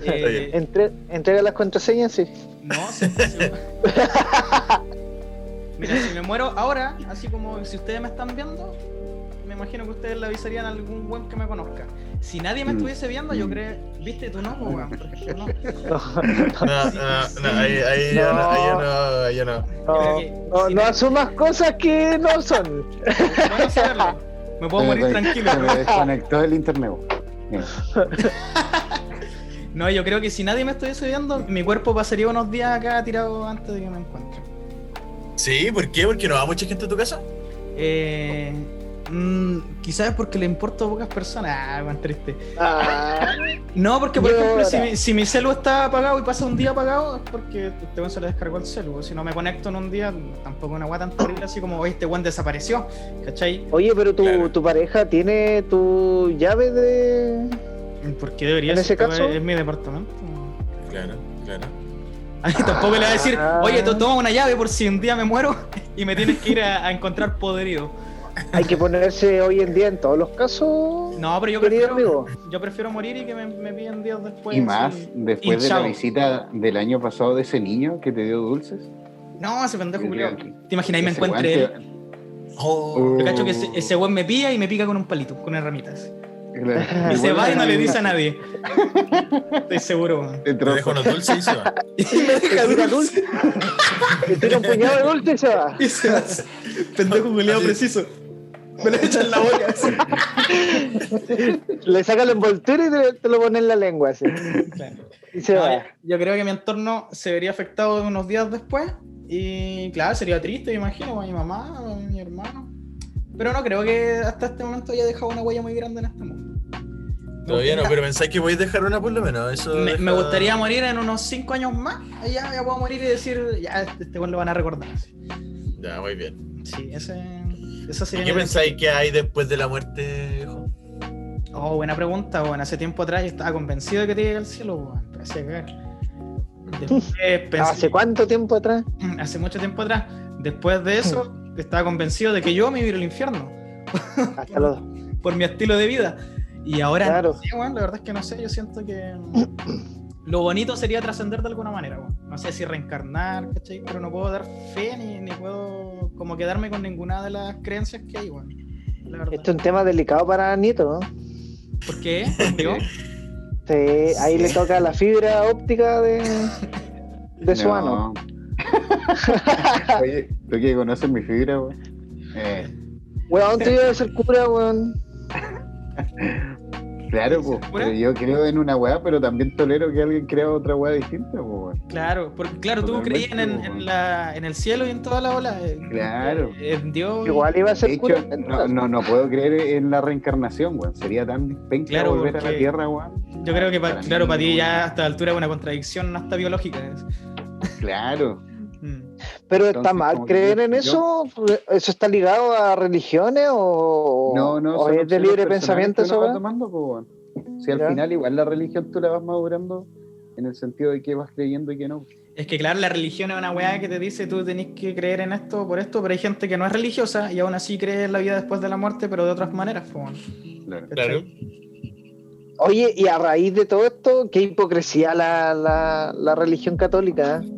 [SPEAKER 4] Eh,
[SPEAKER 7] Entre- entrega las contraseñas, sí.
[SPEAKER 4] No, se- se- Mira, si me muero ahora, así como si ustedes me están viendo, me imagino que ustedes le avisarían a algún web que me conozca. Si nadie me
[SPEAKER 6] Mm.
[SPEAKER 4] estuviese viendo, yo creo. ¿Viste tú no, po, weón? Por ejemplo, no.
[SPEAKER 5] No, no, no, ahí, ahí ya no, ahí ya no, ahí ya no.
[SPEAKER 7] No,
[SPEAKER 4] que-
[SPEAKER 7] no, no asumas cosas que no son.
[SPEAKER 4] Bueno, saberlo. Me puedo morir tranquilo.
[SPEAKER 6] Se me
[SPEAKER 4] weón.
[SPEAKER 6] desconectó el internet. Mira,
[SPEAKER 4] No, yo creo que si nadie me estuviese viendo, mi cuerpo pasaría unos días acá tirado antes de que me encuentre.
[SPEAKER 5] Sí, ¿por qué? Porque no va mucha gente a tu casa.
[SPEAKER 4] Eh, mm, quizás porque le importa a pocas personas. Ah, weón, triste.
[SPEAKER 7] Ah,
[SPEAKER 4] No, porque por ejemplo,
[SPEAKER 7] Llora.
[SPEAKER 4] si mi, si mi celu está apagado y pasa un día apagado, es porque este weón se le descargó el celu. Si no me conecto en un día, tampoco es una weá tan terrible así como, oye, este weón desapareció. ¿Cachai?
[SPEAKER 7] oye, pero tu,
[SPEAKER 5] Claro.
[SPEAKER 7] tu pareja tiene tu llave de.
[SPEAKER 4] Porque debería
[SPEAKER 7] En
[SPEAKER 4] ser,
[SPEAKER 7] ese caso-
[SPEAKER 4] es mi departamento.
[SPEAKER 5] Claro, claro.
[SPEAKER 4] A mí tampoco le va a decir,
[SPEAKER 7] Ah.
[SPEAKER 4] oye, to- toma una llave por si un día me muero y me tienes que ir a, a encontrar podrido.
[SPEAKER 7] Hay que ponerse hoy en día en todos los casos.
[SPEAKER 4] No, pero yo
[SPEAKER 7] Querido
[SPEAKER 4] prefiero,
[SPEAKER 7] amigo.
[SPEAKER 4] yo prefiero morir y que me, me piden días después.
[SPEAKER 6] y más,
[SPEAKER 4] así.
[SPEAKER 6] después
[SPEAKER 4] Y
[SPEAKER 6] de la
[SPEAKER 4] chao.
[SPEAKER 6] visita del año pasado de ese niño que te dio dulces.
[SPEAKER 4] No, ese pendejo
[SPEAKER 6] Yo
[SPEAKER 4] culiao.
[SPEAKER 6] creo
[SPEAKER 4] ¿Te imaginas? Ahí me
[SPEAKER 6] ese weón
[SPEAKER 4] encuentre él.
[SPEAKER 6] te-
[SPEAKER 5] Oh,
[SPEAKER 4] Yo
[SPEAKER 6] Uh,
[SPEAKER 4] cacho que ese, ese weón me pilla y me pica con un palito, con herramitas.
[SPEAKER 6] Claro.
[SPEAKER 4] Y se
[SPEAKER 6] Igual
[SPEAKER 4] va y no le
[SPEAKER 6] una-
[SPEAKER 4] dice a nadie. Estoy seguro. weón.
[SPEAKER 6] Te
[SPEAKER 5] te
[SPEAKER 6] trozo.
[SPEAKER 5] dejo unos dulces y se va.
[SPEAKER 7] Te tira dulce. Te tira un puñado de dulce y se va.
[SPEAKER 4] Y se va. Pendejo culiao
[SPEAKER 5] Así.
[SPEAKER 4] preciso. Me lo echan en la boca. así.
[SPEAKER 7] Le saca la envoltura y te, te lo pone en la lengua así.
[SPEAKER 4] Claro.
[SPEAKER 7] Y se
[SPEAKER 4] No,
[SPEAKER 7] va.
[SPEAKER 4] yo- yo creo que mi entorno se vería afectado unos días después. Y claro, sería triste, me imagino, para mi mamá, para mi hermano. Pero no creo que hasta este momento haya dejado una huella muy grande en este mundo. Me
[SPEAKER 5] Todavía no,
[SPEAKER 4] gustaría-
[SPEAKER 5] pero pensáis que voy a dejar una por lo menos. Eso
[SPEAKER 4] Me,
[SPEAKER 5] deja-
[SPEAKER 4] me gustaría morir en unos 5 años más. Ya, ya puedo morir y decir, ya, este este weón lo van a recordar. así.
[SPEAKER 5] Ya, muy bien.
[SPEAKER 4] Sí, ese, esa
[SPEAKER 5] ¿Y
[SPEAKER 4] sería
[SPEAKER 5] qué
[SPEAKER 4] mi-
[SPEAKER 5] pensáis que hay después de la muerte, viejo?
[SPEAKER 4] Oh, buena pregunta, weón. Hace tiempo atrás yo estaba convencido de que te llega al cielo, weón. Pero hacía cagar. Después pensé-
[SPEAKER 7] ¿Hace cuánto tiempo atrás?
[SPEAKER 4] hace mucho tiempo atrás. Después de eso, estaba convencido de que yo me iba a ir al infierno
[SPEAKER 7] Hasta los.
[SPEAKER 4] por mi estilo de vida. Y ahora, no
[SPEAKER 7] Claro.
[SPEAKER 4] sé, weón, la verdad es que no sé, yo siento que mm, lo bonito sería trascender de alguna manera. weón. No sé si reencarnar, ¿cachai? Pero no puedo dar fe ni, ni puedo como quedarme con ninguna de las creencias que hay, weón. La verdad.
[SPEAKER 7] Esto es un tema delicado para Nieto, ¿no?
[SPEAKER 4] ¿Por qué? ¿Por qué?
[SPEAKER 7] Sí, ahí le toca la fibra óptica de, de su
[SPEAKER 6] No.
[SPEAKER 7] mano.
[SPEAKER 6] Oye, tú que conoces mi fibra, weón. Eh,
[SPEAKER 7] Weón, tú ibas a ser cura, weón.
[SPEAKER 6] claro, pues.
[SPEAKER 4] ¿Segura?
[SPEAKER 6] Pero yo creo en una weá, pero también tolero que alguien crea otra weá distinta, pues, weón.
[SPEAKER 4] Claro, porque claro, tú
[SPEAKER 6] Totalmente,
[SPEAKER 4] creías en, en- en la- en el cielo y en toda la ola. eh,
[SPEAKER 6] Claro.
[SPEAKER 4] En Dios. y-
[SPEAKER 7] Igual iba a
[SPEAKER 6] De
[SPEAKER 7] ser
[SPEAKER 6] hecho,
[SPEAKER 7] cura.
[SPEAKER 6] no, no, no puedo creer en la reencarnación, weón. Sería tan penca
[SPEAKER 4] Claro,
[SPEAKER 6] volver a
[SPEAKER 4] porque-
[SPEAKER 6] la tierra, weón.
[SPEAKER 4] Yo creo que, pa-
[SPEAKER 6] Para
[SPEAKER 4] claro,
[SPEAKER 6] mí,
[SPEAKER 4] para ti
[SPEAKER 6] weón.
[SPEAKER 4] ya a esta altura es una contradicción hasta biológica. es.
[SPEAKER 6] Claro.
[SPEAKER 4] Mm.
[SPEAKER 7] Pero está
[SPEAKER 6] entonces,
[SPEAKER 7] mal
[SPEAKER 6] como que
[SPEAKER 7] creer
[SPEAKER 6] yo-
[SPEAKER 7] en eso. ¿Eso está ligado a religiones o,
[SPEAKER 6] No, no.
[SPEAKER 7] o
[SPEAKER 6] son
[SPEAKER 7] es de
[SPEAKER 6] opciones
[SPEAKER 7] libre
[SPEAKER 6] personales
[SPEAKER 7] pensamiento
[SPEAKER 6] que uno
[SPEAKER 7] eso,
[SPEAKER 6] va
[SPEAKER 7] weón?
[SPEAKER 6] tomando, pues, weón. Si al
[SPEAKER 7] Ya.
[SPEAKER 6] final igual la religión tú la vas madurando en el sentido de que vas creyendo y que no.
[SPEAKER 4] Es que, claro, la religión es una weá que te dice tú tenés que creer en esto por esto, pero hay gente que no es religiosa y aún así cree en la vida después de la muerte, pero de otras maneras. po, weón.
[SPEAKER 6] Claro.
[SPEAKER 5] Claro.
[SPEAKER 7] Oye, y a raíz de todo esto, qué hipocresía la, la, la religión católica. ¿eh?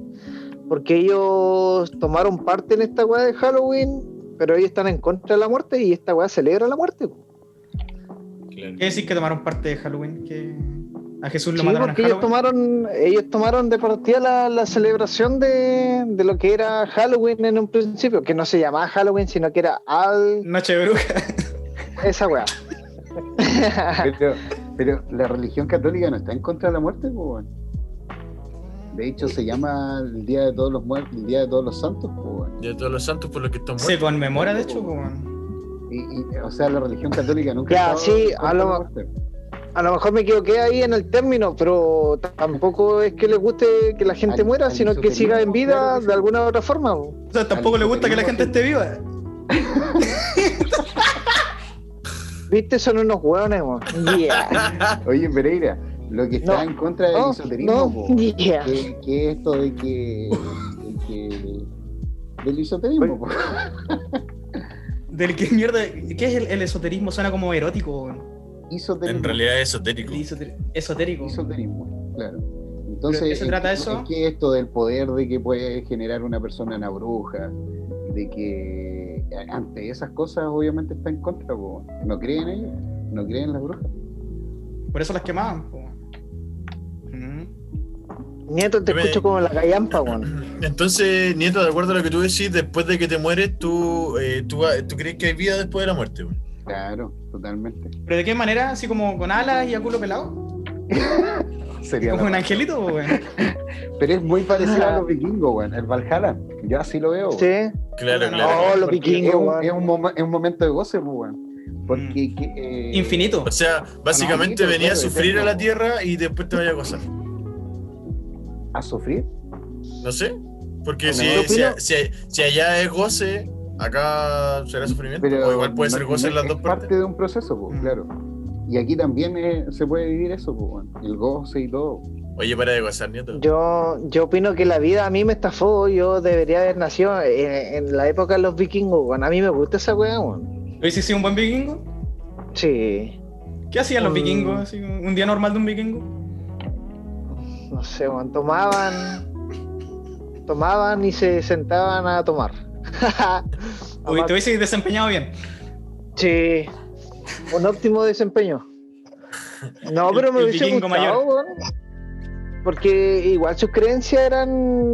[SPEAKER 7] Porque ellos tomaron parte en esta weá de Halloween, pero ellos están en contra de la muerte y esta weá celebra la muerte. po.
[SPEAKER 5] claro.
[SPEAKER 4] ¿Qué decís que tomaron parte de Halloween? Que a Jesús lo
[SPEAKER 7] Sí,
[SPEAKER 4] mataron en
[SPEAKER 7] porque ellos
[SPEAKER 4] Halloween.
[SPEAKER 7] tomaron, ellos tomaron de partida la, la celebración de, de lo que era Halloween en un principio, que no se llamaba Halloween, sino que era al
[SPEAKER 4] Noche de bruja.
[SPEAKER 7] esa weá.
[SPEAKER 6] Pero, pero la religión católica no está en contra de la muerte, po, weón. De hecho, se llama el Día de Todos los Muertos, el Día de Todos los Santos, po,
[SPEAKER 4] Eh,
[SPEAKER 6] weón.
[SPEAKER 5] De todos los santos por los que están
[SPEAKER 4] Se
[SPEAKER 5] muertos.
[SPEAKER 4] conmemora, de hecho, po, weón.
[SPEAKER 6] Y, y, o sea, la religión católica nunca.
[SPEAKER 7] Ya,
[SPEAKER 6] ha estado
[SPEAKER 7] sí,
[SPEAKER 6] en contra
[SPEAKER 7] a lo-
[SPEAKER 6] de la muerte.
[SPEAKER 7] a lo mejor me equivoqué ahí en el término, pero tampoco es que les guste que la gente
[SPEAKER 6] Al-
[SPEAKER 7] muera,
[SPEAKER 6] al
[SPEAKER 7] sino que siga en
[SPEAKER 6] superhéroe, claro
[SPEAKER 7] vida
[SPEAKER 6] que sí.
[SPEAKER 7] de alguna u otra forma. po.
[SPEAKER 4] O sea, tampoco le gusta que la gente esté viva.
[SPEAKER 7] ¿Viste? Son unos hueones, po. Yeah.
[SPEAKER 6] Oye, Pereira, lo que está
[SPEAKER 7] No.
[SPEAKER 6] en contra del
[SPEAKER 7] No,
[SPEAKER 6] esoterismo,
[SPEAKER 7] no,
[SPEAKER 6] po,
[SPEAKER 7] yeah.
[SPEAKER 6] que, que esto de que, de que- del esoterismo, po.
[SPEAKER 4] Del que mierda. ¿Qué es el, el esoterismo? Suena como erótico, weón. pues.
[SPEAKER 6] Esoterismo.
[SPEAKER 5] En realidad es esotérico.
[SPEAKER 4] El esoter- esotérico.
[SPEAKER 6] esoterismo, claro. Entonces,
[SPEAKER 4] ¿Pero de qué se
[SPEAKER 6] es
[SPEAKER 4] trata
[SPEAKER 6] que-
[SPEAKER 4] eso?
[SPEAKER 6] es que esto del poder de que puede generar una persona una bruja, de que ante esas cosas obviamente está en contra, po. no creen en ellas, no creen en las brujas.
[SPEAKER 4] Por eso las quemaban, po. Mm.
[SPEAKER 7] Nieto, te
[SPEAKER 5] Yo me-
[SPEAKER 7] escucho como la callampa, weón.
[SPEAKER 5] Entonces, Nieto, de acuerdo a lo que tú decís, después de que te mueres, tú, eh, tú, tú crees que hay vida después de la muerte. weón.
[SPEAKER 6] Claro, totalmente.
[SPEAKER 4] Pero de qué manera, así como con alas y a culo pelado.
[SPEAKER 6] Sería
[SPEAKER 4] Como
[SPEAKER 6] la-
[SPEAKER 4] un angelito, po, weón.
[SPEAKER 6] Pero es muy parecido
[SPEAKER 7] Ah.
[SPEAKER 6] a los vikingos, weón. El Valhalla. Yo así lo veo. weón.
[SPEAKER 7] Sí.
[SPEAKER 5] Claro,
[SPEAKER 4] No,
[SPEAKER 5] claro.
[SPEAKER 7] Oh, los
[SPEAKER 6] Porque
[SPEAKER 7] vikingos,
[SPEAKER 6] es un-
[SPEAKER 7] weón. Mm.
[SPEAKER 6] Es un, momen- es un momento de goce, pues, weón. Porque. que, eh,
[SPEAKER 4] Infinito.
[SPEAKER 5] O sea, básicamente
[SPEAKER 6] No, no,
[SPEAKER 5] venía a
[SPEAKER 6] claro,
[SPEAKER 5] sufrir a la
[SPEAKER 6] eterno.
[SPEAKER 5] tierra y después te vaya a gozar.
[SPEAKER 6] A sufrir.
[SPEAKER 5] No sé, porque
[SPEAKER 6] No,
[SPEAKER 5] si,
[SPEAKER 6] yo
[SPEAKER 5] si,
[SPEAKER 6] opino-
[SPEAKER 5] si- si allá es goce, acá será sufrimiento.
[SPEAKER 6] Pero
[SPEAKER 5] o igual puede
[SPEAKER 6] no-
[SPEAKER 5] ser goce
[SPEAKER 6] no-
[SPEAKER 5] en las
[SPEAKER 6] es
[SPEAKER 5] dos
[SPEAKER 6] parte
[SPEAKER 5] partes.
[SPEAKER 6] de un proceso, pues,
[SPEAKER 4] Mm.
[SPEAKER 6] claro. Y aquí también eh, se puede vivir eso, pues, weón. El goce y todo.
[SPEAKER 5] Oye, para de gozar, Nieto.
[SPEAKER 7] Yo, yo opino que la vida a mí me estafó. Yo debería haber nacido en, en la época de los vikingos, weón. A mí me gusta esa weá, weón.
[SPEAKER 4] ¿Hubiese sido un buen vikingo?
[SPEAKER 7] Sí.
[SPEAKER 4] ¿Qué hacían los
[SPEAKER 7] Mm.
[SPEAKER 4] vikingos? así como un día normal de un vikingo.
[SPEAKER 7] No sé, weón. Tomaban. Tomaban y se sentaban a tomar.
[SPEAKER 4] O te hubiese desempeñado bien.
[SPEAKER 7] Sí. Un óptimo desempeño. No,
[SPEAKER 4] El-
[SPEAKER 7] pero me
[SPEAKER 4] el
[SPEAKER 7] hubiese
[SPEAKER 4] vikingo
[SPEAKER 7] gustado,
[SPEAKER 4] mayor.
[SPEAKER 7] weón. Porque igual sus creencias eran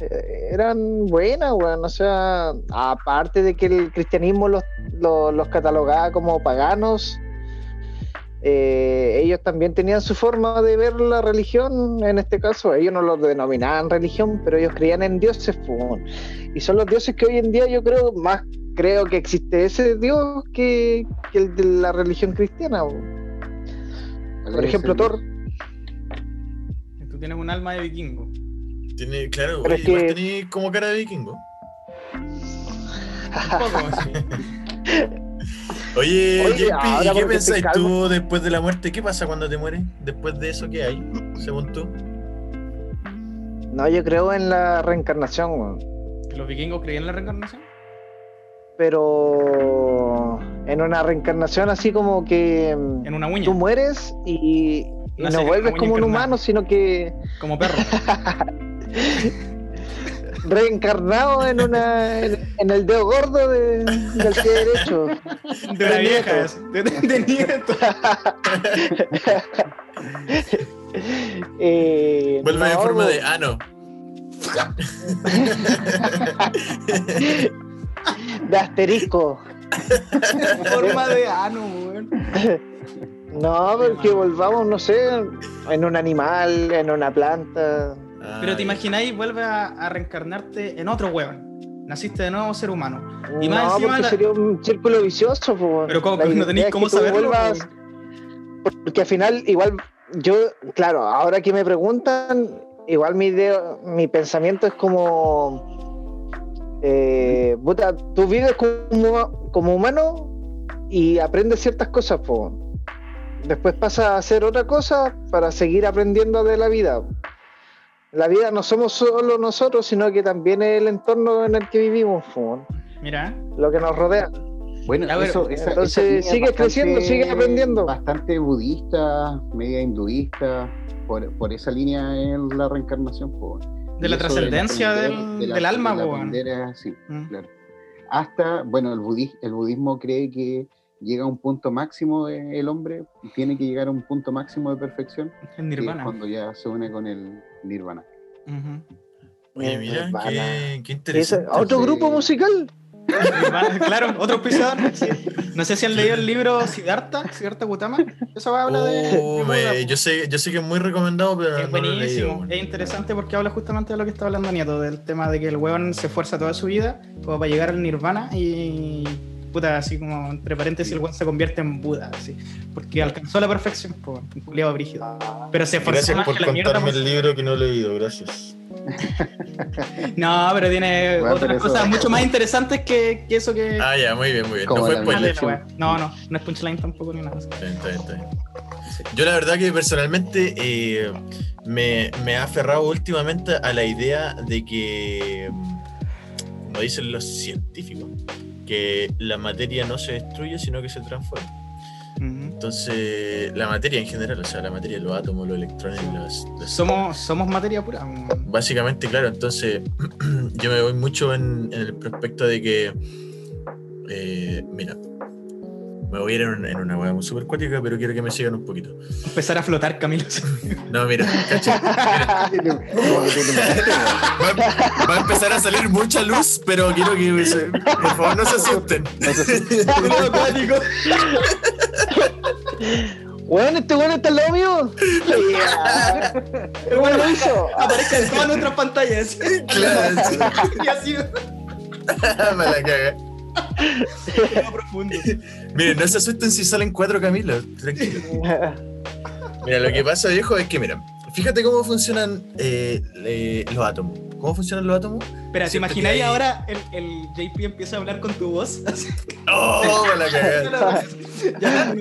[SPEAKER 7] eh, eran buenas, weón. O sea, aparte de que el cristianismo los, los, los catalogaba como paganos, eh, ellos también tenían su forma de ver la religión, en este caso. Ellos no lo denominaban religión, pero ellos creían en dioses, pues, weón. Y son los dioses que hoy en día yo creo más creo que existe ese Dios que, que el de la religión cristiana. weón. Por ejemplo, Thor.
[SPEAKER 4] Tú tienes un alma de vikingo.
[SPEAKER 5] Tiene, claro, oye,
[SPEAKER 7] Pero es que-
[SPEAKER 5] igual tenés como cara de vikingo.
[SPEAKER 4] Un poco así.
[SPEAKER 5] Oye,
[SPEAKER 7] Oye,
[SPEAKER 5] JP,
[SPEAKER 7] ahora
[SPEAKER 5] ¿y qué
[SPEAKER 7] porque estoy
[SPEAKER 5] pensáis
[SPEAKER 7] calmo.
[SPEAKER 5] tú después de la muerte? ¿Qué pasa cuando te mueres? Después de eso, ¿qué hay? Según tú.
[SPEAKER 7] No, yo creo en la reencarnación, weón.
[SPEAKER 4] ¿Los vikingos creían en la reencarnación?
[SPEAKER 7] pero en una reencarnación así como que mm,
[SPEAKER 4] En una uña,
[SPEAKER 7] tú mueres y, y
[SPEAKER 4] Naces
[SPEAKER 7] no
[SPEAKER 4] en
[SPEAKER 7] vuelves
[SPEAKER 4] una
[SPEAKER 7] como un
[SPEAKER 4] uña
[SPEAKER 7] humano, sino que
[SPEAKER 4] como perro.
[SPEAKER 7] reencarnado en una en, en el dedo gordo de- del pie derecho.
[SPEAKER 4] De una vieja, así. de, de- de nieto.
[SPEAKER 7] Eh,
[SPEAKER 5] Vuelve en
[SPEAKER 7] no,
[SPEAKER 5] forma de ah,
[SPEAKER 7] weón.
[SPEAKER 5] ano.
[SPEAKER 7] de asterisco.
[SPEAKER 4] Forma de ano, weón.
[SPEAKER 7] No, porque volvamos, no sé, en un animal, en una planta.
[SPEAKER 4] Pero te
[SPEAKER 5] Ay.
[SPEAKER 4] imagináis, vuelve a, a reencarnarte en otro weón. Naciste de nuevo ser humano. Y más
[SPEAKER 7] no,
[SPEAKER 4] encima
[SPEAKER 7] porque
[SPEAKER 4] la-
[SPEAKER 7] sería un círculo vicioso. po, weón.
[SPEAKER 4] Pero ¿cómo?
[SPEAKER 7] La
[SPEAKER 4] no
[SPEAKER 7] idea
[SPEAKER 4] tenéis
[SPEAKER 7] es
[SPEAKER 4] cómo
[SPEAKER 7] que tú
[SPEAKER 4] saberlo.
[SPEAKER 7] vuelvas-
[SPEAKER 4] weón.
[SPEAKER 7] porque al final, igual, yo, claro, ahora que me preguntan, igual mi, idea- mi pensamiento es como. eh, puta, tú vives como, como humano y aprendes ciertas cosas, po, weón. Después pasas a hacer otra cosa para seguir aprendiendo de la vida. La vida no somos solo nosotros, sino que también es el entorno en el que vivimos, po, weón,
[SPEAKER 4] Mira, ¿eh?
[SPEAKER 7] lo que nos rodea.
[SPEAKER 6] Bueno,
[SPEAKER 4] Ya, pero-
[SPEAKER 6] eso, esa-
[SPEAKER 7] entonces
[SPEAKER 6] esa línea
[SPEAKER 7] sigue
[SPEAKER 6] es
[SPEAKER 7] creciendo, sigue aprendiendo.
[SPEAKER 6] Bastante budista, media hinduista. Por, por esa línea es la reencarnación, pues.
[SPEAKER 4] de la trascendencia del, del alma, weón.
[SPEAKER 6] Sí,
[SPEAKER 4] Mm.
[SPEAKER 6] claro. Hasta, bueno, el, budi- el budismo cree que llega a un punto máximo de- el hombre, tiene que llegar a un punto máximo de perfección,
[SPEAKER 4] En
[SPEAKER 6] que es
[SPEAKER 4] nirvana.
[SPEAKER 6] cuando ya se une con el nirvana.
[SPEAKER 4] Ujú.
[SPEAKER 5] Oye, mira,
[SPEAKER 7] Nirvana.
[SPEAKER 5] qué, qué
[SPEAKER 7] Ese-
[SPEAKER 5] interesante.
[SPEAKER 7] ¿Otro
[SPEAKER 6] sí.
[SPEAKER 7] grupo musical?
[SPEAKER 4] Nirvana, claro, otro auspiciador. Sí. No sé si han leído el libro Siddhartha, Siddhartha Gautama. Eso va a hablar de.
[SPEAKER 5] Oh,
[SPEAKER 4] de
[SPEAKER 5] me-
[SPEAKER 4] Buda,
[SPEAKER 5] yo, sé, yo sé que es muy recomendado, pero
[SPEAKER 4] Es
[SPEAKER 5] no lo he leído,
[SPEAKER 4] buenísimo,
[SPEAKER 5] weón.
[SPEAKER 4] es interesante porque habla justamente de lo que está hablando Nieto, del tema de que el weón se esfuerza toda su vida como para llegar al nirvana y puta, así como entre paréntesis, el weón se convierte en Buda, así. Porque alcanzó la perfección, po, un culiado brígido. Pero se esforzó
[SPEAKER 5] Gracias
[SPEAKER 4] más
[SPEAKER 5] por
[SPEAKER 4] que la mierda.
[SPEAKER 5] contarme
[SPEAKER 4] por-
[SPEAKER 5] el libro que no he leído, gracias.
[SPEAKER 4] No, pero tiene
[SPEAKER 6] Bueno,
[SPEAKER 4] otras
[SPEAKER 6] pero eso-
[SPEAKER 4] cosas mucho más interesantes que, que eso que.
[SPEAKER 5] Ah, ya, muy bien, muy bien. No
[SPEAKER 6] Como
[SPEAKER 5] fue
[SPEAKER 6] la
[SPEAKER 4] Ah,
[SPEAKER 5] spoiler.
[SPEAKER 4] la wea. no, no, no es punchline tampoco ni nada. así.
[SPEAKER 5] Está bien, está bien, está bien. Yo la verdad que personalmente eh, me, me he aferrado últimamente a la idea de que, mm, como dicen los científicos, que la materia no se destruye, sino que se transforma.
[SPEAKER 4] Ujú.
[SPEAKER 5] Entonces, la materia en general, o sea, la materia, los átomos, los electrones, los, los-
[SPEAKER 4] Somos, somos materia pura. weón.
[SPEAKER 5] Básicamente, claro, entonces yo me voy mucho en, en el prospecto de que, eh, mira, me voy a ir en, una- en una hueá muy super cuática, pero quiero que me sigan un poquito.
[SPEAKER 4] Empezar a flotar, Camilo.
[SPEAKER 5] No, mira, cacha,
[SPEAKER 6] Como que te iluminaste, weón.
[SPEAKER 5] va, va a empezar a salir mucha luz, pero quiero que, se- por favor, no se asusten. Culiao cuático.
[SPEAKER 7] Weón, este weón está al lado mío.
[SPEAKER 4] Bueno,
[SPEAKER 7] lo hizo.
[SPEAKER 4] Aparece en todas nuestras pantallas.
[SPEAKER 5] Claro, sí.
[SPEAKER 4] y así,
[SPEAKER 5] Me la caga.
[SPEAKER 4] todo profundo.
[SPEAKER 5] Miren, no se asusten si salen cuatro Camilos, tranquilo. Mira, lo que pasa, viejo, es que, mira, fíjate cómo funcionan eh, le- los átomos. ¿Cómo funcionan los átomos?
[SPEAKER 4] Espera, ¿te
[SPEAKER 5] Siento que
[SPEAKER 4] imagináis
[SPEAKER 5] hay-
[SPEAKER 4] ahora el, el JP empieza a hablar con tu voz? Así,
[SPEAKER 5] ¡Oh, me la cagada!
[SPEAKER 4] ya,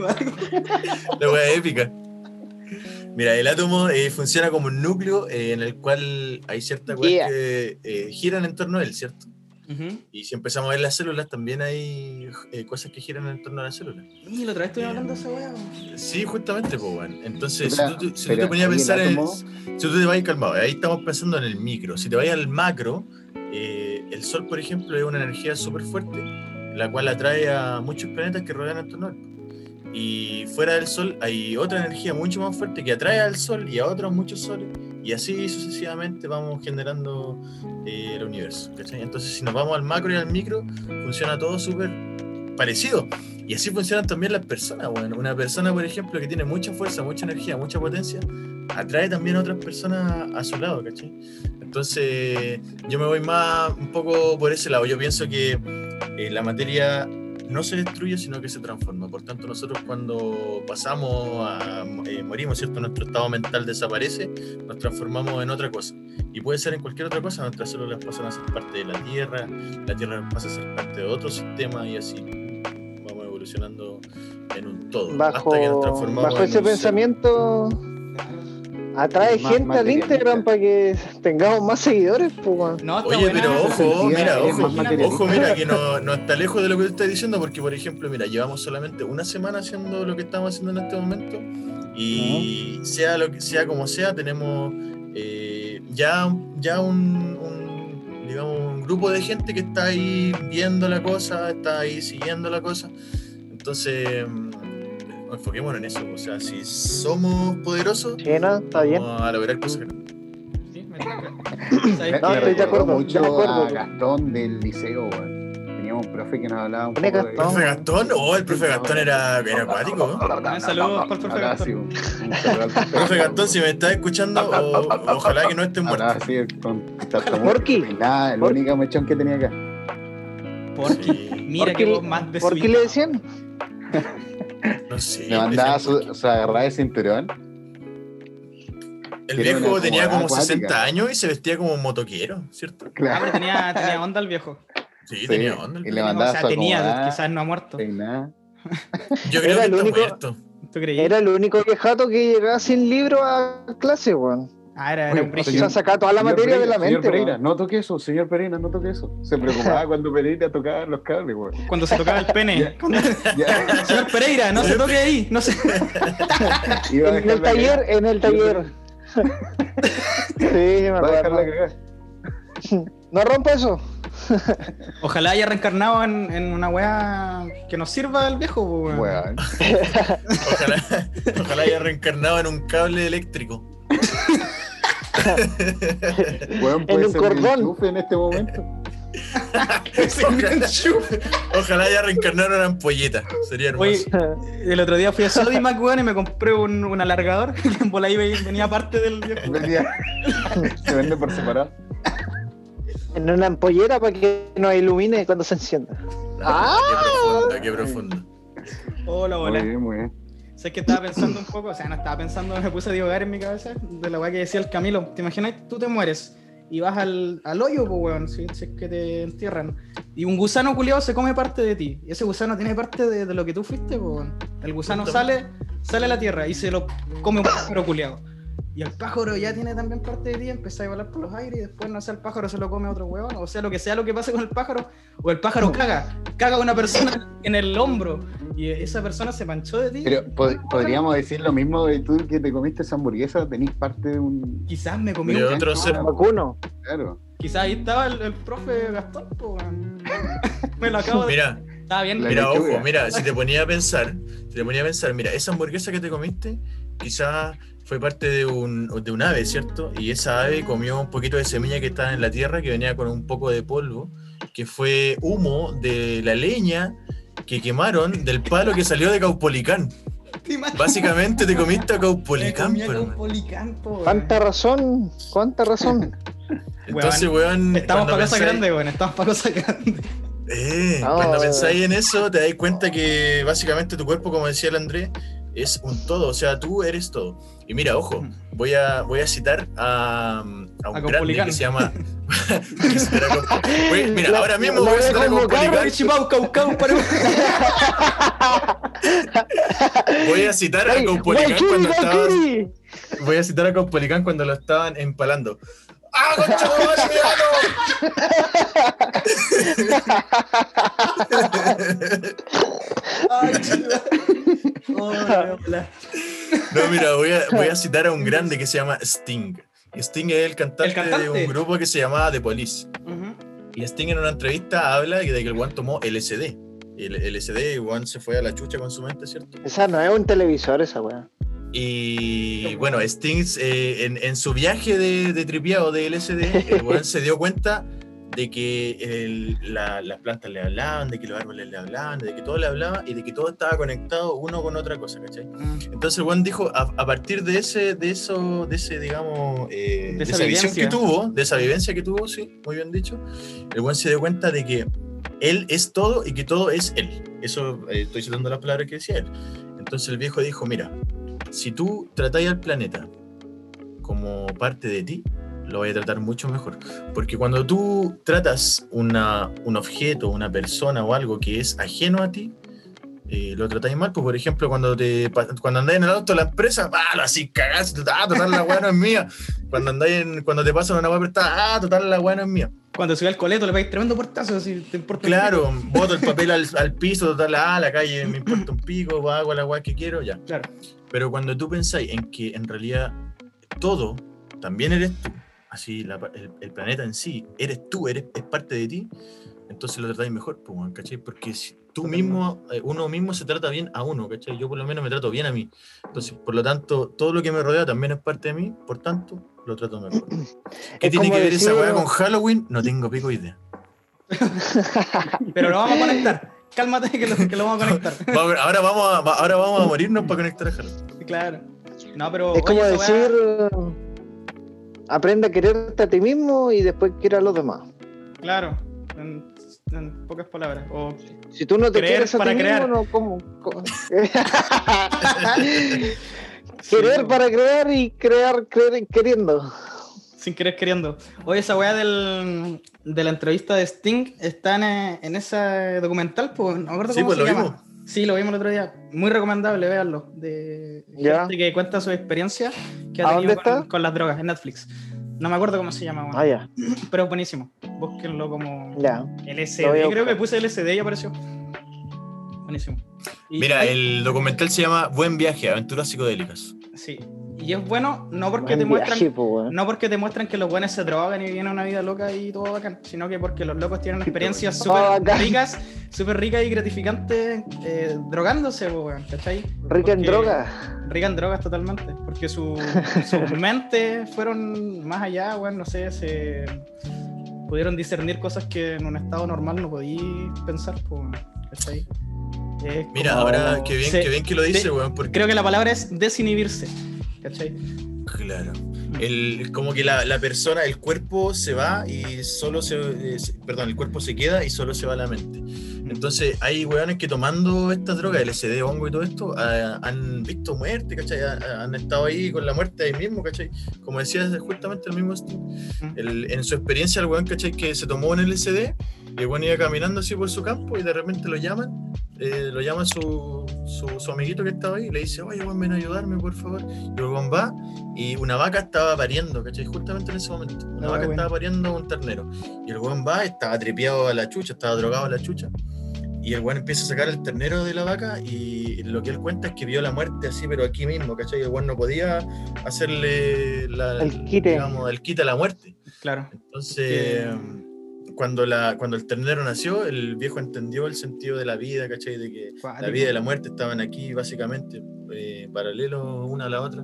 [SPEAKER 5] La wea épica. Mira, el átomo eh, funciona como un núcleo eh, en el cual hay ciertas weas
[SPEAKER 7] Yeah.
[SPEAKER 5] que eh, giran en torno a él, ¿cierto?
[SPEAKER 4] Ujú.
[SPEAKER 5] Y si empezamos a ver las células, también hay eh, cosas que giran en torno a las células.
[SPEAKER 4] Y la otra vez estuve hablando de esa weá.
[SPEAKER 5] Sí, justamente, pues, weón. Entonces, si
[SPEAKER 6] Espera,
[SPEAKER 5] tú, si tú te
[SPEAKER 6] espera,
[SPEAKER 5] ponías a
[SPEAKER 6] ahí el
[SPEAKER 5] pensar en.
[SPEAKER 6] átomo-
[SPEAKER 5] Si tú te vas calmado, ahí estamos pensando en el micro. Si te vas al macro, eh, el Sol, por ejemplo, es una energía súper fuerte, la cual atrae a muchos planetas que rodean a nuestro norte. Y fuera del Sol hay otra energía mucho más fuerte que atrae al Sol y a otros muchos soles. Y así sucesivamente vamos generando eh, el universo. ¿cachai? Entonces, si nos vamos al macro y al micro, funciona todo súper parecido. Y así funcionan también las personas. Bueno, una persona, por ejemplo, que tiene mucha fuerza, mucha energía, mucha potencia, atrae también a otras personas a su lado, ¿cachai? Entonces, yo me voy más un poco por ese lado. Yo pienso que eh, la materia no se destruye, sino que se transforma. Por tanto, nosotros cuando pasamos, a, eh, morimos, ¿cierto? Nuestro estado mental desaparece, nos transformamos en otra cosa. Y puede ser en cualquier otra cosa. Nuestras células pasan a ser parte de la Tierra, la Tierra pasa a ser parte de otro sistema y así vamos evolucionando en un todo.
[SPEAKER 7] Bajo,
[SPEAKER 5] hasta que nos transformamos
[SPEAKER 7] bajo
[SPEAKER 5] en
[SPEAKER 7] ese
[SPEAKER 5] un ser.
[SPEAKER 7] pensamiento, atrae
[SPEAKER 6] Más
[SPEAKER 7] gente al
[SPEAKER 6] materialista.
[SPEAKER 7] Instagram para que tengamos más seguidores, pues, weón.
[SPEAKER 4] No, está
[SPEAKER 5] Oye,
[SPEAKER 4] buena.
[SPEAKER 5] pero ojo,
[SPEAKER 6] Sentía,
[SPEAKER 5] mira,
[SPEAKER 6] eres
[SPEAKER 5] ojo,
[SPEAKER 6] más materialista.
[SPEAKER 5] ojo, mira, que no, no está lejos de lo que tú estás diciendo, porque por ejemplo, mira, llevamos solamente una semana haciendo lo que estamos haciendo en este momento, y sea lo que sea como sea, tenemos eh, ya, ya un, un, digamos, un grupo de gente que está ahí viendo la cosa, está ahí siguiendo la cosa. Entonces, mm, enfoquémonos en eso. O sea, si somos poderosos,
[SPEAKER 7] Sí, Eh, no, está bien.
[SPEAKER 5] vamos a lograr cosas.
[SPEAKER 4] Sí, me toca.
[SPEAKER 6] Me,
[SPEAKER 4] ¿Sabes
[SPEAKER 6] me
[SPEAKER 7] No,
[SPEAKER 4] qué?
[SPEAKER 7] estoy
[SPEAKER 6] recordó
[SPEAKER 7] de acuerdo,
[SPEAKER 6] mucho
[SPEAKER 7] de acuerdo.
[SPEAKER 6] a Gastón del liceo, weón. Teníamos un profe que nos hablaba un poco
[SPEAKER 7] Pone
[SPEAKER 6] de...
[SPEAKER 5] ¿El
[SPEAKER 7] Gastón.
[SPEAKER 5] profe Gastón? Oh, el profe Gastón era, era acuático. ¿no?
[SPEAKER 4] Ah, Saludos para el profe
[SPEAKER 6] Hablaba así,
[SPEAKER 4] Gastón.
[SPEAKER 6] un- un saludo al profe
[SPEAKER 5] Profe Gastón,
[SPEAKER 6] Gastón.
[SPEAKER 5] si me estás escuchando, o- ojalá que no estés
[SPEAKER 6] Hablaba
[SPEAKER 5] muerto.
[SPEAKER 6] así con tartamudo.
[SPEAKER 7] Porky.
[SPEAKER 6] Nada, el
[SPEAKER 7] Porky.
[SPEAKER 6] único mechón que tenía acá.
[SPEAKER 4] Porky.
[SPEAKER 5] Sí,
[SPEAKER 4] Mira que
[SPEAKER 7] Porky-
[SPEAKER 4] vos más de
[SPEAKER 7] ¿Por qué le decían?
[SPEAKER 5] no sé. pues,
[SPEAKER 6] Me mandaba
[SPEAKER 5] decía,
[SPEAKER 6] su, su agarrada de cinturón.
[SPEAKER 5] El
[SPEAKER 6] que era
[SPEAKER 5] viejo
[SPEAKER 6] una
[SPEAKER 5] tenía como
[SPEAKER 6] acuática.
[SPEAKER 5] 60 años y se vestía como motoquero, ¿cierto?
[SPEAKER 4] Ah, pero
[SPEAKER 6] Claro.
[SPEAKER 4] tenía, tenía onda el viejo.
[SPEAKER 5] Sí,
[SPEAKER 6] Sí,
[SPEAKER 5] tenía onda.
[SPEAKER 6] Y le mandaba
[SPEAKER 4] o sea,
[SPEAKER 6] su
[SPEAKER 4] tenía,
[SPEAKER 6] acomodada,
[SPEAKER 4] quizás no ha muerto.
[SPEAKER 6] peinada.
[SPEAKER 5] Yo creo
[SPEAKER 7] Era
[SPEAKER 5] que
[SPEAKER 7] el
[SPEAKER 5] está
[SPEAKER 7] único-
[SPEAKER 5] muerto.
[SPEAKER 4] ¿Tú creí?
[SPEAKER 7] Era el único quejato que llegaba sin libro a clase, weón.
[SPEAKER 4] Ah, era,
[SPEAKER 6] Oye,
[SPEAKER 4] era un
[SPEAKER 7] O
[SPEAKER 6] Sí.
[SPEAKER 4] brillo.
[SPEAKER 7] sea, sacaba toda la
[SPEAKER 6] Señor
[SPEAKER 7] materia de la
[SPEAKER 6] Pereira, señor
[SPEAKER 7] mente,
[SPEAKER 6] Pereira,
[SPEAKER 7] weón.
[SPEAKER 6] no toque eso, señor Pereira, no toque eso. Se preocupaba cuando Pereira tocaba los cables, weón.
[SPEAKER 4] Cuando se tocaba el pene. Cuando-
[SPEAKER 6] Ya,
[SPEAKER 4] Señor Pereira, no se toque ahí. No se...
[SPEAKER 6] iba a
[SPEAKER 7] En el
[SPEAKER 6] dejarla
[SPEAKER 7] taller,
[SPEAKER 6] cagar,
[SPEAKER 7] en el taller. Sí, me
[SPEAKER 6] iba a dejarla
[SPEAKER 7] acuerdo.
[SPEAKER 6] cagar.
[SPEAKER 7] No rompa eso.
[SPEAKER 4] Ojalá haya reencarnado en, en una weá que nos sirva el viejo. po, weón.
[SPEAKER 6] Weón.
[SPEAKER 5] Ojalá, ojalá haya reencarnado en un cable eléctrico.
[SPEAKER 6] Weón, puede
[SPEAKER 7] En un
[SPEAKER 6] ser mi
[SPEAKER 7] cordón.
[SPEAKER 6] enchufe en este momento.
[SPEAKER 5] Ojalá, ojalá haya reencarnado en una ampolleta. Sería
[SPEAKER 4] Oye,
[SPEAKER 5] hermoso.
[SPEAKER 4] el otro día fui a Sodimac, weón, y me compré un, un alargador. que Por ahí ve- venía parte del viejo.
[SPEAKER 6] Venía- Se vende por separado.
[SPEAKER 7] En una ampollera para que nos ilumine cuando se encienda. Ah.
[SPEAKER 5] Qué profundo, qué profundo.
[SPEAKER 4] Hola,
[SPEAKER 6] Muy
[SPEAKER 4] hola.
[SPEAKER 6] bien, muy bien.
[SPEAKER 4] Sé que estaba pensando un poco, o sea, no estaba pensando, me puse a divagar en mi cabeza de la weá que decía el Camilo. ¿Te imaginas? Tú te mueres y vas al, al hoyo, pues, weón, si, si es que te entierran. Y un gusano culiado se come parte de ti. Y ese gusano tiene parte de, de lo que tú fuiste, pues, weón. El gusano sale, sale a la tierra y se lo come un pájaro culiado. Y el pájaro ya tiene también parte de ti, empieza a volar por los aires y después, no sé, el pájaro se lo come otro huevón. O sea, lo que sea lo que pase con el pájaro, o el pájaro caga, caga a una persona en el hombro y esa persona se manchó de ti.
[SPEAKER 6] Pero pod- podríamos decir lo mismo de tú que te comiste esa hamburguesa, tenés parte de un.
[SPEAKER 4] Quizás me comí
[SPEAKER 5] De
[SPEAKER 4] un...
[SPEAKER 5] otro ser.
[SPEAKER 7] Vacuno.
[SPEAKER 6] Claro.
[SPEAKER 4] Quizás ahí estaba el, el profe Gastón, po, weón. Me lo acabo de...
[SPEAKER 5] Mira,
[SPEAKER 4] Estaba bien.
[SPEAKER 6] La
[SPEAKER 5] mira,
[SPEAKER 6] lechuga.
[SPEAKER 5] ojo, mira, si te ponía a pensar, si te ponía a pensar, mira, esa hamburguesa que te comiste, quizás fue parte de un, de un ave, ¿cierto? Y esa ave comió un poquito de semilla que estaba en la tierra, que venía con un poco de polvo, que fue humo de la leña que quemaron del palo que salió de Caupolicán.
[SPEAKER 4] ¿Te imaginas?
[SPEAKER 5] Básicamente te comiste a
[SPEAKER 4] Me
[SPEAKER 5] Caupolicán,
[SPEAKER 4] comí a
[SPEAKER 5] pero...
[SPEAKER 4] Caupolicán, po, weón.
[SPEAKER 7] ¿Cuánta razón? ¿Cuánta razón?
[SPEAKER 5] Entonces, weón,
[SPEAKER 4] Estamos
[SPEAKER 5] cuando
[SPEAKER 4] para cosas
[SPEAKER 5] pensáis-
[SPEAKER 4] grandes, weón. Estamos para cosas grandes.
[SPEAKER 5] Eh,
[SPEAKER 7] No.
[SPEAKER 5] Cuando pensáis en eso, te dais cuenta que básicamente tu cuerpo, como decía el André, es un todo, o sea, tú eres todo. Y mira, ojo,
[SPEAKER 4] Mm.
[SPEAKER 5] voy a, voy a citar a, a un grande
[SPEAKER 4] Caupolicán.
[SPEAKER 5] que se llama... que se llama Caupolicán. Voy- mira,
[SPEAKER 7] La-
[SPEAKER 5] ahora mismo voy a
[SPEAKER 7] la voy a
[SPEAKER 5] citar a
[SPEAKER 7] convocar,
[SPEAKER 4] Caupolicán,
[SPEAKER 5] Caupolicán.
[SPEAKER 4] chipau, caucau, para...
[SPEAKER 5] Voy a citar a
[SPEAKER 7] ¡Ey,
[SPEAKER 5] Caupolicán
[SPEAKER 7] Valkyrie,
[SPEAKER 5] cuando estaban...
[SPEAKER 7] Valkyrie!
[SPEAKER 5] Voy a citar a Caupolicán cuando lo estaban empalando. ¡Ah, concha, tu madre, mi ano!
[SPEAKER 4] Ay, chula. Oh, hola.
[SPEAKER 5] No, mira, voy a, voy a citar a un grande que se llama Sting. Sting es el cantante,
[SPEAKER 4] ¿El cantante?
[SPEAKER 5] de un grupo que se llamaba The Police.
[SPEAKER 4] Ujú.
[SPEAKER 5] Y Sting en una entrevista habla de que el Juan tomó LSD. El LSD, Juan se fue a la chucha con su mente, ¿cierto?
[SPEAKER 7] Esa no es un televisor, esa weá.
[SPEAKER 5] Y bueno, Sting eh, en, en su viaje de, de tripiado de LSD, el weón se dio cuenta de que el- la- las plantas le hablaban, de que los árboles le hablaban, de que todo le hablaba y de que todo estaba conectado uno con otra cosa, ¿cachai? Entonces el weón dijo, a, a partir de ese, de eso, de ese, digamos, eh,
[SPEAKER 4] De
[SPEAKER 5] de
[SPEAKER 4] esa
[SPEAKER 5] esa, visión
[SPEAKER 4] vivencia.
[SPEAKER 5] que tuvo, de esa vivencia que tuvo, sí, muy bien dicho, el weón se dio cuenta de que él es todo y que todo es él. Eso eh, estoy citando las palabras que decía él. Entonces el viejo dijo, mira, si tú tratáis al planeta como parte de ti, lo vais a tratar mucho mejor. Porque cuando tú tratas una, un objeto, una persona o algo que es ajeno a ti, eh, lo tratáis mal. Pues, por ejemplo, cuando, te, pa- cuando andáis en el auto de la empresa, ah, lo así cagás, ah, total, la weá no es mía. Cuando, andáis en- cuando te pasan una weá prestada, ah, total, la weá no es mía.
[SPEAKER 4] Cuando subí al coleto le pegáis tremendo portazo, así te importa. un
[SPEAKER 5] Claro, boto el papel al, al piso, total, ah, la calle me importa un pico, hago la weá que quiero, ya.
[SPEAKER 4] pico. Claro.
[SPEAKER 5] Pero cuando tú pensáis en que en realidad todo también eres tú, así la pa- el, el planeta en sí, eres tú, eres, es parte de ti, entonces lo tratáis mejor, pues, weón, ¿cachai? Porque si tú mismo, eh, uno mismo se trata bien a uno, ¿cachai? Yo por lo menos me trato bien a mí. Entonces, por lo tanto, todo lo que me rodea también es parte de mí, por tanto, lo trato mejor. ¿Qué
[SPEAKER 7] Es
[SPEAKER 5] tiene
[SPEAKER 7] como
[SPEAKER 5] que ver esa
[SPEAKER 7] decir-
[SPEAKER 5] weá con Halloween? No tengo pico idea.
[SPEAKER 4] Pero lo vamos a conectar. Cálmate que lo, que lo vamos a conectar.
[SPEAKER 5] Vamos a ver, ahora, vamos a, va- ahora vamos a morirnos para conectar a Halloween.
[SPEAKER 4] Claro. No, pero.
[SPEAKER 7] es como
[SPEAKER 4] oye, esa weá-
[SPEAKER 7] decir. Aprende a quererte a ti mismo y después quiera a los demás.
[SPEAKER 4] Claro. En, en pocas palabras. O
[SPEAKER 7] Si tú no te
[SPEAKER 4] Creer
[SPEAKER 7] quieres a
[SPEAKER 4] para
[SPEAKER 7] ti
[SPEAKER 4] crear.
[SPEAKER 7] mismo, no, ¿cómo? ¿Cómo? Querer para crear y crear, creer queriendo.
[SPEAKER 4] sin querer queriendo. Oye, esa weá del, de la entrevista de Sting está en, eh, en ese documental, pues no me acuerdo
[SPEAKER 5] Sí,
[SPEAKER 4] cómo
[SPEAKER 5] pues
[SPEAKER 4] se
[SPEAKER 5] lo
[SPEAKER 4] llama.
[SPEAKER 5] vimos.
[SPEAKER 4] Sí, lo vimos el otro día. Muy recomendable, véanlo. De
[SPEAKER 7] Ya.
[SPEAKER 4] gente que cuenta su experiencia que
[SPEAKER 7] ¿A
[SPEAKER 4] ha tenido
[SPEAKER 7] dónde
[SPEAKER 4] con,
[SPEAKER 7] está?
[SPEAKER 4] con las drogas en Netflix. No me acuerdo cómo se llama, weón,
[SPEAKER 7] Ah, ya,
[SPEAKER 4] pero es buenísimo. Búsquenlo como
[SPEAKER 7] ya. Lo voy a
[SPEAKER 4] LSD. Creo que
[SPEAKER 7] buscar.
[SPEAKER 4] puse LSD y apareció. Buenísimo. Y-
[SPEAKER 5] Mira,
[SPEAKER 4] ay,
[SPEAKER 5] el documental se llama Buen viaje, aventuras psicodélicas.
[SPEAKER 4] Sí. Y es bueno, no porque
[SPEAKER 7] Buen
[SPEAKER 4] te muestran
[SPEAKER 7] viaje, po, weón.
[SPEAKER 4] No porque te muestran que los buenos se drogan y viven una vida loca y todo bacán, sino que porque los locos tienen experiencias
[SPEAKER 7] Todo
[SPEAKER 4] súper
[SPEAKER 7] bacán.
[SPEAKER 4] ricas, súper ricas y gratificantes eh, drogándose, po, weón, ¿cachai?
[SPEAKER 7] Rica en
[SPEAKER 4] Porque-
[SPEAKER 7] droga.
[SPEAKER 4] Rica en drogas totalmente, porque su- sus mentes fueron más allá, weón, no sé, se pudieron discernir cosas que en un estado normal no podí pensar, po, weón, ¿cachai? Es
[SPEAKER 5] Mira,
[SPEAKER 4] como-
[SPEAKER 5] ahora qué bien,
[SPEAKER 4] se-
[SPEAKER 5] qué bien que lo dice,
[SPEAKER 4] de-
[SPEAKER 5] weón, porque
[SPEAKER 4] Creo que la palabra es desinhibirse, ¿cachai?
[SPEAKER 5] claro. El, como que la, la persona, el cuerpo se va y solo se, eh, se- Perdón, el cuerpo se queda y solo se va la mente. Entonces, hay weones que tomando esta droga, LSD, hongo y todo esto, ah, han visto muerte, ¿cachai? Ah, ah, Han estado ahí con la muerte ahí mismo, ¿cachai? Como decías justamente el mismo Steve,
[SPEAKER 4] Mm.
[SPEAKER 5] el- en su experiencia, el weón, ¿cachai? Que se tomó un LSD y el weón iba caminando así por su campo y de repente lo llaman, eh, lo llama su, su, su amiguito que estaba ahí y le dice, oye, weón, ven a ayudarme, por favor. Y el weón va y una vaca estaba pariendo, ¿cachai? Justamente en ese momento, una
[SPEAKER 4] Ah,
[SPEAKER 5] vaca
[SPEAKER 4] bueno.
[SPEAKER 5] estaba pariendo un ternero. Y el weón va, estaba tripeado a la chucha, estaba drogado a la chucha. Y el weón empieza a sacar el ternero de la vaca y lo que él cuenta es que vio la muerte así, pero aquí mismo, ¿cachai? El weón no podía hacerle la,
[SPEAKER 7] El quite.
[SPEAKER 5] digamos, el quite a la muerte.
[SPEAKER 4] Claro.
[SPEAKER 5] Entonces, cuando, la, cuando el ternero nació, el viejo entendió el sentido de la vida, ¿cachai? De que la
[SPEAKER 4] Cuático.
[SPEAKER 5] vida y la muerte estaban aquí básicamente eh, paralelo una a la otra.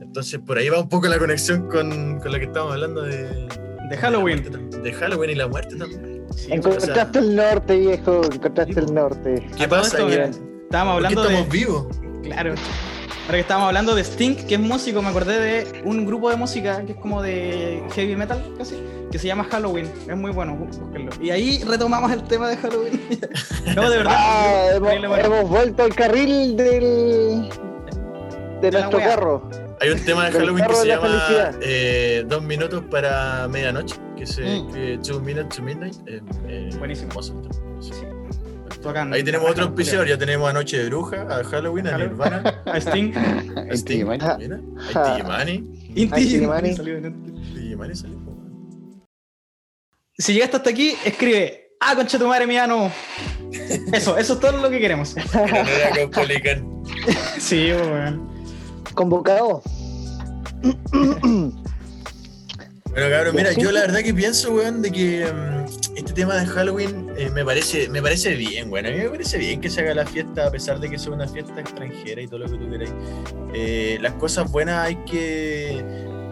[SPEAKER 5] Entonces, por ahí va un poco la conexión con, con la que estábamos hablando de, la
[SPEAKER 4] Halloween.
[SPEAKER 5] muerte tam- De Halloween y la muerte también.
[SPEAKER 4] Sí,
[SPEAKER 5] Enco-
[SPEAKER 4] pues,
[SPEAKER 7] Encontraste el norte, viejo. Encontraste el norte.
[SPEAKER 5] ¿Qué
[SPEAKER 4] a todo
[SPEAKER 5] pasa?
[SPEAKER 4] esto,
[SPEAKER 5] ¿Qué-
[SPEAKER 4] mira,
[SPEAKER 5] por
[SPEAKER 4] Estábamos
[SPEAKER 5] qué
[SPEAKER 4] hablando
[SPEAKER 5] estamos
[SPEAKER 4] de.
[SPEAKER 5] vivos?
[SPEAKER 4] Claro. Ahora que estábamos hablando de Stink, que es músico, me acordé de un grupo de música que es como de heavy metal, casi, que se llama Halloween. Es muy bueno, bú- búsquenlo. Y ahí retomamos el tema de Halloween. no, de verdad.
[SPEAKER 7] Ah, hemos,
[SPEAKER 4] Increíble, bueno.
[SPEAKER 7] hemos vuelto al carril del. de
[SPEAKER 4] la
[SPEAKER 7] nuestro
[SPEAKER 4] wea.
[SPEAKER 7] carro.
[SPEAKER 5] Hay un tema de
[SPEAKER 7] Del
[SPEAKER 5] Halloween que
[SPEAKER 7] carro
[SPEAKER 5] se
[SPEAKER 7] de la
[SPEAKER 5] llama
[SPEAKER 7] felicidad.
[SPEAKER 5] eh, Dos minutos para medianoche, que se
[SPEAKER 4] Mm.
[SPEAKER 5] que Two Minutes to Midnight. eh, eh,
[SPEAKER 4] Buenísimo.
[SPEAKER 5] hermoso el tema, sí.
[SPEAKER 4] Sí. Bacán.
[SPEAKER 5] Ahí tenemos otro
[SPEAKER 4] Bacán,
[SPEAKER 5] auspiciador, ya tenemos a Noche de Bruja, a Halloween, a
[SPEAKER 4] Halloween.
[SPEAKER 5] Nirvana,
[SPEAKER 4] A Stink.
[SPEAKER 5] a
[SPEAKER 6] En
[SPEAKER 5] Sting,
[SPEAKER 6] Digimon.
[SPEAKER 5] mira, a Digimani,
[SPEAKER 4] Inti.
[SPEAKER 7] Digimani.
[SPEAKER 4] Salió de Netflix.
[SPEAKER 5] Digimani salió, po, weón.
[SPEAKER 4] Si llegaste hasta aquí, escribe. Ah, concha tu madre, mi ano". Eso, eso es todo lo que queremos.
[SPEAKER 5] Pero no era Caupolicán.
[SPEAKER 4] Sí,
[SPEAKER 5] pues,
[SPEAKER 4] bueno.
[SPEAKER 7] Convocado.
[SPEAKER 5] Bueno, cabrón, mira, yo la verdad que pienso, weón, de que mm, este tema de Halloween eh, me, parece, me parece bien, weón. A mí me parece bien que se haga la fiesta, a pesar de que sea una fiesta extranjera y todo lo que tú queráis. Eh, las cosas buenas hay que,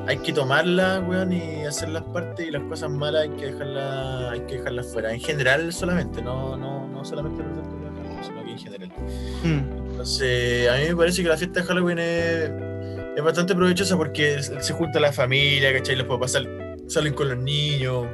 [SPEAKER 5] hay que tomarlas, weón, y hacerlas parte, y las cosas malas hay que dejarlas, hay que dejarlas fuera. En general solamente, no, no, no solamente por ejemplo, de Halloween, sino que en general.
[SPEAKER 4] Mm,
[SPEAKER 5] Entonces, a mí me parece que la fiesta de Halloween es, es bastante provechosa porque se se junta la familia, ¿cachai? Los papás sal- salen con los niños.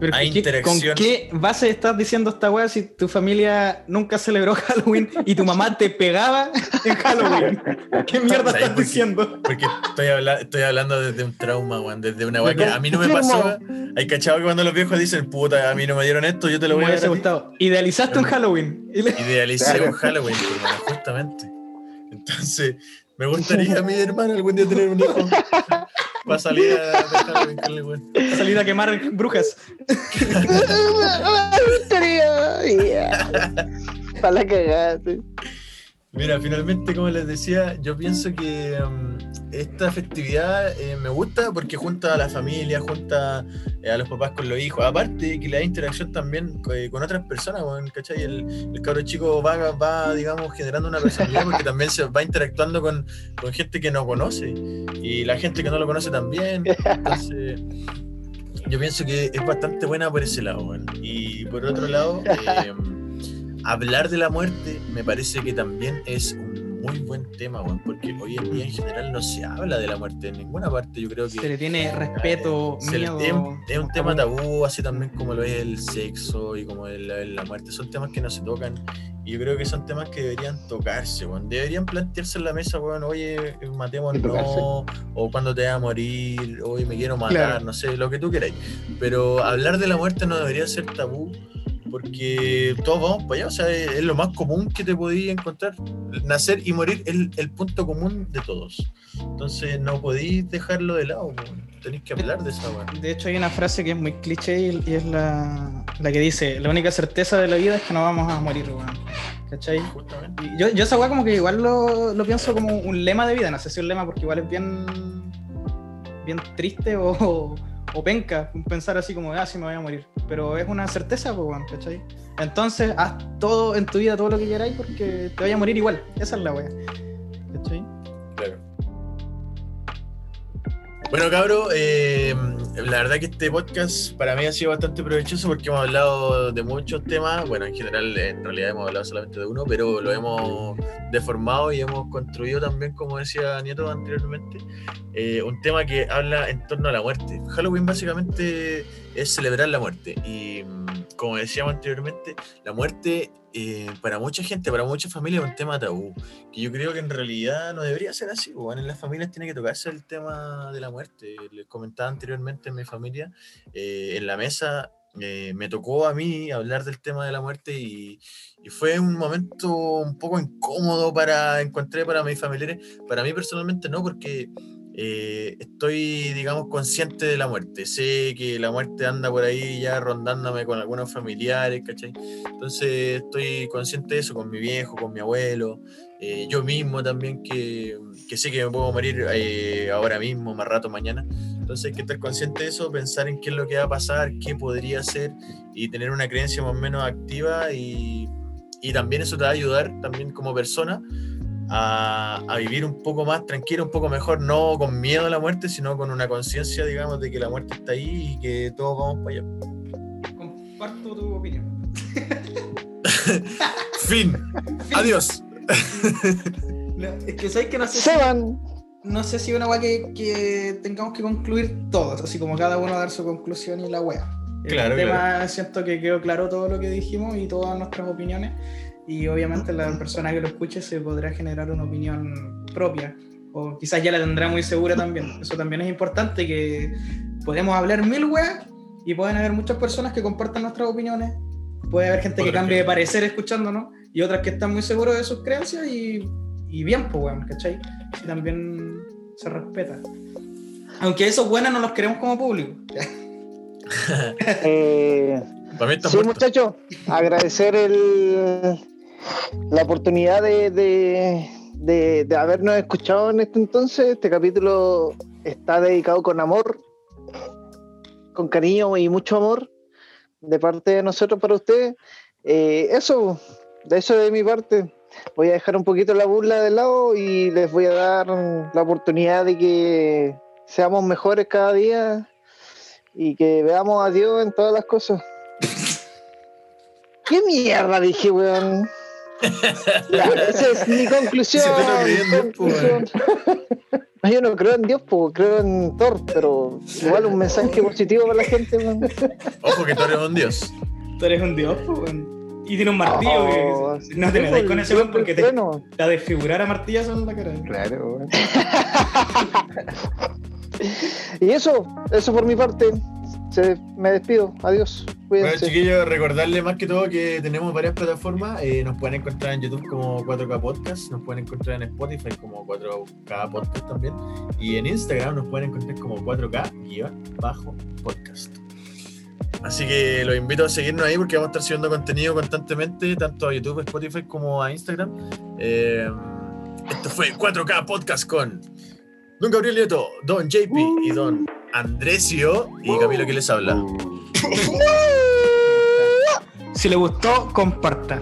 [SPEAKER 4] Pero
[SPEAKER 5] Hay
[SPEAKER 4] ¿qué- ¿Con
[SPEAKER 5] interacción.
[SPEAKER 4] qué base estás diciendo esta weá si tu familia nunca celebró Halloween y tu mamá te pegaba en Halloween? ¿Qué mierda
[SPEAKER 5] ¿Sabes
[SPEAKER 4] estás
[SPEAKER 5] por qué?
[SPEAKER 4] diciendo?
[SPEAKER 5] Porque estoy, habla- estoy hablando desde un trauma, weón, desde una weá que a mí no me
[SPEAKER 7] Confirmo.
[SPEAKER 5] pasó. Hay cachado que cuando los viejos dicen, puta, a mí no me dieron esto, yo te lo
[SPEAKER 4] Me
[SPEAKER 5] voy a
[SPEAKER 4] hubiese
[SPEAKER 5] dar. a ti". Em.
[SPEAKER 4] gustado. Idealizaste un Halloween. Y le-
[SPEAKER 5] Idealicé
[SPEAKER 6] Claro.
[SPEAKER 5] un Halloween, hermano, justamente. Entonces, me gustaría a mi hermano algún día tener un hijo. Para salir a de Halloween con el weón.
[SPEAKER 4] Salir a quemar brujas.
[SPEAKER 7] Para la cagada. sí.
[SPEAKER 5] Mira, finalmente, como les decía, yo pienso que mm, esta festividad eh, me gusta porque junta a la familia, junta eh, a los papás con los hijos. Aparte que le da interacción también eh, con otras personas, weón, ¿cachai? El, el cabro chico va, va, digamos, generando una personalidad porque también se va interactuando con, con gente que no conoce y la gente que no lo conoce también. Entonces, yo pienso que es bastante buena por ese lado, weón. Y por otro lado, em, hablar de la muerte me parece que también es un muy buen tema, weón, porque hoy en día en general no se habla de la muerte en ninguna parte. Yo creo que
[SPEAKER 4] Se le tiene respeto,
[SPEAKER 5] se le-
[SPEAKER 4] miedo.
[SPEAKER 5] es un, es un tema tabú, así también como lo es el sexo y como el- la, la muerte. Son temas que no se tocan y yo creo que son temas que deberían tocarse, weón. Deberían plantearse en la mesa, weón, oye,
[SPEAKER 6] tocarse.
[SPEAKER 5] matémonos, o cuando te vas a morir, hoy me quiero matar,
[SPEAKER 4] Claro.
[SPEAKER 5] no sé, lo que tú queráis. Pero hablar de la muerte no debería ser tabú. Porque todos vamos para allá, o sea, es, es lo más común que te podías encontrar. Nacer y morir es el, el punto común de todos. Entonces no podéis dejarlo de lado, weón. tenéis que hablar de esa weón.
[SPEAKER 4] De hecho, hay una frase que es muy cliché y, y es la, la que dice: La única certeza de la vida es que no vamos a morir, weón". ¿Cachai?
[SPEAKER 5] Justamente.
[SPEAKER 4] Y Yo, yo esa weá como que igual lo, lo pienso como un lema de vida, no sé si un lema porque igual es bien, bien triste o, o, penca pensar así como, ah, sí me voy a morir, pero es una certeza, pues, weón, ¿cachai? Entonces haz todo en tu vida, todo lo que queráis porque te voy a morir igual, esa es la weá, ¿cachai?
[SPEAKER 5] Claro. Bueno, cabro, eh, la verdad que este podcast para mí ha sido bastante provechoso porque hemos hablado de muchos temas. Bueno, en general, en realidad hemos hablado solamente de uno, pero lo hemos deformado y hemos construido también, como decía Nieto anteriormente, eh, un tema que habla en torno a la muerte. Halloween básicamente es celebrar la muerte. Y mm, como decíamos anteriormente, la muerte eh, para mucha gente, para muchas familias es un tema tabú. Que yo creo que en realidad no debería ser así. weón. en las familias tiene que tocarse el tema de la muerte. Les comentaba anteriormente en mi familia, eh, en la mesa. eh, me tocó a mí hablar del tema de la muerte y, y fue un momento un poco incómodo para encontré para mis familiares para mí personalmente no, porque eh, estoy, digamos, consciente de la muerte. Sé que la muerte anda por ahí ya rondándome con algunos familiares, ¿cachai? Entonces estoy consciente de eso con mi viejo, con mi abuelo, eh, yo mismo también, que, que sé que me puedo morir eh, ahora mismo, más rato, mañana. Entonces hay que estar consciente de eso, pensar en qué es lo que va a pasar, qué podría ser y tener una creencia más o menos activa y, y también eso te va a ayudar también como persona a, a vivir un poco más tranquilo, un poco mejor, no con miedo a la muerte, sino con una conciencia, digamos, de que la muerte está ahí y que todos vamos para allá.
[SPEAKER 4] Comparto tu opinión.
[SPEAKER 5] Fin. Adiós.
[SPEAKER 4] No, es que sabes que no sé si-
[SPEAKER 7] Se van.
[SPEAKER 4] no sé si es una weá que, que tengamos que concluir todos, así como cada uno dar su conclusión y la weá.
[SPEAKER 5] Claro,
[SPEAKER 4] El tema, siento que quedó claro todo lo que dijimos y todas nuestras opiniones. Y obviamente la persona que lo escuche se podrá generar una opinión propia. O quizás ya la tendrá muy segura también. Eso también es importante, que podemos hablar mil weas y pueden haber muchas personas que compartan nuestras opiniones. Puede haber gente que
[SPEAKER 5] Podrá
[SPEAKER 4] cambie
[SPEAKER 5] que-
[SPEAKER 4] de parecer escuchándonos y otras que están muy seguros de sus creencias y, y bien, pues weón, ¿cachai? Y también se respeta. Aunque esos buenos no los queremos como público.
[SPEAKER 7] Eh,
[SPEAKER 5] Para mí está
[SPEAKER 7] sí,
[SPEAKER 5] muerto.
[SPEAKER 7] muchachos, agradecer el, la oportunidad de, de- de- de habernos escuchado en este entonces. Este capítulo está dedicado con amor, con cariño y mucho amor de parte de nosotros para ustedes. Eh, eso, de eso de mi parte. Voy a dejar un poquito la burla de lado y les voy a dar la oportunidad de que seamos mejores cada día y que veamos a Dios en todas las cosas. ¿Qué mierda dije, weón? Ya, esa es mi conclusión.
[SPEAKER 5] Se está creyendo,
[SPEAKER 7] mi
[SPEAKER 4] pues,
[SPEAKER 5] po, weón.
[SPEAKER 7] conclusión. No, yo no creo en Dios, po, creo en Thor, pero igual un mensaje positivo para la gente, weón.
[SPEAKER 5] Ojo que tú eres un dios.
[SPEAKER 4] Tú eres un dios, pues, weón. Y tiene un martillo.
[SPEAKER 7] Oh,
[SPEAKER 4] que- no te
[SPEAKER 7] sí,
[SPEAKER 4] metáis
[SPEAKER 7] po,
[SPEAKER 4] con ese weón porque te, te
[SPEAKER 7] bueno,
[SPEAKER 4] va a desfigurar a martillazo en la cara.
[SPEAKER 6] Claro, weón.
[SPEAKER 7] Y eso, eso por mi parte. Se- me despido. Adiós.
[SPEAKER 5] Bueno,
[SPEAKER 7] Cuídense.
[SPEAKER 5] chiquillos, recordarles más que todo que tenemos varias plataformas. eh, nos pueden encontrar en YouTube como 4K Podcast, nos pueden encontrar en Spotify como 4K Podcast también. Y en Instagram nos pueden encontrar como 4K-podcast. Así que los invito a seguirnos ahí porque vamos a estar subiendo contenido constantemente, tanto a YouTube, Spotify como a Instagram. Eh, esto fue 4K Podcast con Don Gabriel Lieto, Don JP y Don Andresio y Camilo que les habla.
[SPEAKER 4] Si le gustó, comparta.